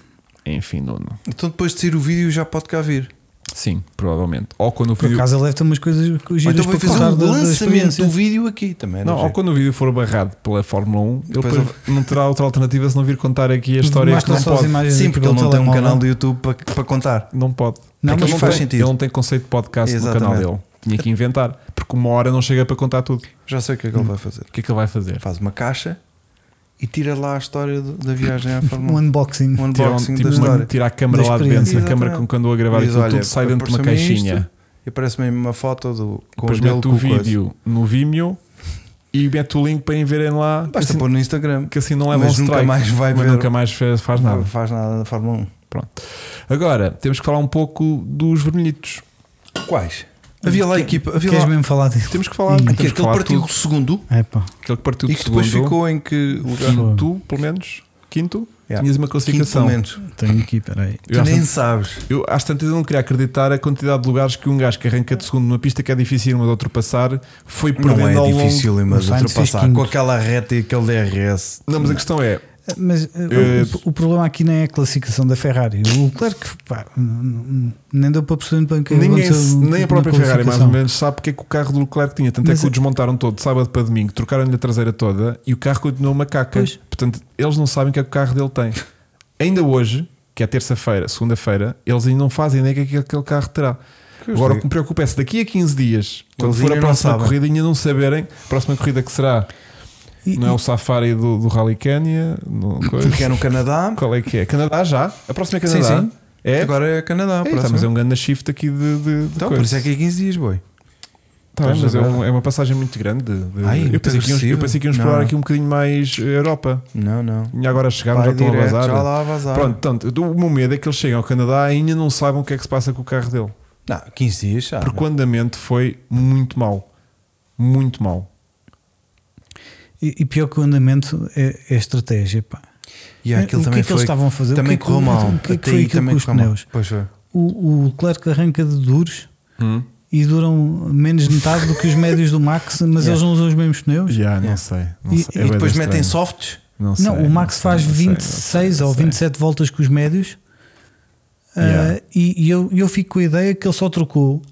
Speaker 2: enfim, Nuno.
Speaker 1: Então depois de sair o vídeo já pode cá vir.
Speaker 2: Sim, provavelmente. Ou quando o
Speaker 3: Por
Speaker 2: vídeo,
Speaker 3: acaso ele deve ter umas coisas
Speaker 1: Ou
Speaker 3: giras
Speaker 1: então
Speaker 3: para
Speaker 1: vai fazer
Speaker 3: contar
Speaker 1: o
Speaker 3: da, da
Speaker 1: lançamento
Speaker 3: experiência.
Speaker 1: do vídeo aqui também. né, era
Speaker 2: não, ou
Speaker 1: giro.
Speaker 2: quando o vídeo for barrado pela Fórmula 1, ele
Speaker 1: é Depois
Speaker 2: depois não terá outra alternativa se não vir contar aqui a história
Speaker 3: Basta
Speaker 2: que não
Speaker 3: só as
Speaker 2: pode.
Speaker 3: imagens
Speaker 1: Sim,
Speaker 3: aqui
Speaker 1: porque
Speaker 3: pelo
Speaker 1: ele não tem um
Speaker 3: telemóvel.
Speaker 1: canal do YouTube para, para contar.
Speaker 2: Não pode.
Speaker 3: Não,
Speaker 2: Porque
Speaker 3: mas
Speaker 2: ele não
Speaker 1: faz
Speaker 2: tem,
Speaker 1: sentido.
Speaker 2: Ele não tem conceito de podcast no
Speaker 1: Exatamente.
Speaker 2: canal dele. Tinha que inventar. Porque uma hora não chega para contar tudo.
Speaker 1: Já sei o que é que ele vai fazer.
Speaker 2: O que é que ele vai fazer?
Speaker 1: Faz uma caixa e tira lá a história do- da viagem à
Speaker 3: Um
Speaker 1: Fórmula 1.
Speaker 3: unboxing.
Speaker 1: Um
Speaker 2: Tira, um-
Speaker 1: unboxing
Speaker 2: tipo
Speaker 1: da
Speaker 2: uma-
Speaker 1: história.
Speaker 2: tira a câmera
Speaker 3: Da
Speaker 2: lá de dentro. A
Speaker 1: experiência.
Speaker 2: câmera com quando eu a gravar
Speaker 1: Diz,
Speaker 2: aquilo
Speaker 1: olha,
Speaker 2: tudo sai dentro de uma
Speaker 1: apareceu-me isto, é
Speaker 2: caixinha.
Speaker 1: E aparece-me uma foto do, com
Speaker 2: Depois
Speaker 1: o dele
Speaker 2: mete
Speaker 1: com
Speaker 2: o
Speaker 1: o coisa.
Speaker 2: vídeo no Vimeo e mete o link para irem verem lá. que
Speaker 1: Basta
Speaker 2: assim-
Speaker 1: pôr no Instagram.
Speaker 2: Que assim não leva um
Speaker 1: Mas nunca
Speaker 2: strike.
Speaker 1: mais vai
Speaker 2: mas
Speaker 1: ver. Uhum.
Speaker 2: nunca mais fez- faz
Speaker 1: Não
Speaker 2: nada.
Speaker 1: faz nada na Fórmula
Speaker 2: Agora, temos que falar um pouco dos vermelhitos.
Speaker 1: 1. Quais? Havia lá a equipa. Havia
Speaker 3: Queres
Speaker 1: lá... Então,
Speaker 3: mesmo falar disso? É
Speaker 2: Temos que falar.
Speaker 3: Ih,
Speaker 2: temos
Speaker 1: Que
Speaker 2: que
Speaker 1: aquele
Speaker 2: falar
Speaker 1: partiu
Speaker 2: tudo.
Speaker 1: segundo
Speaker 3: Epá.
Speaker 2: Aquele partiu
Speaker 1: e
Speaker 2: de
Speaker 1: que depois
Speaker 2: segundo.
Speaker 1: ficou em que lugar?
Speaker 2: Quinto, pelo menos. Quinto.
Speaker 1: Yeah.
Speaker 2: Tinhas uma
Speaker 1: Quinto
Speaker 2: classificação.
Speaker 1: pelo menos.
Speaker 3: Tenho aqui, peraí.
Speaker 2: Eu
Speaker 1: Tu
Speaker 2: acho
Speaker 1: nem sabes.
Speaker 2: Eu às tantas eu não queria acreditar a quantidade de lugares que um gajo que arranca de segundo numa pista que é difícil de ultrapassar foi perdendo
Speaker 1: Não
Speaker 2: ao
Speaker 1: é
Speaker 2: longo.
Speaker 1: difícil
Speaker 3: O
Speaker 1: mas
Speaker 3: Sainz fez
Speaker 1: ultrapassar
Speaker 3: quinto.
Speaker 1: com aquela reta e aquele DRS.
Speaker 2: Não, mas a questão é,
Speaker 3: Mas uh,
Speaker 2: Eh,
Speaker 3: o, o problema aqui nem é a classificação da Ferrari. O Leclerc pá, n- n- nem deu para perceber muito bem o que
Speaker 2: ninguém,
Speaker 3: aconteceu tipo,
Speaker 2: se- nem
Speaker 3: na
Speaker 2: a própria Ferrari mais ou
Speaker 3: qualificação.
Speaker 2: menos sabe porque é que o carro do Leclerc tinha. Tanto é
Speaker 3: Mas
Speaker 2: que
Speaker 3: é-
Speaker 2: o desmontaram todo de sábado para domingo, trocaram-lhe a traseira toda e o carro continuou macaca.
Speaker 3: Pois.
Speaker 2: Portanto, eles não sabem o que é que o carro dele tem. Ainda hoje, que é terça-feira, segunda-feira, eles ainda não fazem nem o que é que aquele carro terá. Agora o que me preocupa é se daqui a 15 dias, quando
Speaker 1: Eles
Speaker 2: for a
Speaker 1: ainda não
Speaker 2: próxima
Speaker 1: sabem.
Speaker 2: corrida, ainda não saberem, a próxima corrida que será
Speaker 3: E-
Speaker 2: Não é o Safari do, do Rally Kenya? Não, coisa.
Speaker 1: Que é no Canadá.
Speaker 2: Qual é que é? Canadá já? A próxima é Canadá?
Speaker 1: Sim, sim.
Speaker 2: É?
Speaker 1: Agora é Canadá.
Speaker 2: Eita,
Speaker 1: próximo.
Speaker 2: mas é um grande shift aqui de, de, de
Speaker 1: Então,
Speaker 2: coisa.
Speaker 1: por isso é que é 15 dias, boi.
Speaker 2: Tá
Speaker 1: Estás
Speaker 2: bem, mas
Speaker 1: a
Speaker 2: é,
Speaker 1: ver?
Speaker 2: um- é uma passagem muito grande. de- de-
Speaker 1: Ai,
Speaker 2: eu,
Speaker 1: muito
Speaker 2: pensei que íamos, eu
Speaker 1: agressivo.
Speaker 2: pensei que íamos
Speaker 1: Não,
Speaker 2: explorar
Speaker 1: não.
Speaker 2: aqui um bocadinho mais Europa.
Speaker 1: Não, não.
Speaker 2: E agora chegámos, já
Speaker 1: Vai
Speaker 2: estão a
Speaker 1: direto,
Speaker 2: bazar.
Speaker 1: já lá a vazar.
Speaker 2: Pronto, portanto, o meu medo é que eles cheguem ao Canadá e ainda não saibam o que é que se passa com o carro dele.
Speaker 1: Não, 15 dias já.
Speaker 2: Porque o andamento foi muito mau. Muito mau.
Speaker 3: E, e pior que o andamento é, é estratégia. Pá.
Speaker 1: E aquilo
Speaker 3: o
Speaker 1: também
Speaker 3: que é que eles
Speaker 1: foi-
Speaker 3: estavam a fazer? O
Speaker 1: Também
Speaker 3: que é que-
Speaker 1: correu mal.
Speaker 3: O que é que
Speaker 1: Até
Speaker 3: foi
Speaker 1: aí
Speaker 3: aquilo
Speaker 1: também
Speaker 3: com os
Speaker 1: correu mal.
Speaker 3: peuis?
Speaker 1: Pois foi.
Speaker 3: O, o Leclerc arranca de duros
Speaker 1: Hum.
Speaker 3: e duram menos de metade do que os médios do Max, mas
Speaker 1: Yeah.
Speaker 3: eles não usam os mesmos pneus.
Speaker 2: Já,
Speaker 1: Yeah.
Speaker 2: não sei. Não
Speaker 3: E-
Speaker 2: sei.
Speaker 1: e
Speaker 2: É bué
Speaker 1: depois
Speaker 2: da
Speaker 1: metem
Speaker 2: estranho.
Speaker 1: softs.
Speaker 2: Não, sei,
Speaker 3: Não, o Max
Speaker 2: sei,
Speaker 3: faz
Speaker 2: não sei, não sei,
Speaker 3: 26
Speaker 2: não
Speaker 3: ou
Speaker 2: sei.
Speaker 3: 27 voltas com os médios Ah,
Speaker 2: Yeah.
Speaker 3: e, e eu, eu fico com a ideia que ele só trocou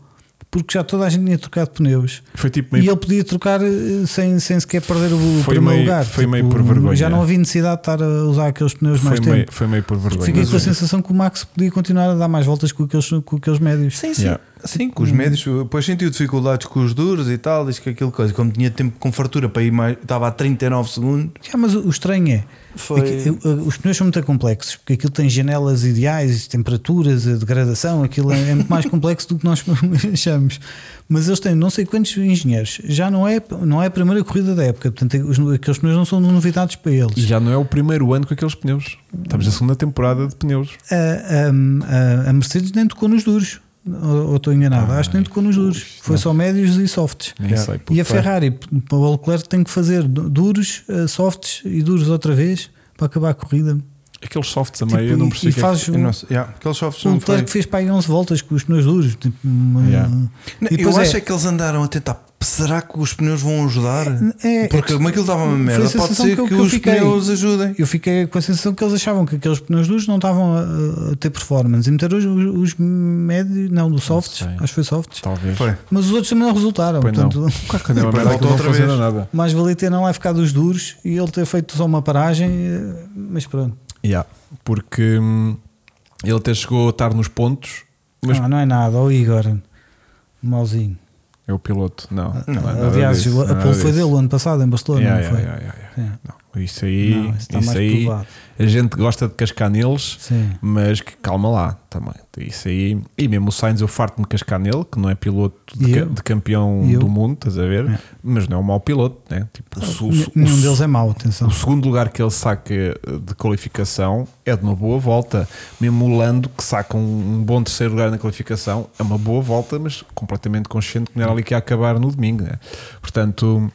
Speaker 3: porque já toda a gente tinha trocado pneus
Speaker 2: Foi tipo
Speaker 3: e
Speaker 2: meio.
Speaker 3: ele podia trocar eh, sem, sem sequer perder o
Speaker 2: Foi
Speaker 3: primeiro
Speaker 2: meio-
Speaker 3: lugar. Tipo,
Speaker 2: foi meio por vergonha.
Speaker 3: Já não havia necessidade de estar a usar aqueles pneus
Speaker 2: Foi
Speaker 3: mais
Speaker 2: meio,
Speaker 3: tempo.
Speaker 2: foi meio por vergonha.
Speaker 3: Fiquei com a
Speaker 2: mas-
Speaker 3: sensação que o Max podia continuar a dar mais voltas com aqueles, com aqueles médios.
Speaker 1: Sim, sim.
Speaker 2: Yeah.
Speaker 1: Sim, com os
Speaker 3: Uhum.
Speaker 1: médios. Depois sentiu dificuldades com os duros e tal. Diz que aquilo coisa. Como tinha tempo com fartura para ir mais. Estava a 39 segundos.
Speaker 3: Já, mas o o estranho é.
Speaker 1: Foi-
Speaker 3: aqui- eh, os pneus são muito complexos, porque aquilo tem janelas ideais, temperaturas, a degradação, aquilo é, é muito mais complexo do que nós (laughs) achamos. Mas eles têm não sei quantos engenheiros, já não é, não é a primeira corrida da época, portanto, os, aqueles pneus não são novidades para eles.
Speaker 2: E já não é o primeiro ano com aqueles pneus. Estamos na segunda temporada de pneus.
Speaker 3: A, a- a- a Mercedes nem tocou nos duros, ou, ou estou enganado, acho que nem tocou nos duros, foi só médios e softs.
Speaker 2: Ah, Nem um é.
Speaker 1: Yeah.
Speaker 2: sei. puto,
Speaker 3: É. E a
Speaker 2: vai.
Speaker 3: Ferrari, p- para o Leclerc, tem que fazer du- duros, eh, softs e duros outra vez para acabar a corrida.
Speaker 2: Aqueles softs a
Speaker 3: Tipo,
Speaker 2: meio, eu não
Speaker 3: e-
Speaker 2: percebi.
Speaker 3: e
Speaker 2: o que é que-
Speaker 3: faz
Speaker 1: Eu não sei. Yeah, Aqueles softs
Speaker 3: O
Speaker 1: não foi.
Speaker 3: Leclerc um fez para aí 11 voltas com os pneus duros. Tipo, uma-
Speaker 2: Yeah.
Speaker 1: Não,
Speaker 3: E depois
Speaker 1: Eu acho
Speaker 3: é-
Speaker 1: é que eles andaram a tentar. Será que os pneus vão ajudar?
Speaker 3: é-
Speaker 1: Porque
Speaker 3: é-
Speaker 1: como aquilo estava uma
Speaker 3: foi a
Speaker 1: merda, pode
Speaker 3: sensação
Speaker 1: ser
Speaker 3: que eu-
Speaker 1: que,
Speaker 3: que eu
Speaker 1: os
Speaker 3: fiquei.
Speaker 1: pneus ajudem.
Speaker 3: Eu fiquei com a sensação que eles achavam que aqueles pneus duros não estavam a, a ter performance. E meteram os, os médios, não, do softs,
Speaker 2: sei.
Speaker 3: acho que foi softs.
Speaker 2: Talvez.
Speaker 1: Foi.
Speaker 3: Mas os outros também não resultaram.
Speaker 2: Pois não.
Speaker 3: portanto,
Speaker 2: (laughs) Claro que não é uma
Speaker 1: Depois
Speaker 2: merda que
Speaker 1: voltou
Speaker 2: não
Speaker 1: outra
Speaker 2: funciona
Speaker 1: vez.
Speaker 2: nada.
Speaker 3: mais valia ter não lá ficado os duros e ele ter feito só uma paragem. eh, Mas pronto,
Speaker 2: Yeah. Porque hum, ele até chegou a estar nos pontos, mas
Speaker 3: não, não é nada. Ó Igor, mauzinho.
Speaker 2: é o piloto. Não, não, é nada
Speaker 3: Ah, Aliás,
Speaker 2: disso,
Speaker 3: a
Speaker 2: nada
Speaker 3: pole foi
Speaker 2: disso.
Speaker 3: dele o ano passado em Barcelona,
Speaker 2: Yeah,
Speaker 3: não foi?
Speaker 2: yeah, yeah, yeah, yeah.
Speaker 3: Yeah.
Speaker 2: Não, Isso aí,
Speaker 3: Não, isso
Speaker 2: isso
Speaker 3: está mais
Speaker 2: aí
Speaker 3: provado.
Speaker 2: a gente gosta de cascar neles,
Speaker 3: Sim.
Speaker 2: mas que calma lá também. Isso aí, e mesmo o Sainz, eu farto-me de cascar nele, que não é piloto de,
Speaker 3: E
Speaker 2: ca-
Speaker 3: eu?
Speaker 2: de campeão
Speaker 3: E eu?
Speaker 2: do mundo, estás a ver?
Speaker 3: É.
Speaker 2: Mas não é um mau piloto, né? Tipo, o, su-
Speaker 3: N-
Speaker 2: o
Speaker 3: Nenhum
Speaker 2: su-
Speaker 3: deles é mau, atenção.
Speaker 2: O segundo lugar que ele saca eh, de qualificação é de uma boa volta. Mesmo o Lando, que saca um, um bom terceiro lugar na qualificação, é uma boa volta, mas completamente consciente que não era ali que ia acabar no domingo. Né? Portanto,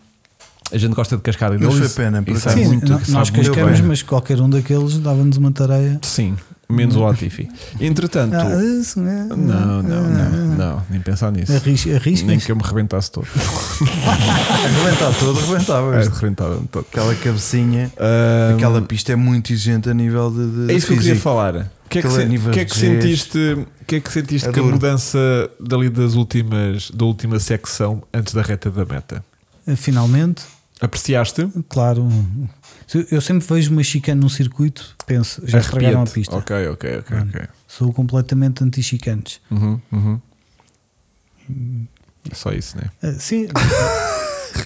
Speaker 2: a gente gosta de cascar
Speaker 1: Mas foi pena, por
Speaker 2: Isso é
Speaker 1: acaso.
Speaker 3: Sim,
Speaker 2: muito,
Speaker 3: no-
Speaker 2: sabe
Speaker 3: nós
Speaker 2: muito
Speaker 3: cascamos,
Speaker 2: bem.
Speaker 3: mas qualquer um daqueles dava-nos uma tareia.
Speaker 2: Sim, menos o Latifi. Entretanto,
Speaker 3: Ah, isso, é,
Speaker 2: não, não,
Speaker 3: ah,
Speaker 2: não, não, nem pensar nisso.
Speaker 3: Arris,
Speaker 2: Nem
Speaker 3: arriscas?
Speaker 2: que eu me rebentasse todo.
Speaker 1: Arrebentava todo, arrebentava.
Speaker 2: (laughs) É, rebentava todo.
Speaker 1: Aquela cabecinha.
Speaker 2: Ah,
Speaker 1: Aquela pista é muito exigente a nível de. de
Speaker 2: É isso que eu queria
Speaker 1: físico.
Speaker 2: falar. O que é que,
Speaker 1: Aquele
Speaker 2: se-
Speaker 1: nível
Speaker 2: que é que
Speaker 1: de gesto.
Speaker 2: sentiste, o que, é que, sentiste
Speaker 1: É
Speaker 2: que a
Speaker 1: duro.
Speaker 2: mudança dali das últimas, da última secção antes da reta da meta?
Speaker 3: Finalmente,
Speaker 2: Apreciaste?
Speaker 3: claro. Se- Eu sempre vejo uma chicane num circuito, penso, já estragaram a
Speaker 2: Arrepia-te.
Speaker 3: pista. Hum.
Speaker 2: Ok, ok, ok. ok.
Speaker 3: Sou completamente anti-chicanes.
Speaker 2: Uhum, uhum. É só isso, né?
Speaker 3: Ah, sim,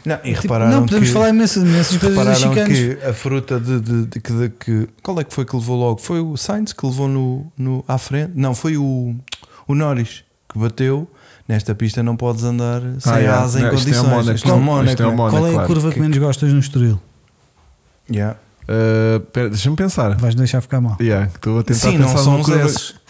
Speaker 1: Não, e
Speaker 3: tipo,
Speaker 1: repararam
Speaker 3: não podemos
Speaker 1: que,
Speaker 3: falar imensas, imensas coisas das
Speaker 1: repararam
Speaker 3: chicanes.
Speaker 1: que a fruta de, de- de- que, de- que- Qual é que foi que levou logo? Foi o Sainz que levou no, no, à frente. Não, foi o, o Norris que bateu. Nesta pista não podes andar sem
Speaker 2: Ah, é.
Speaker 1: asa em
Speaker 2: Não, isto é o
Speaker 1: condições.
Speaker 2: Mónaco.
Speaker 1: Isto é o
Speaker 2: Isto é o
Speaker 1: Mónaco,
Speaker 2: Mónaco.
Speaker 1: né?
Speaker 3: Qual é a
Speaker 2: claro,
Speaker 3: curva que,
Speaker 1: que-
Speaker 3: menos gostas no Estoril?
Speaker 1: Yeah.
Speaker 2: Ah, pera, Deixa-me pensar.
Speaker 3: Vais deixar ficar mal.
Speaker 2: Yeah, que estou a tentar
Speaker 1: Sim,
Speaker 2: pensar
Speaker 1: não são
Speaker 2: numa
Speaker 1: os
Speaker 2: curva-
Speaker 1: S's.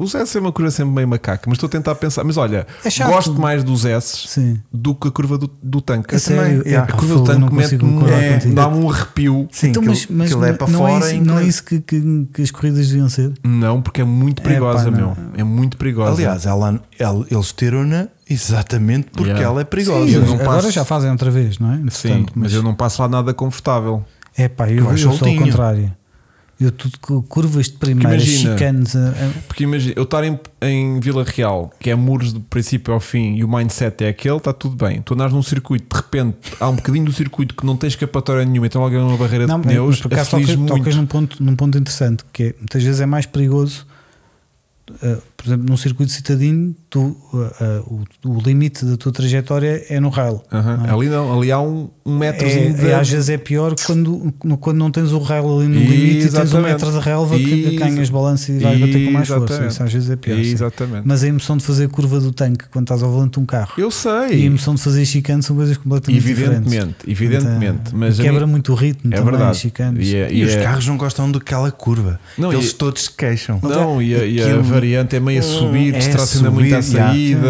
Speaker 2: Os S é uma curva sempre meio macaca, mas estou a tentar pensar. Mas olha,
Speaker 3: É chato.
Speaker 2: gosto mais dos S
Speaker 3: Sim.
Speaker 2: do que a curva do, do tanque. É,
Speaker 3: A
Speaker 1: Eu também,
Speaker 3: sério,
Speaker 1: yeah.
Speaker 3: epá,
Speaker 2: A curva do
Speaker 3: fogo, eu não
Speaker 2: tanque mete
Speaker 3: consigo concordar
Speaker 1: é,
Speaker 3: contigo.
Speaker 2: dá-me um arrepio.
Speaker 1: Sim,
Speaker 3: então,
Speaker 1: aquilo-
Speaker 3: mas, mas
Speaker 1: aquilo é para
Speaker 3: não,
Speaker 1: fora
Speaker 3: é
Speaker 1: e
Speaker 3: isso, não é
Speaker 1: inglês.
Speaker 3: isso que, que- que as corridas deviam ser?
Speaker 2: Não, porque é muito perigosa,
Speaker 3: Epá,
Speaker 2: meu.
Speaker 3: não.
Speaker 2: É muito perigosa.
Speaker 1: Aliás, ela, ela- eles tiram-na exatamente porque
Speaker 2: Yeah.
Speaker 1: ela é perigosa.
Speaker 2: Sim, eu não
Speaker 3: agora
Speaker 2: passo-
Speaker 3: já fazem outra vez, não é?
Speaker 2: sim,
Speaker 3: Portanto,
Speaker 2: mas... eu não passo lá nada confortável.
Speaker 3: É pá, eu,
Speaker 1: Tu vais
Speaker 3: eu sou ao
Speaker 1: soltinho.
Speaker 3: contrário. Eu tudo com curvas de primeira,
Speaker 2: imagina. é
Speaker 3: chicanes. eh, a- a-
Speaker 2: Porque imagina, eu estar em, em Vila Real, que é muros do princípio ao fim e o mindset é aquele, está tudo bem. Tu andas num circuito, de repente há um bocadinho do circuito que não tem escapatória nenhuma, então logo é uma barreira
Speaker 3: Não,
Speaker 2: de pneus,
Speaker 3: mas por acaso
Speaker 2: aflige
Speaker 3: tocas,
Speaker 2: muito.
Speaker 3: tocas num, ponto, num ponto interessante que é, muitas vezes é mais perigoso. uh, por por exemplo, num circuito citadino, tu, ah, ah, o, o limite da tua trajetória é no rail.
Speaker 2: Aham.
Speaker 3: não é?
Speaker 2: Ali não, ali há um, um metrozinho
Speaker 3: É,
Speaker 2: de.
Speaker 3: é, às vezes é pior quando, no- quando não tens o rail ali no limite e tens um
Speaker 2: Exatamente.
Speaker 3: metro de relva que
Speaker 2: Exa-
Speaker 3: ganhas balanço e vais bater com mais força.
Speaker 2: Exatamente.
Speaker 3: Isso às vezes é pior. sim.
Speaker 2: Exatamente.
Speaker 3: Mas a emoção de fazer curva do tanque quando estás ao volante de um carro
Speaker 2: Eu
Speaker 3: e a
Speaker 2: sei.
Speaker 3: emoção de fazer chicane são coisas completamente diferentes.
Speaker 2: Evidentemente, evidentemente.
Speaker 3: Então,
Speaker 2: mas a
Speaker 3: quebra
Speaker 2: mim-
Speaker 3: muito o ritmo
Speaker 2: é
Speaker 3: também,
Speaker 2: verdade.
Speaker 3: as chicanes.
Speaker 2: E, é-
Speaker 1: E
Speaker 2: e
Speaker 1: os
Speaker 2: é-
Speaker 1: carros não gostam daquela curva.
Speaker 2: Não,
Speaker 1: Eles
Speaker 2: e-
Speaker 1: todos se queixam.
Speaker 2: Não, e a, e a
Speaker 1: Aquilo-
Speaker 2: variante é meio a subir,
Speaker 1: É
Speaker 2: que se traciona muito à
Speaker 1: subir, já.
Speaker 2: saída,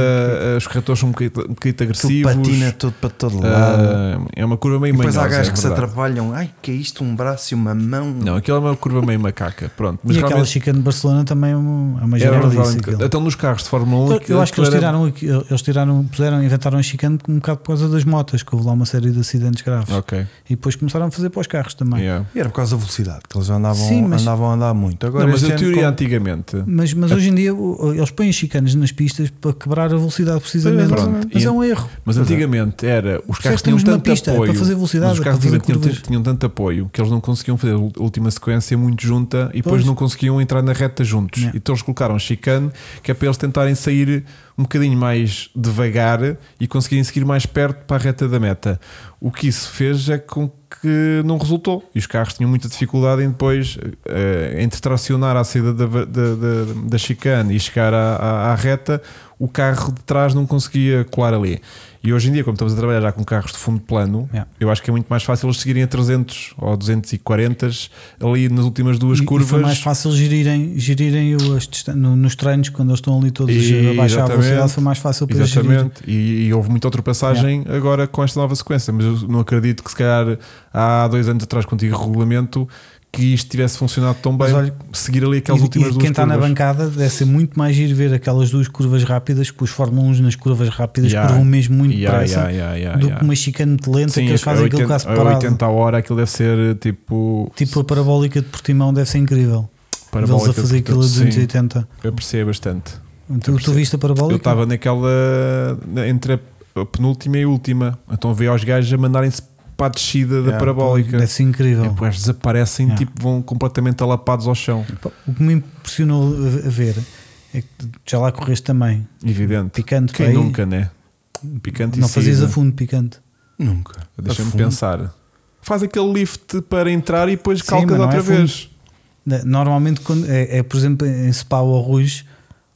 Speaker 2: os corretores são um bocadito, um bocadito
Speaker 1: Aquilo
Speaker 2: agressivos.
Speaker 1: patina todo para todo lado.
Speaker 2: Ah, é uma curva meio
Speaker 1: e depois há
Speaker 2: manhosa,
Speaker 1: gajos
Speaker 2: é
Speaker 1: que se
Speaker 2: verdade.
Speaker 1: atrapalham. Ai, que é isto? Um braço e uma mão.
Speaker 2: Não, aquilo é uma curva meio macaca. Pronto, mas
Speaker 3: e aquela
Speaker 2: realmente
Speaker 3: chicane de Barcelona também é uma, é uma
Speaker 2: era
Speaker 3: generalice,
Speaker 2: realmente-
Speaker 3: aquilo.
Speaker 2: Então nos carros de Fórmula 1.
Speaker 3: Eu, eu
Speaker 2: aquilo é
Speaker 3: acho que eles
Speaker 2: era-
Speaker 3: tiraram, aqui- eles tiraram, puseram, inventaram a chicane um bocado por causa das motas, que houve lá uma série de acidentes graves.
Speaker 2: Ok.
Speaker 3: E depois começaram a fazer para os carros também.
Speaker 2: yeah.
Speaker 1: E era por causa da velocidade, que eles andavam,
Speaker 3: Sim, mas-
Speaker 1: andavam a andar muito. Agora,
Speaker 2: Não, mas
Speaker 1: este
Speaker 2: a
Speaker 1: ano,
Speaker 2: teoria
Speaker 1: como-
Speaker 2: antigamente.
Speaker 3: Mas, mas hoje em dia o- eles põem chicanes nas pistas para quebrar a velocidade precisamente.
Speaker 2: Pois, é, pronto.
Speaker 3: Mas
Speaker 2: E-
Speaker 3: é um erro.
Speaker 2: Mas antigamente era. Os carros tinham
Speaker 3: temos uma
Speaker 2: tanto
Speaker 3: pista, é para
Speaker 2: apoio.
Speaker 3: fazer velocidade,
Speaker 2: mas os
Speaker 3: é
Speaker 2: carros
Speaker 3: para fazer
Speaker 2: tinham,
Speaker 3: curvas.
Speaker 2: tanto- tinham tanto apoio que eles não conseguiam fazer a última sequência muito junta e depois
Speaker 3: Pois.
Speaker 2: não conseguiam entrar na reta juntos.
Speaker 3: Yeah.
Speaker 2: Então eles colocaram chicane que é para eles tentarem sair um bocadinho mais devagar e conseguirem seguir mais perto para a reta da meta. O que isso fez é com que não resultou. E os carros tinham muita dificuldade em depois eh, entre tracionar à saída da, va- da, da, da chicane e chegar à, à- à reta. O carro de trás não conseguia colar ali. E hoje em dia, como estamos a trabalhar já com carros de fundo plano,
Speaker 3: Yeah.
Speaker 2: eu acho que é muito mais fácil eles seguirem a 300 ou 240 ali nas últimas duas
Speaker 3: E- e
Speaker 2: curvas.
Speaker 3: foi mais fácil gerirem, gerirem o- as distan- no- nos treinos quando eles estão ali todos
Speaker 2: E-
Speaker 3: a baixar a
Speaker 2: exatamente.
Speaker 3: velocidade. Foi mais fácil para eles gerir.
Speaker 2: Exatamente, e, e houve muita ultrapassagem agora com esta nova sequência, mas eu não acredito que se calhar há dois anos atrás contigo regulamento que isto tivesse funcionado tão
Speaker 3: Mas
Speaker 2: bem
Speaker 3: olha,
Speaker 2: seguir ali aquelas
Speaker 3: E,
Speaker 2: últimas
Speaker 3: e
Speaker 2: duas
Speaker 3: quem está na
Speaker 2: curvas.
Speaker 3: bancada deve ser muito mais giro ver aquelas duas curvas rápidas, que os Fórmula 1 nas curvas rápidas
Speaker 2: Yeah.
Speaker 3: curvam mesmo muito
Speaker 2: Yeah,
Speaker 3: depressa
Speaker 2: yeah, yeah, yeah,
Speaker 3: do
Speaker 2: yeah.
Speaker 3: que uma chicane muito lenta
Speaker 2: Sim, é
Speaker 3: que eles
Speaker 2: a
Speaker 3: fazem aquilo
Speaker 2: 80
Speaker 3: quase
Speaker 2: a
Speaker 3: parado.
Speaker 2: 80 a hora aquilo deve ser tipo
Speaker 3: Tipo a parabólica de Portimão deve ser incrível. Vê-los
Speaker 2: parabólica,
Speaker 3: Tipo, a fazer aquilo a
Speaker 2: portanto, sim,
Speaker 3: 280.
Speaker 2: Eu apreciei bastante.
Speaker 3: Tu, tu viste a parabólica?
Speaker 2: Eu estava naquela. na- entre a penúltima e a última. Então vê aos gajos a mandarem-se para a descida da
Speaker 1: Yeah,
Speaker 2: parabólica.
Speaker 3: Deve ser
Speaker 2: E
Speaker 3: incrível.
Speaker 2: depois desaparecem,
Speaker 3: Yeah.
Speaker 2: tipo, vão completamente alapados ao chão.
Speaker 3: O que me impressionou a a ver é que já lá correste também,
Speaker 2: Evidente.
Speaker 3: picante.
Speaker 2: Quem
Speaker 3: pá, aí.
Speaker 2: nunca, né? Picante
Speaker 3: Não
Speaker 2: e
Speaker 3: fazias
Speaker 2: sida.
Speaker 3: a fundo, picante.
Speaker 1: Nunca.
Speaker 2: Deixa-me
Speaker 1: A fundo.
Speaker 2: pensar. Faz aquele lift para entrar e depois
Speaker 3: Sim,
Speaker 2: calcas
Speaker 3: mas não
Speaker 2: outra
Speaker 3: é fundo.
Speaker 2: vez.
Speaker 3: Na- Né? Normalmente, quando, é, é, por exemplo em Spa ou Rouge,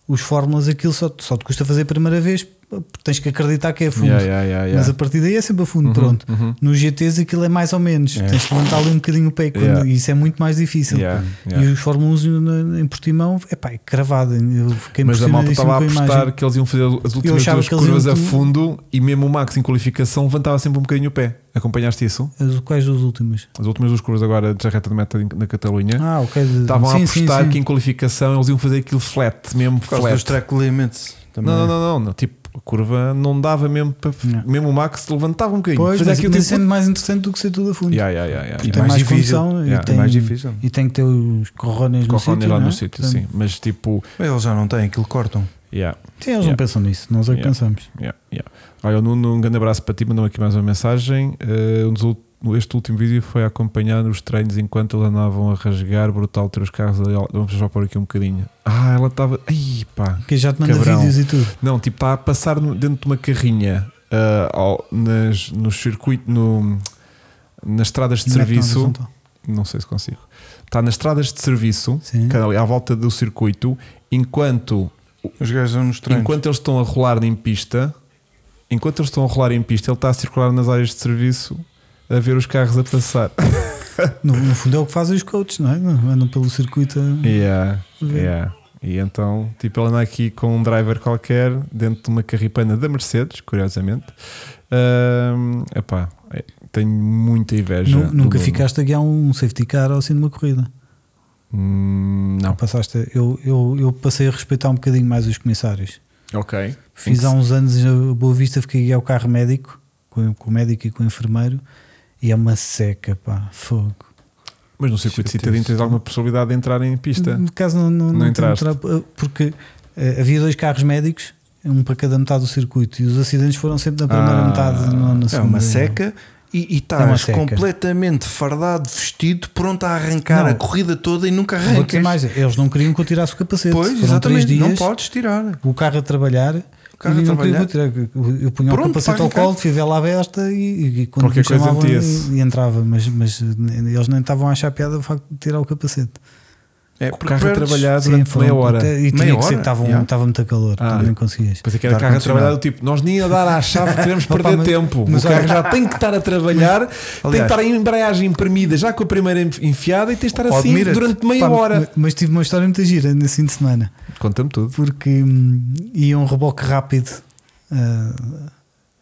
Speaker 3: os Fórmulas aquilo só, só te custa fazer a primeira vez, porque tens que acreditar que é a fundo.
Speaker 2: Yeah, yeah, yeah, yeah.
Speaker 3: Mas a partir daí é sempre a fundo,
Speaker 2: Uhum,
Speaker 3: pronto.
Speaker 2: uhum.
Speaker 3: Nos GTs aquilo é mais ou menos.
Speaker 1: É.
Speaker 3: Tens que levantar ali um bocadinho o pé quando-
Speaker 2: Yeah.
Speaker 3: e isso é muito mais difícil.
Speaker 2: Yeah,
Speaker 3: E
Speaker 2: yeah.
Speaker 3: os Fórmula 1 no- em Portimão é pá, é cravado. Eu fiquei
Speaker 2: Mas a malta
Speaker 3: impressionadíssimo
Speaker 2: estava a
Speaker 3: com a imagem.
Speaker 2: apostar que eles iam fazer as últimas
Speaker 3: achava
Speaker 2: duas
Speaker 3: que eles iam tipo
Speaker 2: curvas a
Speaker 3: tudo-
Speaker 2: fundo e mesmo o Max em qualificação levantava sempre um bocadinho o pé. Acompanhaste isso?
Speaker 3: As, quais dos últimos?
Speaker 2: As últimas duas curvas agora de reta de meta na Catalunha
Speaker 3: Ah, ok. de-
Speaker 2: É? estavam a
Speaker 3: sim, sim,
Speaker 2: apostar um
Speaker 3: sim.
Speaker 2: que em qualificação eles iam fazer aquilo flat, mesmo
Speaker 1: Por causa dos
Speaker 2: flat.
Speaker 1: track limits. também.
Speaker 2: Não, não, não, não, não, tipo, a curva não dava mesmo para.
Speaker 3: Não.
Speaker 2: Mesmo o Max levantava um bocadinho,
Speaker 3: Pois,
Speaker 2: fazia
Speaker 3: mas,
Speaker 2: aquilo
Speaker 3: mas
Speaker 2: tipo.
Speaker 3: sendo mais interessante do que ser tudo a fundo.
Speaker 2: Yeah, yeah, yeah, yeah,
Speaker 3: E
Speaker 2: yeah.
Speaker 3: tem
Speaker 1: mais
Speaker 3: mais,
Speaker 1: difícil.
Speaker 3: condição
Speaker 2: Yeah,
Speaker 3: e,
Speaker 2: é
Speaker 3: tem,
Speaker 1: mais difícil.
Speaker 3: e tem que ter os corrones no
Speaker 2: Corrones
Speaker 3: sítio.
Speaker 2: lá
Speaker 3: não é?
Speaker 2: no sítio, sim. Mas tipo,
Speaker 1: Mas Eles já não têm, aquilo cortam.
Speaker 2: yeah,
Speaker 3: Sim, eles não
Speaker 2: Yeah.
Speaker 3: pensam nisso, nós é que
Speaker 2: Yeah.
Speaker 3: pensamos.
Speaker 2: yeah, yeah. Olha, o Nuno, um grande abraço para ti, mandou aqui mais uma mensagem. Eh, um dos ult- este último vídeo foi acompanhar os treinos enquanto eles andavam a rasgar brutal ter os carros ali. Vamos só pôr aqui um bocadinho. Ah, ela estava. Ai pá,
Speaker 3: Que já te manda
Speaker 2: Cabrão.
Speaker 3: vídeos e tudo. é
Speaker 2: Não, tipo, está a passar no- dentro de uma carrinha ah, ao- nas, no circuito, no, nas estradas de
Speaker 3: Mete na
Speaker 2: serviço.
Speaker 3: horizontal.
Speaker 2: Não sei se consigo. Está nas estradas de serviço,
Speaker 3: Sim.
Speaker 2: que é ali à volta do circuito, enquanto,
Speaker 1: Os gajos vão nos treinos.
Speaker 2: enquanto eles estão a rolar em pista, enquanto eles estão a rolar em pista, ele está a circular nas áreas de serviço a ver os carros a passar.
Speaker 3: No, no fundo é o que fazem os coaches, não é? Andam pelo circuito. eh, a-
Speaker 2: Yeah,
Speaker 3: Ver.
Speaker 2: yeah. E então, tipo, ele anda aqui com um driver qualquer dentro de uma carripana da Mercedes, curiosamente. Ahm, epá, é, tenho muita inveja.
Speaker 3: Nu-
Speaker 2: do
Speaker 3: nunca
Speaker 2: Nuno.
Speaker 3: ficaste a guiar um safety car ou assim numa corrida.
Speaker 2: Hum, não.
Speaker 3: Passaste a- eu, eu, eu passei a respeitar um bocadinho mais os comissários.
Speaker 2: Ok.
Speaker 3: Fiz um
Speaker 2: Em que
Speaker 3: há uns anos a Boa Vista, fiquei a guiar o carro médico, com, com o médico e com o enfermeiro, e é uma seca, pá, fogo.
Speaker 2: se- Mas no circuito de citadino tens alguma possibilidade de entrar em
Speaker 1: é-
Speaker 2: pista?
Speaker 3: No caso, não, não,
Speaker 2: Não
Speaker 3: não
Speaker 2: entraste.
Speaker 3: entra- porque eh, havia dois carros médicos, um para cada metade do circuito, e os acidentes foram sempre na primeira
Speaker 2: Ah,
Speaker 3: metade, não na
Speaker 1: É
Speaker 3: segunda.
Speaker 1: uma seca E, e
Speaker 3: É uma
Speaker 1: estás
Speaker 3: seca.
Speaker 1: completamente fardado, vestido, pronto a arrancar
Speaker 3: Não.
Speaker 1: a corrida toda e nunca
Speaker 3: Vou dizer
Speaker 1: arrancas.
Speaker 3: mais, eles não queriam que eu tirasse o capacete.
Speaker 1: Pois,
Speaker 3: Foram três
Speaker 1: exatamente,
Speaker 3: dias,
Speaker 1: não podes tirar.
Speaker 3: o carro a trabalhar.
Speaker 1: carro
Speaker 3: e
Speaker 1: a
Speaker 3: não queriam
Speaker 1: trabalhar.
Speaker 3: que eu tirasse. Eu punha
Speaker 1: Pronto, um
Speaker 3: o capacete
Speaker 1: para
Speaker 3: ao
Speaker 1: arrancar.
Speaker 3: colo, fui vela à besta e, e quando
Speaker 2: Qualquer
Speaker 3: me
Speaker 2: coisa
Speaker 3: chamavam
Speaker 2: metia-se.
Speaker 3: e, e entrava, mas, mas eh, eles nem estavam a achar piada o facto de tirar o capacete.
Speaker 1: É,
Speaker 2: O
Speaker 1: porque
Speaker 2: carro a
Speaker 1: perdes-
Speaker 2: trabalhar durante
Speaker 3: foram
Speaker 2: meia hora.
Speaker 3: até- e tinha
Speaker 1: Meia
Speaker 3: que ser,
Speaker 1: hora?
Speaker 3: estava um,
Speaker 1: Yeah.
Speaker 3: estava muito calor,
Speaker 2: Ah.
Speaker 3: portanto nem conseguias.
Speaker 2: Pois é que era
Speaker 1: Dar
Speaker 2: carro a
Speaker 1: condicionado.
Speaker 2: trabalhar do tipo, nós nem a dar à
Speaker 3: (laughs)
Speaker 2: chave queremos
Speaker 3: Opa,
Speaker 2: perder
Speaker 3: mas-
Speaker 2: tempo.
Speaker 3: mas
Speaker 2: o carro
Speaker 3: olha-
Speaker 2: já tem que estar a
Speaker 3: (laughs)
Speaker 2: trabalhar, tem que
Speaker 1: Aliás-
Speaker 2: estar a embreagem premida já com a primeira enfiada e tens de estar
Speaker 1: Oh,
Speaker 2: assim
Speaker 1: admira-te.
Speaker 2: durante meia
Speaker 3: Pá,
Speaker 2: hora.
Speaker 3: Mas, mas tive uma história muito gira nesse fim de semana,
Speaker 2: Conta-me tudo.
Speaker 3: porque hum, ia um reboque rápido. ah,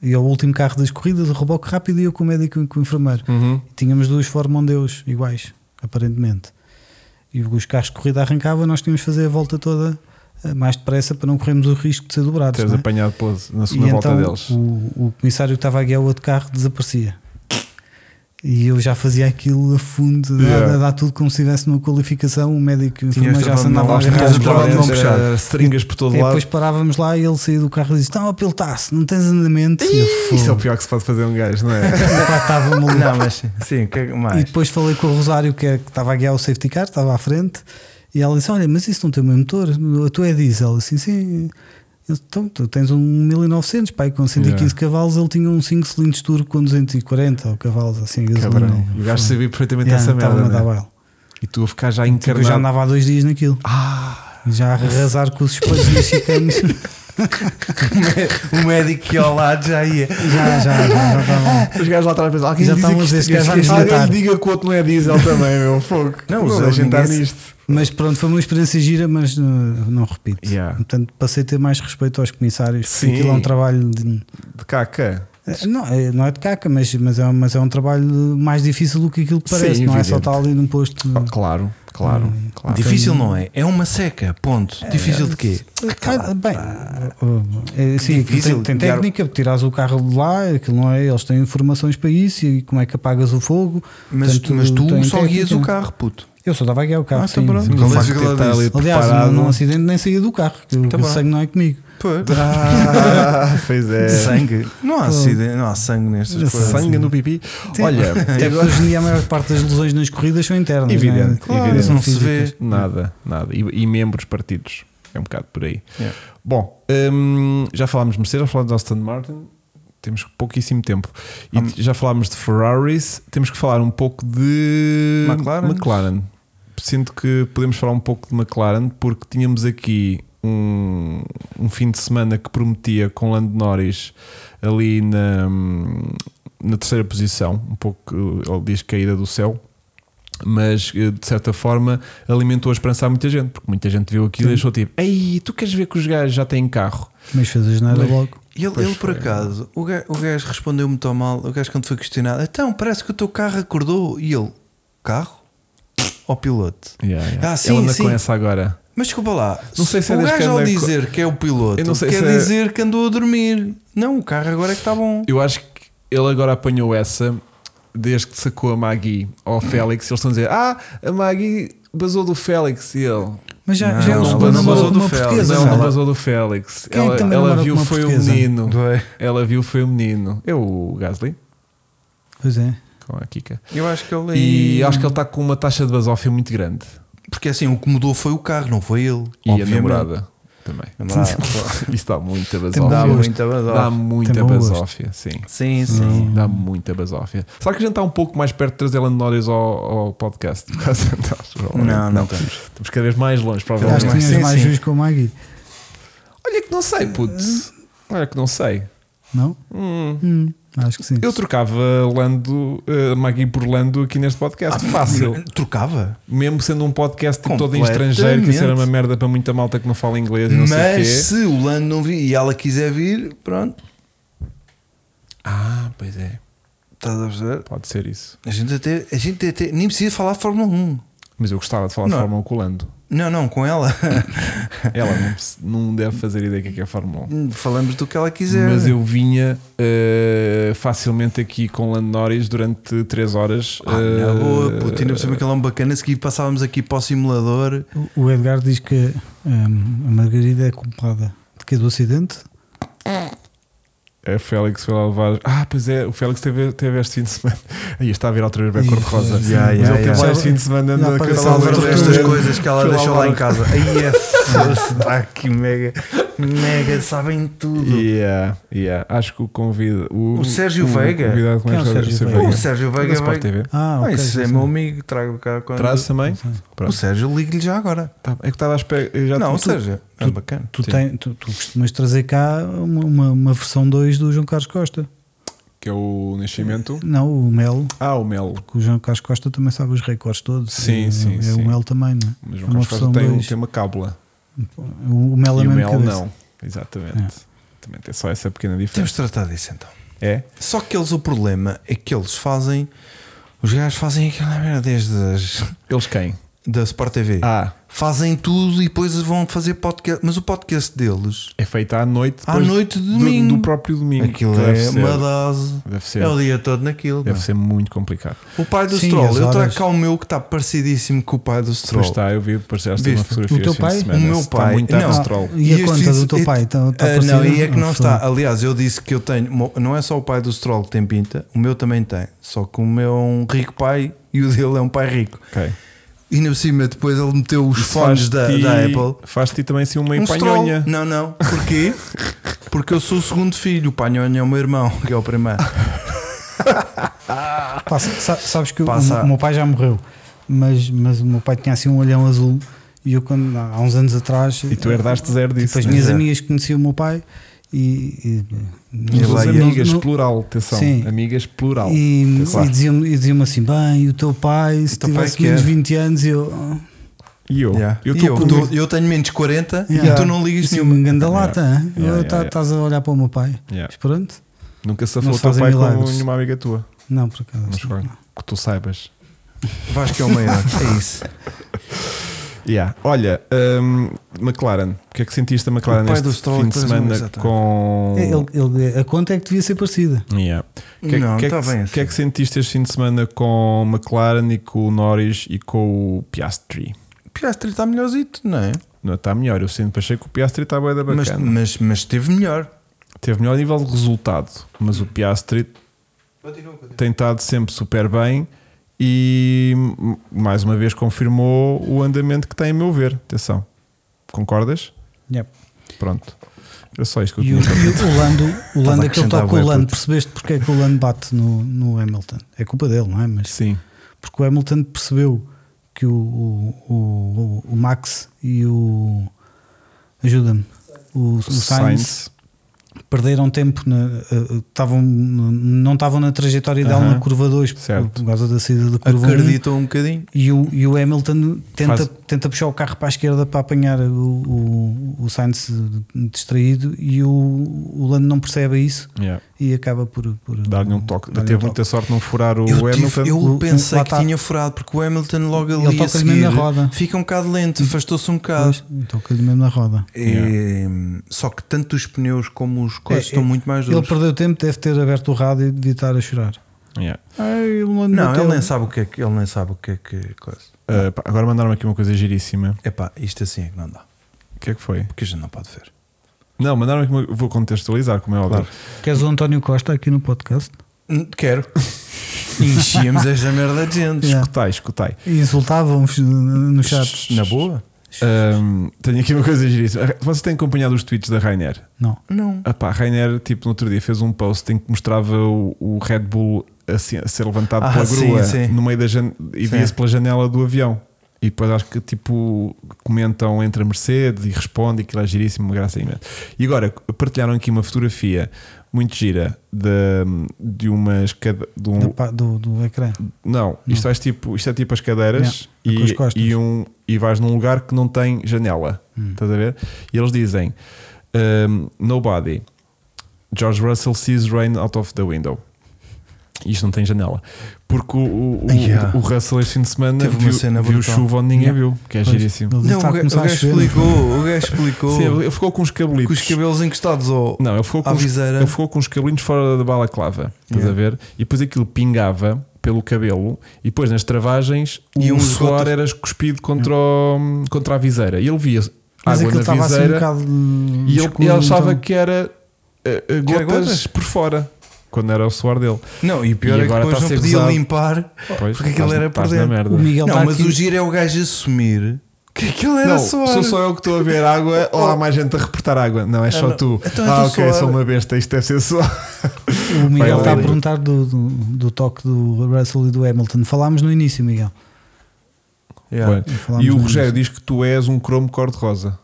Speaker 3: ia ao último carro das corridas, o reboque rápido e eu com o médico e com o enfermeiro.
Speaker 2: Uhum.
Speaker 3: Tínhamos duas Fórmula um Deus iguais, aparentemente. E os carros de corrida arrancavam, nós tínhamos de fazer a volta toda eh, mais depressa para não corrermos o risco de ser dobrados.
Speaker 2: Teres
Speaker 3: não é?
Speaker 2: apanhado pose na
Speaker 3: E
Speaker 2: segunda volta
Speaker 3: então
Speaker 2: deles.
Speaker 3: O, o comissário que estava a guiar o outro carro desaparecia. E eu já fazia aquilo a fundo, a
Speaker 2: Yeah.
Speaker 3: dar- a dar tudo como se estivesse numa qualificação. O médico e o
Speaker 1: Tinhas
Speaker 3: enfermeiro já se
Speaker 1: travado
Speaker 3: andava a
Speaker 1: na
Speaker 3: agarrar
Speaker 1: tinhas
Speaker 3: as
Speaker 1: travado
Speaker 3: cordas.
Speaker 1: na mão puxada.
Speaker 2: Era Seringas por todo
Speaker 3: E
Speaker 2: lado.
Speaker 3: depois parávamos lá e ele saía do carro e disse: Estão a piltar-se, não tens andamento. E
Speaker 2: Isso é
Speaker 3: eu,
Speaker 2: o (laughs)
Speaker 3: "Fogo".
Speaker 2: pior que se pode fazer a um gajo, não é?
Speaker 3: Pá, estava-me ali.
Speaker 1: (laughs) Não, mas sim, o que é que
Speaker 2: Ah,
Speaker 3: E
Speaker 1: mais?
Speaker 3: depois falei com o Rosário, que, é- que estava a guiar o safety car, estava à frente, e ela disse: Olha, mas isso não tem o mesmo motor, a tua é diesel. Eu disse: Sim. Eu disse, Então, tu tens um 1900, pai, com 115
Speaker 2: Yeah.
Speaker 3: cavalos, ele tinha um 5 cilindros turbo com 240 ou cavalos, assim,
Speaker 2: Cabrão.
Speaker 3: gasolina.
Speaker 2: E o gajo sabia perfeitamente
Speaker 3: Yeah,
Speaker 2: essa
Speaker 3: estava-me a
Speaker 2: merda.
Speaker 3: dar
Speaker 2: né?
Speaker 3: baile.
Speaker 2: E tu a ficar já
Speaker 3: Eu já
Speaker 2: encarnado.
Speaker 3: andava há dois dias naquilo,
Speaker 2: Ah,
Speaker 3: já a arrasar com os espelhos das
Speaker 2: (laughs)
Speaker 3: chicanas.
Speaker 1: O médico que ia ao lado já ia.
Speaker 3: já, já, já, já estava.
Speaker 2: os gajos lá atrás pensam, alguém
Speaker 3: Já
Speaker 2: diz
Speaker 3: estavam
Speaker 2: que
Speaker 3: a
Speaker 2: isto-
Speaker 3: dizer, este gajo vai nos
Speaker 2: alguém
Speaker 3: matar.
Speaker 2: diga que o outro não é diesel também, meu fogo.
Speaker 1: (laughs) Não, é os
Speaker 2: deixem
Speaker 1: ninguém
Speaker 2: estar
Speaker 1: se-
Speaker 2: tá nisto.
Speaker 3: Mas pronto, foi uma experiência gira, mas uh, não repito.
Speaker 2: Yeah.
Speaker 3: Portanto, passei a ter mais respeito aos comissários, porque
Speaker 2: Sim.
Speaker 3: aquilo é um trabalho de.
Speaker 2: De caca.
Speaker 3: É, Não, é- não é de caca, mas, mas, é, um- mas é um trabalho mais difícil do que aquilo que
Speaker 2: Sim,
Speaker 3: parece, não é
Speaker 2: evidente.
Speaker 3: só estar ali num posto.
Speaker 2: Oh, claro, claro, claro.
Speaker 1: Difícil não é? É uma seca, ponto. Difícil
Speaker 3: é.
Speaker 1: de quê?
Speaker 3: Ah, Bem, é, sim, aquilo
Speaker 1: difícil
Speaker 3: tem, tem
Speaker 1: guiar-
Speaker 3: técnica, tiras o carro de lá, aquilo não é, eles têm informações para isso e como é que apagas o fogo.
Speaker 1: Mas,
Speaker 3: Portanto,
Speaker 1: mas tu
Speaker 3: tem
Speaker 1: só
Speaker 3: técnica.
Speaker 1: guias o carro, puto.
Speaker 3: Eu só estava a guiar o carro.
Speaker 1: Ah,
Speaker 3: sim,
Speaker 1: então pronto.
Speaker 3: sim.
Speaker 1: Não,
Speaker 2: O facto
Speaker 1: mas
Speaker 2: de
Speaker 1: aquilo
Speaker 2: ter estar
Speaker 1: disse-
Speaker 2: ali
Speaker 3: Aliás,
Speaker 2: preparado-
Speaker 3: num acidente nem saía do carro, que o
Speaker 1: Tá
Speaker 3: que o
Speaker 1: bom.
Speaker 3: sangue não
Speaker 1: (laughs)
Speaker 3: é comigo.
Speaker 2: Ah, (laughs) pois é.
Speaker 1: Sangue. Não há, acidente, não há sangue nestas coisas.
Speaker 2: Sangue no pipi. Olha,
Speaker 1: É.
Speaker 3: Até porque hoje em dia a maior parte das lesões nas corridas são internas.
Speaker 2: Evidente,
Speaker 3: não é?
Speaker 2: Claro,
Speaker 1: Claro,
Speaker 2: evidente.
Speaker 1: não se
Speaker 3: Físicas.
Speaker 1: vê.
Speaker 2: é Nada, nada. E, e membros partidos. É um bocado por aí.
Speaker 1: Yeah.
Speaker 2: Bom, hum, já falámos de Mercedes, já falámos de Aston Martin. Temos pouquíssimo tempo. E já falámos de Ferraris. Temos que falar um pouco de
Speaker 1: McLaren.
Speaker 2: McLaren. Sinto que podemos falar um pouco de McLaren porque tínhamos aqui um, um fim de semana que prometia com Lando Norris ali na, na terceira posição, um pouco, ele diz caída do céu, mas eh, de certa forma alimentou a esperança a muita gente, porque muita gente viu aquilo e achou tipo: Ei, tu queres ver que os gajos já têm carro?
Speaker 3: Mas fez a geneira
Speaker 2: Mas-
Speaker 3: logo.
Speaker 1: Ele, ele por acaso, o gajo, o gajo respondeu muito ao mal. O gajo, quando foi questionado, então parece que o teu carro acordou. E ele, carro? Ou piloto?
Speaker 2: Yeah, yeah.
Speaker 1: Ah, sim,
Speaker 2: Ele anda
Speaker 1: sim.
Speaker 2: com essa agora.
Speaker 1: Mas desculpa lá,
Speaker 2: Não sei se é
Speaker 1: o
Speaker 2: desde que
Speaker 1: gajo ao
Speaker 2: anda co-
Speaker 1: dizer que é o piloto,
Speaker 2: Eu não sei
Speaker 1: quer
Speaker 2: se é-
Speaker 1: dizer que andou a dormir. Não, o carro agora é que está bom.
Speaker 2: Eu acho que ele agora apanhou essa desde que sacou a Maggie
Speaker 3: (coughs)
Speaker 2: ao Félix. Eles estão a dizer: Ah, a Maggie basou do Félix e ele.
Speaker 3: Mas já,
Speaker 1: Não,
Speaker 3: já é o
Speaker 1: ela
Speaker 3: segundo
Speaker 1: não
Speaker 3: namoro
Speaker 1: basou
Speaker 3: de é? uma
Speaker 1: do Fel,
Speaker 3: portuguesa.
Speaker 2: Não,
Speaker 1: ela-
Speaker 2: não basou do Félix.
Speaker 3: Quem é
Speaker 2: ela
Speaker 3: também
Speaker 2: ela
Speaker 3: namora
Speaker 2: viu
Speaker 3: com uma
Speaker 2: foi o
Speaker 3: portuguesa?
Speaker 2: menino.
Speaker 1: Ué.
Speaker 2: Ela viu foi o menino. É o Gasly
Speaker 3: Pois é.
Speaker 2: com a Kika.
Speaker 1: Eu acho que ele.
Speaker 2: E acho que ele está com uma taxa de basófia muito grande.
Speaker 1: Porque assim, o que mudou foi o carro, não foi ele.
Speaker 2: E
Speaker 1: Obviamente.
Speaker 2: a namorada também.
Speaker 1: Namorada.
Speaker 2: (laughs) Isso dá muita
Speaker 3: Tem
Speaker 1: Dá
Speaker 3: bom
Speaker 2: basófia.
Speaker 3: gosto.
Speaker 1: muita basófia.
Speaker 2: Dá muita
Speaker 3: Tem bom gosto.
Speaker 2: basófia, sim.
Speaker 1: Sim, sim.
Speaker 2: Sim, dá muita basófia. Será que a gente está um pouco mais perto de trazer Lando Norris ao, ao podcast? (laughs) Por causa da- provavelmente
Speaker 1: Não, não temos.
Speaker 2: Estamos cada vez mais longe,
Speaker 3: Acho
Speaker 1: Sim,
Speaker 3: que
Speaker 2: provavelmente.
Speaker 3: tinhas mais
Speaker 1: sim.
Speaker 3: juiz com o Magui,
Speaker 2: Olha que não sei, putz.
Speaker 1: Hum.
Speaker 2: Olha que não sei.
Speaker 3: não?
Speaker 2: Hum.
Speaker 3: Hum, acho que sim.
Speaker 2: Eu trocava Lando, eh, Magui por Lando aqui neste podcast.
Speaker 1: Ah,
Speaker 2: Fácil.
Speaker 1: Trocava.
Speaker 2: Mesmo sendo um podcast tipo, todo em
Speaker 1: Completamente.
Speaker 2: estrangeiro, que isso era uma merda para muita malta que não fala inglês e não sei o quê.
Speaker 1: Mas se o Lando não vir e ela quiser vir, pronto.
Speaker 2: Ah, pois é.
Speaker 1: Estás a perceber?
Speaker 2: Pode ser isso.
Speaker 1: A gente até, a gente até nem precisa falar de Fórmula 1.
Speaker 2: Mas eu gostava de falar de
Speaker 1: Não.
Speaker 2: Fórmula 1 com o Lando.
Speaker 1: Não, não, com ela. (laughs)
Speaker 2: Ela não, perce- não deve fazer ideia do que é que é Fórmula 1.
Speaker 1: Falamos do que ela quiser.
Speaker 2: Mas eu vinha eh, facilmente aqui com o Lando Norris durante 3 horas.
Speaker 1: Ah,
Speaker 2: eh,
Speaker 1: na boa, puto, ainda por cima que ele é um bacana. A seguir passávamos aqui para o simulador.
Speaker 3: O- O Edgar diz que hum, a Margarida é culpada de que é do acidente.
Speaker 2: a Félix foi lá levar. Ah, pois é, o Félix teve, teve este fim de semana. (laughs) Aí está a vir outra vez bem cor-de-rosa.
Speaker 1: Ih,
Speaker 2: Mas
Speaker 1: já,
Speaker 2: ele
Speaker 1: já,
Speaker 2: teve
Speaker 1: já.
Speaker 2: lá este fim de semana
Speaker 3: Não,
Speaker 2: na
Speaker 3: para
Speaker 2: Casa
Speaker 3: salvar
Speaker 2: Alverde.
Speaker 3: todas
Speaker 1: estas coisas que ela
Speaker 2: Foi
Speaker 1: deixou lá em
Speaker 2: levar-
Speaker 1: casa. Aí é foda-se, está aqui um mega, um mega, sabem tudo.
Speaker 2: Yeah, yeah. Acho que o convida. O,
Speaker 1: O Sérgio Veiga?
Speaker 2: convidado que
Speaker 3: Quem é o
Speaker 2: nós vamos
Speaker 3: Sérgio
Speaker 2: receber.
Speaker 3: Veiga?
Speaker 1: O Sérgio
Speaker 2: Da
Speaker 1: Veiga
Speaker 2: Sport
Speaker 1: vai.
Speaker 2: TV.
Speaker 3: Ah,
Speaker 1: Ah,
Speaker 3: ok.
Speaker 1: isso
Speaker 3: já
Speaker 1: é
Speaker 3: sei.
Speaker 1: meu amigo, trago cá quando.
Speaker 2: assim. Traz também?
Speaker 1: O
Speaker 2: Pronto.
Speaker 1: Sérgio, ligo-lhe já agora.
Speaker 2: Tá, é que estava à espera. eu Já
Speaker 1: não, o
Speaker 2: tu-
Speaker 1: Sérgio, é bacana.
Speaker 3: Tu,
Speaker 2: Sim.
Speaker 3: tem, tu, tu costumas trazer cá uma, uma- uma versão 2 do João Carlos Costa.
Speaker 2: Que é o Nascimento.
Speaker 1: É.
Speaker 3: Não, o Melo,
Speaker 2: Ah, o Melo.
Speaker 3: que o João Carlos Costa também sabe os recordes todos.
Speaker 2: Sim,
Speaker 3: é,
Speaker 2: sim,
Speaker 3: É
Speaker 2: sim.
Speaker 3: o Melo também, não é?
Speaker 2: Mas o
Speaker 3: Uma
Speaker 2: Carlos
Speaker 3: versão
Speaker 2: Costa tem,
Speaker 3: dois.
Speaker 2: tem uma cábula.
Speaker 3: O, o Melo é
Speaker 2: e o
Speaker 3: mesmo
Speaker 2: Mel
Speaker 3: cabeça.
Speaker 2: não. Exatamente.
Speaker 1: É.
Speaker 2: Também tem só essa pequena
Speaker 1: Temos
Speaker 2: diferença.
Speaker 1: de tratar disso então.
Speaker 2: É?
Speaker 1: Só que eles, o problema é que eles fazem. Os gajos fazem aquela merda desde as,
Speaker 2: Eles quem?
Speaker 1: da Sport TV.
Speaker 2: Ah,
Speaker 1: Fazem tudo e depois vão fazer podcast. Mas o podcast deles,
Speaker 2: é feita à noite.
Speaker 1: à
Speaker 2: depois
Speaker 1: noite de
Speaker 2: do-
Speaker 1: domingo.
Speaker 2: Do, próprio domingo.
Speaker 1: aquilo
Speaker 2: que deve
Speaker 1: é
Speaker 2: ser-
Speaker 1: uma dose.
Speaker 2: Deve ser,
Speaker 1: É o dia todo naquilo. é?
Speaker 2: deve
Speaker 1: pá.
Speaker 2: ser muito complicado.
Speaker 1: O pai do
Speaker 3: Sim,
Speaker 1: Stroll,
Speaker 3: as
Speaker 1: eu trago
Speaker 3: horas.
Speaker 1: cá o meu que está parecidíssimo com o pai do
Speaker 2: Pois
Speaker 1: Stroll.
Speaker 2: está, eu vi, parece uma
Speaker 1: Viste?
Speaker 2: fotografia.
Speaker 3: O teu
Speaker 2: este fim de
Speaker 3: pai?
Speaker 2: semana.
Speaker 1: O meu
Speaker 2: Está
Speaker 1: pai.
Speaker 2: muito tarde
Speaker 1: Não.
Speaker 2: no Stroll.
Speaker 3: E a
Speaker 1: este
Speaker 3: conta
Speaker 1: fim-
Speaker 3: do teu
Speaker 1: e-
Speaker 3: pai? Tá, tá
Speaker 1: Ah, não,
Speaker 3: parecida?
Speaker 1: e é que não
Speaker 3: Ah,
Speaker 1: está. Aliás, eu disse que eu tenho. mo- Não é só o pai do Stroll que tem pinta, o meu também tem. Só que o meu é um rico pai e o dele é um pai rico.
Speaker 2: Ok.
Speaker 1: E ainda por cima, depois ele meteu os fones da,
Speaker 2: Faz-te-
Speaker 1: da Apple.
Speaker 2: Faz-te também assim uma
Speaker 1: Um Stroll.
Speaker 2: empanhonha.
Speaker 1: Não, não. Porquê? Porque eu sou o segundo filho. O Panhonha é o meu irmão, que é o primeiro.
Speaker 3: Pá, sa- sabes que o-
Speaker 1: Passa-
Speaker 3: o, meu pai já morreu, mas, mas o meu pai tinha assim um olhão azul. E eu, quando, há uns anos atrás, eh,
Speaker 2: E tu herdaste zero disso.
Speaker 3: depois
Speaker 2: né?
Speaker 3: minhas
Speaker 1: é.
Speaker 3: amigas conheciam o meu pai e. e
Speaker 1: E
Speaker 2: As
Speaker 1: lá
Speaker 2: tuas
Speaker 1: ia-
Speaker 2: amigas,
Speaker 3: não- não-
Speaker 2: plural, atenção.
Speaker 3: Sim.
Speaker 2: Amigas, plural.
Speaker 3: E,
Speaker 2: Claro.
Speaker 3: e diziam-me e diziam-me assim: bem, e o teu pai, se
Speaker 1: teu pai
Speaker 3: tivesse
Speaker 1: que
Speaker 3: menos
Speaker 1: é?"
Speaker 3: 20 anos, e eu. "Ah,
Speaker 2: E eu?
Speaker 1: Yeah.
Speaker 2: Eu
Speaker 1: E
Speaker 2: estou
Speaker 1: eu,
Speaker 2: com
Speaker 1: tô- eu tenho menos 40
Speaker 3: Yeah.
Speaker 1: e tu não ligas
Speaker 3: isso é
Speaker 1: nenhuma.
Speaker 3: uma ganda lata, hein?
Speaker 2: Yeah,
Speaker 3: Eu-
Speaker 2: yeah,
Speaker 3: tá-
Speaker 2: yeah.
Speaker 3: Estás a olhar para o meu pai.
Speaker 2: Yeah.
Speaker 3: Mas pronto,
Speaker 2: Nunca se
Speaker 3: Não
Speaker 2: falou
Speaker 3: se
Speaker 2: teu
Speaker 3: fazem
Speaker 2: pai com
Speaker 3: milagres.
Speaker 2: nenhuma amiga tua.
Speaker 3: não, por acaso.
Speaker 2: Mas claro, que tu saibas.
Speaker 1: Vasco é o maior. É isso.
Speaker 2: Yeah. Olha, hum, McLaren, o que é que sentiste a
Speaker 1: O
Speaker 2: McLaren
Speaker 1: pai do
Speaker 2: este
Speaker 1: Stroll
Speaker 2: fim de
Speaker 1: traz um-
Speaker 2: semana
Speaker 1: exatamente.
Speaker 2: com.
Speaker 3: É, Ele- ele- a conta é que devia ser parecida.
Speaker 2: Yeah. O que, é-
Speaker 1: Não,
Speaker 2: o que é
Speaker 1: tá
Speaker 2: que,
Speaker 1: bem
Speaker 2: o que é
Speaker 1: assim.
Speaker 2: que sentiste este fim de semana com o McLaren e com o Norris e com o Piastri?
Speaker 1: Piastri está melhorzito, não é?
Speaker 2: Não está melhor, eu sempre achei que o Piastri está bem da
Speaker 1: Mas,
Speaker 2: bacana.
Speaker 1: mas, mas teve melhor.
Speaker 2: Teve melhor nível de resultado, mas o Piastri tem estado sempre super bem e m- mais uma vez confirmou o andamento que tem, a meu ver. Atenção, concordas? Pronto, era só isto que eu
Speaker 3: E
Speaker 2: tinha.
Speaker 3: o, e (laughs) o Lando, o Lando é que ele
Speaker 1: acrescentar
Speaker 3: toca o
Speaker 1: bué,
Speaker 3: Lando.
Speaker 1: puto.
Speaker 3: Percebeste porque é que o Lando bate no, no Hamilton? É culpa dele, não é? Mas
Speaker 2: Sim,
Speaker 3: porque o Hamilton percebeu que o, o, o, o Max e o. Ajuda-me. O, o
Speaker 2: o
Speaker 3: Sainz
Speaker 2: Sainz.
Speaker 3: perderam tempo, na, eh, eh, estavam, não estavam na trajetória ideal
Speaker 2: Aham.
Speaker 3: na curva 2 por,
Speaker 2: Certo.
Speaker 3: por causa da saída da curva 1.
Speaker 1: Acreditou um bocadinho.
Speaker 3: E o, e o Hamilton tenta,
Speaker 2: Faz-
Speaker 3: tenta puxar o carro para a esquerda para apanhar o, o, o Sainz distraído e o, o Lando não percebe isso
Speaker 2: Yeah.
Speaker 3: e acaba por, por
Speaker 2: Dar-lhe um toque.
Speaker 3: dar-lhe um
Speaker 2: Teve
Speaker 3: toque.
Speaker 2: muita sorte não furar o
Speaker 1: Eu, tive-
Speaker 2: Hamilton.
Speaker 1: eu
Speaker 3: o-
Speaker 1: pensei
Speaker 3: lá
Speaker 1: que
Speaker 3: tá.
Speaker 1: tinha furado, porque o Hamilton logo
Speaker 3: Ele
Speaker 1: ali a
Speaker 3: toca-lhe mesmo
Speaker 1: seguir
Speaker 3: na roda.
Speaker 1: fica um bocado lento, afastou-se um bocado.
Speaker 3: Pois, Toca-lhe mesmo na roda.
Speaker 1: E, só que tanto os pneus como os coisas
Speaker 3: É,
Speaker 1: estão
Speaker 3: é-
Speaker 1: muito mais
Speaker 3: Ele
Speaker 1: duros.
Speaker 3: perdeu tempo, deve ter aberto o rádio e devia estar a chorar.
Speaker 2: Yeah.
Speaker 3: Ai, o Lando
Speaker 1: Não,
Speaker 3: bateu.
Speaker 1: ele nem sabe o que é que ele nem sabe o que é que coisa.
Speaker 2: Uh, pá, agora mandaram aqui uma coisa giríssima.
Speaker 1: Epá, isto assim é que não dá.
Speaker 2: O que é que foi?
Speaker 1: Porque a gente não pode ver.
Speaker 2: Não, mandaram aqui uma... Vou contextualizar, como é óbvio.
Speaker 3: Queres o António Costa aqui no podcast?
Speaker 1: Hum, Quero. (laughs) Enchíamos esta merda de gente.
Speaker 3: Yeah.
Speaker 2: Escutai, escutai.
Speaker 3: E insultavam-vos no chat.
Speaker 1: Na boa?
Speaker 2: Um, tenho aqui uma coisa giríssima. Vocês têm acompanhado os tweets da Rainer?
Speaker 3: Não.
Speaker 1: Não.
Speaker 2: Ah pá, a Rainer, tipo, no outro dia fez um post em que mostrava o, o Red Bull a, se- a ser levantado
Speaker 1: Ah,
Speaker 2: pela
Speaker 1: sim,
Speaker 2: grua
Speaker 1: sim.
Speaker 2: no meio da jan- e
Speaker 1: Sim.
Speaker 2: via-se pela janela do avião. E depois acho que tipo comentam entre a Mercedes e responde e aquilo é giríssimo, uma graça imensa. E agora partilharam aqui uma fotografia muito gira de, de umas cada- de um-
Speaker 3: Da pa- Do, do ecrã.
Speaker 2: não, isto, vais tipo, isto é tipo as cadeiras
Speaker 3: Yeah, com as costas.
Speaker 2: e, e, um, e vais num lugar que não tem janela. Estás a ver? E eles dizem: um, Nobody. George Russell sees rain out of the window. E Isto não tem janela. Porque o, o, o-
Speaker 1: Yeah.
Speaker 2: o Russell este fim de semana
Speaker 1: Teve uma
Speaker 2: viu,
Speaker 1: cena
Speaker 2: viu
Speaker 1: brutal.
Speaker 2: chuva onde ninguém
Speaker 3: Yeah.
Speaker 2: viu, que é
Speaker 3: Pois,
Speaker 2: giríssimo.
Speaker 3: ele
Speaker 1: Não,
Speaker 3: está
Speaker 1: o
Speaker 3: a
Speaker 1: ga- o
Speaker 3: começar a
Speaker 1: gajo
Speaker 3: chover, não é?
Speaker 1: explicou, o gajo explicou
Speaker 2: Sim, ele ficou com os
Speaker 1: com
Speaker 2: cabelitos.
Speaker 1: os cabelos encostados ao,
Speaker 2: Não, ele ficou com
Speaker 1: à
Speaker 2: os
Speaker 1: viseira.
Speaker 2: Ele ficou com os cabelinhos fora da balaclava, estás
Speaker 1: Yeah.
Speaker 2: a ver? E depois aquilo pingava pelo cabelo e depois nas travagens
Speaker 1: E
Speaker 2: o
Speaker 1: um
Speaker 2: suor
Speaker 1: esgoto.
Speaker 2: era escupido contra, o- hum, contra a viseira. E ele via
Speaker 3: Mas
Speaker 2: água
Speaker 3: aquilo
Speaker 2: na
Speaker 3: estava assim um
Speaker 2: viseira
Speaker 3: bocado.
Speaker 2: e ele,
Speaker 3: escuro,
Speaker 2: ele achava
Speaker 3: então.
Speaker 2: que era eh, eh,
Speaker 1: Que era
Speaker 2: gotas,
Speaker 1: gotas?
Speaker 2: por fora, quando era o suor dele.
Speaker 1: Não, e o pior
Speaker 2: E
Speaker 1: é que
Speaker 2: agora
Speaker 1: depois não
Speaker 2: está a ser
Speaker 1: podia
Speaker 2: pesado.
Speaker 1: limpar
Speaker 2: Pois,
Speaker 1: Oh, porque aquilo
Speaker 2: estás-
Speaker 1: era por
Speaker 2: estás na
Speaker 1: dentro.
Speaker 2: merda.
Speaker 3: O Miguel
Speaker 1: Não,
Speaker 3: está
Speaker 1: mas
Speaker 3: tá aqui.
Speaker 1: o giro é o gajo assumir que aquilo era
Speaker 2: não,
Speaker 1: suor.
Speaker 2: sou só eu que estou a
Speaker 1: (laughs)
Speaker 2: ver água. Olá, mais gente a reportar água. Não, é só
Speaker 1: não.
Speaker 2: tu.
Speaker 1: Então é
Speaker 2: ah,
Speaker 1: tu
Speaker 2: ok,
Speaker 1: suor.
Speaker 2: sou uma besta. Isto deve ser suor.
Speaker 3: O
Speaker 2: Vai,
Speaker 3: Miguel está a
Speaker 2: Rodrigo.
Speaker 3: perguntar do, do, do toque do Russell e do Hamilton. Falámos no início, Miguel.
Speaker 1: Yeah.
Speaker 2: Bem,
Speaker 3: Falámos
Speaker 2: E o
Speaker 3: no
Speaker 2: Rogério
Speaker 3: início.
Speaker 2: diz que tu és um cromo cor-de-rosa.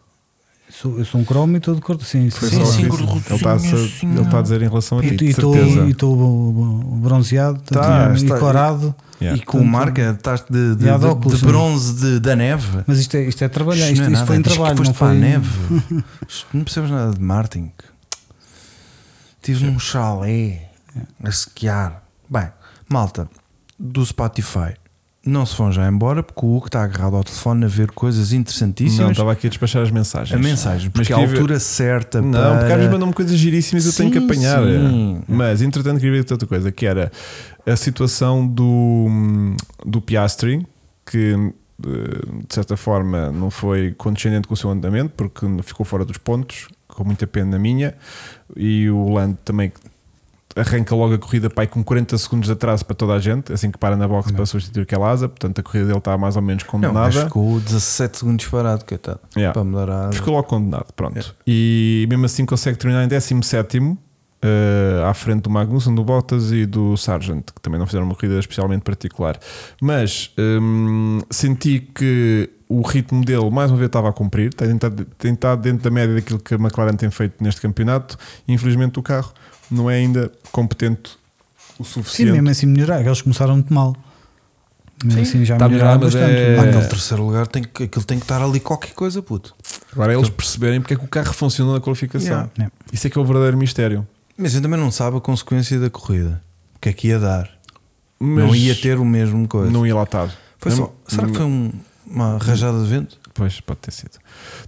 Speaker 3: Sou- eu sou um cromo e estou de cor. Sim,
Speaker 2: Foi
Speaker 1: Sim,
Speaker 2: só
Speaker 3: sim.
Speaker 1: sim,
Speaker 2: isso.
Speaker 1: cor-de-rosinha,
Speaker 2: Ele está a ser-
Speaker 1: sim,
Speaker 2: ele está a dizer em relação a ti,
Speaker 3: E
Speaker 2: de
Speaker 3: estou-
Speaker 2: certeza.
Speaker 3: e estou bronzeado
Speaker 2: Tá,
Speaker 3: tanto-
Speaker 2: está-
Speaker 3: e corado.
Speaker 2: Yeah.
Speaker 1: E com marca, estás de, de,
Speaker 3: E há de
Speaker 1: de-
Speaker 3: óculos,
Speaker 1: de
Speaker 3: não é?
Speaker 1: bronze de- da neve.
Speaker 3: Mas isto é, isto é trabalhar,
Speaker 1: Isto
Speaker 3: isto,
Speaker 1: não é
Speaker 3: isto foi
Speaker 1: nada.
Speaker 3: em
Speaker 1: Diz que
Speaker 3: trabalho,
Speaker 1: foste
Speaker 3: não
Speaker 1: para a
Speaker 3: foi.
Speaker 1: neve. Isto não percebes nada de marketing. Tive num chalé a sequiar. Bem, malta, do Spotify. Não se vão já embora porque o Hugo está agarrado ao telefone a ver coisas
Speaker 2: Não, tá
Speaker 1: interessantíssimas.
Speaker 2: estava aqui a despachar as mensagens.
Speaker 1: a mensagem, porque a
Speaker 2: queria ver-
Speaker 1: altura certa
Speaker 2: Não,
Speaker 1: para...
Speaker 2: porque às vezes mandam-me coisas giríssimas e eu tenho que
Speaker 1: Sim,
Speaker 2: apanhar.
Speaker 1: sim.
Speaker 2: Mas, entretanto, queria ver outra coisa, que era a situação do, do Piastri, que eh, de certa forma não foi condescendente com o seu andamento, porque ficou fora dos pontos, com muita pena na minha, e o Lando também arranca logo a corrida pai, com 40 segundos de atraso para toda a gente, assim que para na box para substituir aquela asa, portanto a corrida dele está mais ou menos
Speaker 1: Não,
Speaker 2: condenada.
Speaker 1: mas ficou 17 segundos parado, coitado.
Speaker 2: Yeah.
Speaker 1: Para mudar a asa.
Speaker 2: Ficou logo condenado, pronto. E mesmo assim consegue terminar em 17 eh, à frente do Magnussen, do Bottas e do Sargent, que também não fizeram uma corrida especialmente particular. Mas hum, senti que o ritmo dele mais uma vez estava a cumprir, tem estado- tem estado dentro da média daquilo que a McLaren tem feito neste campeonato. Infelizmente o carro não é ainda competente o
Speaker 3: Sim,
Speaker 2: suficiente.
Speaker 3: mesmo assim melhorar, eles começaram muito mal. Mesmo assim já
Speaker 2: Está a melhorar,
Speaker 3: melhoraram
Speaker 2: mas
Speaker 3: bastante. então,
Speaker 2: é-
Speaker 1: Ah, Aquele terceiro lugar, tem que, aquilo tem que estar ali qualquer coisa, puto.
Speaker 2: Agora é eles perceberem porque é que o carro funcionou na qualificação.
Speaker 1: Yeah.
Speaker 3: É.
Speaker 2: Isso é que é o verdadeiro mistério.
Speaker 1: Mas eu também não sabe a consequência da corrida. O que é que ia dar?
Speaker 2: Mas
Speaker 1: não ia ter o mesmo coisa.
Speaker 2: Não ia lá estar.
Speaker 1: Foi só- será que foi um- uma rajada de vento?
Speaker 2: Pois, pode ter sido.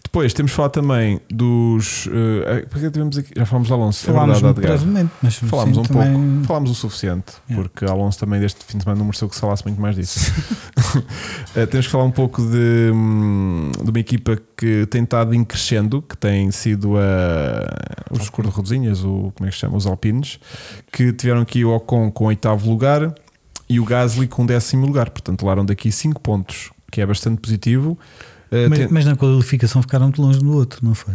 Speaker 2: Depois temos falado também dos. eh, ah, porque tivemos aqui- já falámos de Alonso,
Speaker 3: Falámos
Speaker 2: é verdade,
Speaker 3: muito
Speaker 2: Edgar.
Speaker 3: brevemente, É. mas
Speaker 2: Falámos
Speaker 3: sim,
Speaker 2: um
Speaker 3: também-
Speaker 2: pouco, falámos o suficiente,
Speaker 3: Yeah.
Speaker 2: porque Alonso também deste fim de semana não mereceu que se falasse muito mais
Speaker 3: (laughs)
Speaker 2: disso. Eh, Temos que falar um pouco de, hum, de uma equipa que tem estado em crescendo, que tem sido a, os cor-de-rosinhas, o- como é que se chama? Os alpinos, que tiveram aqui o Ocon com oitavo lugar e o Gasly com décimo lugar, portanto, levaram daqui cinco pontos, que é bastante positivo. Eh,
Speaker 3: Mas,
Speaker 2: tem-
Speaker 3: mas na qualificação ficaram muito longe do outro, não foi?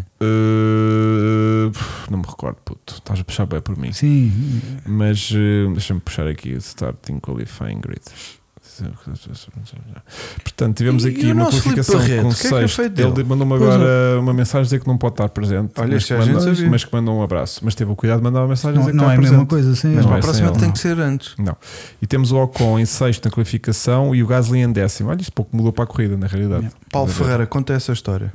Speaker 2: eh, não me recordo, puto, estás a puxar bem por mim.
Speaker 3: Sim,
Speaker 2: Mas eh, deixa-me puxar aqui starting qualifying grid. Portanto, tivemos
Speaker 1: E-
Speaker 2: aqui
Speaker 1: e o
Speaker 2: uma
Speaker 1: nosso Filipe
Speaker 2: qualificação
Speaker 1: Barreto,
Speaker 2: com
Speaker 1: o que é que é
Speaker 2: sexto.
Speaker 1: feito dele? é.
Speaker 2: Ele mandou-me
Speaker 3: Pois
Speaker 2: agora uma mensagem a dizer que não pode estar presente,
Speaker 1: Olha,
Speaker 2: mas,
Speaker 1: isso é
Speaker 2: que
Speaker 1: a gente
Speaker 2: mandou,
Speaker 1: sabia.
Speaker 2: mas que mandou um abraço. Mas teve o cuidado de mandar uma mensagem a
Speaker 3: não,
Speaker 2: dizer que
Speaker 3: não
Speaker 2: está
Speaker 3: é um a
Speaker 2: presente.
Speaker 3: mesma coisa, sim.
Speaker 1: Mas
Speaker 2: Mas
Speaker 1: para
Speaker 2: é
Speaker 1: a
Speaker 2: sem
Speaker 1: próxima
Speaker 2: ele,
Speaker 1: tem
Speaker 2: não.
Speaker 1: que ser antes.
Speaker 2: Não. E temos o Ocon em sexto na qualificação e o Gasly em décimo. Olha, isso pouco mudou para a corrida, na realidade. é
Speaker 3: Yeah.
Speaker 1: Paulo
Speaker 2: Estás a ver?
Speaker 1: Ferreira, conta essa história.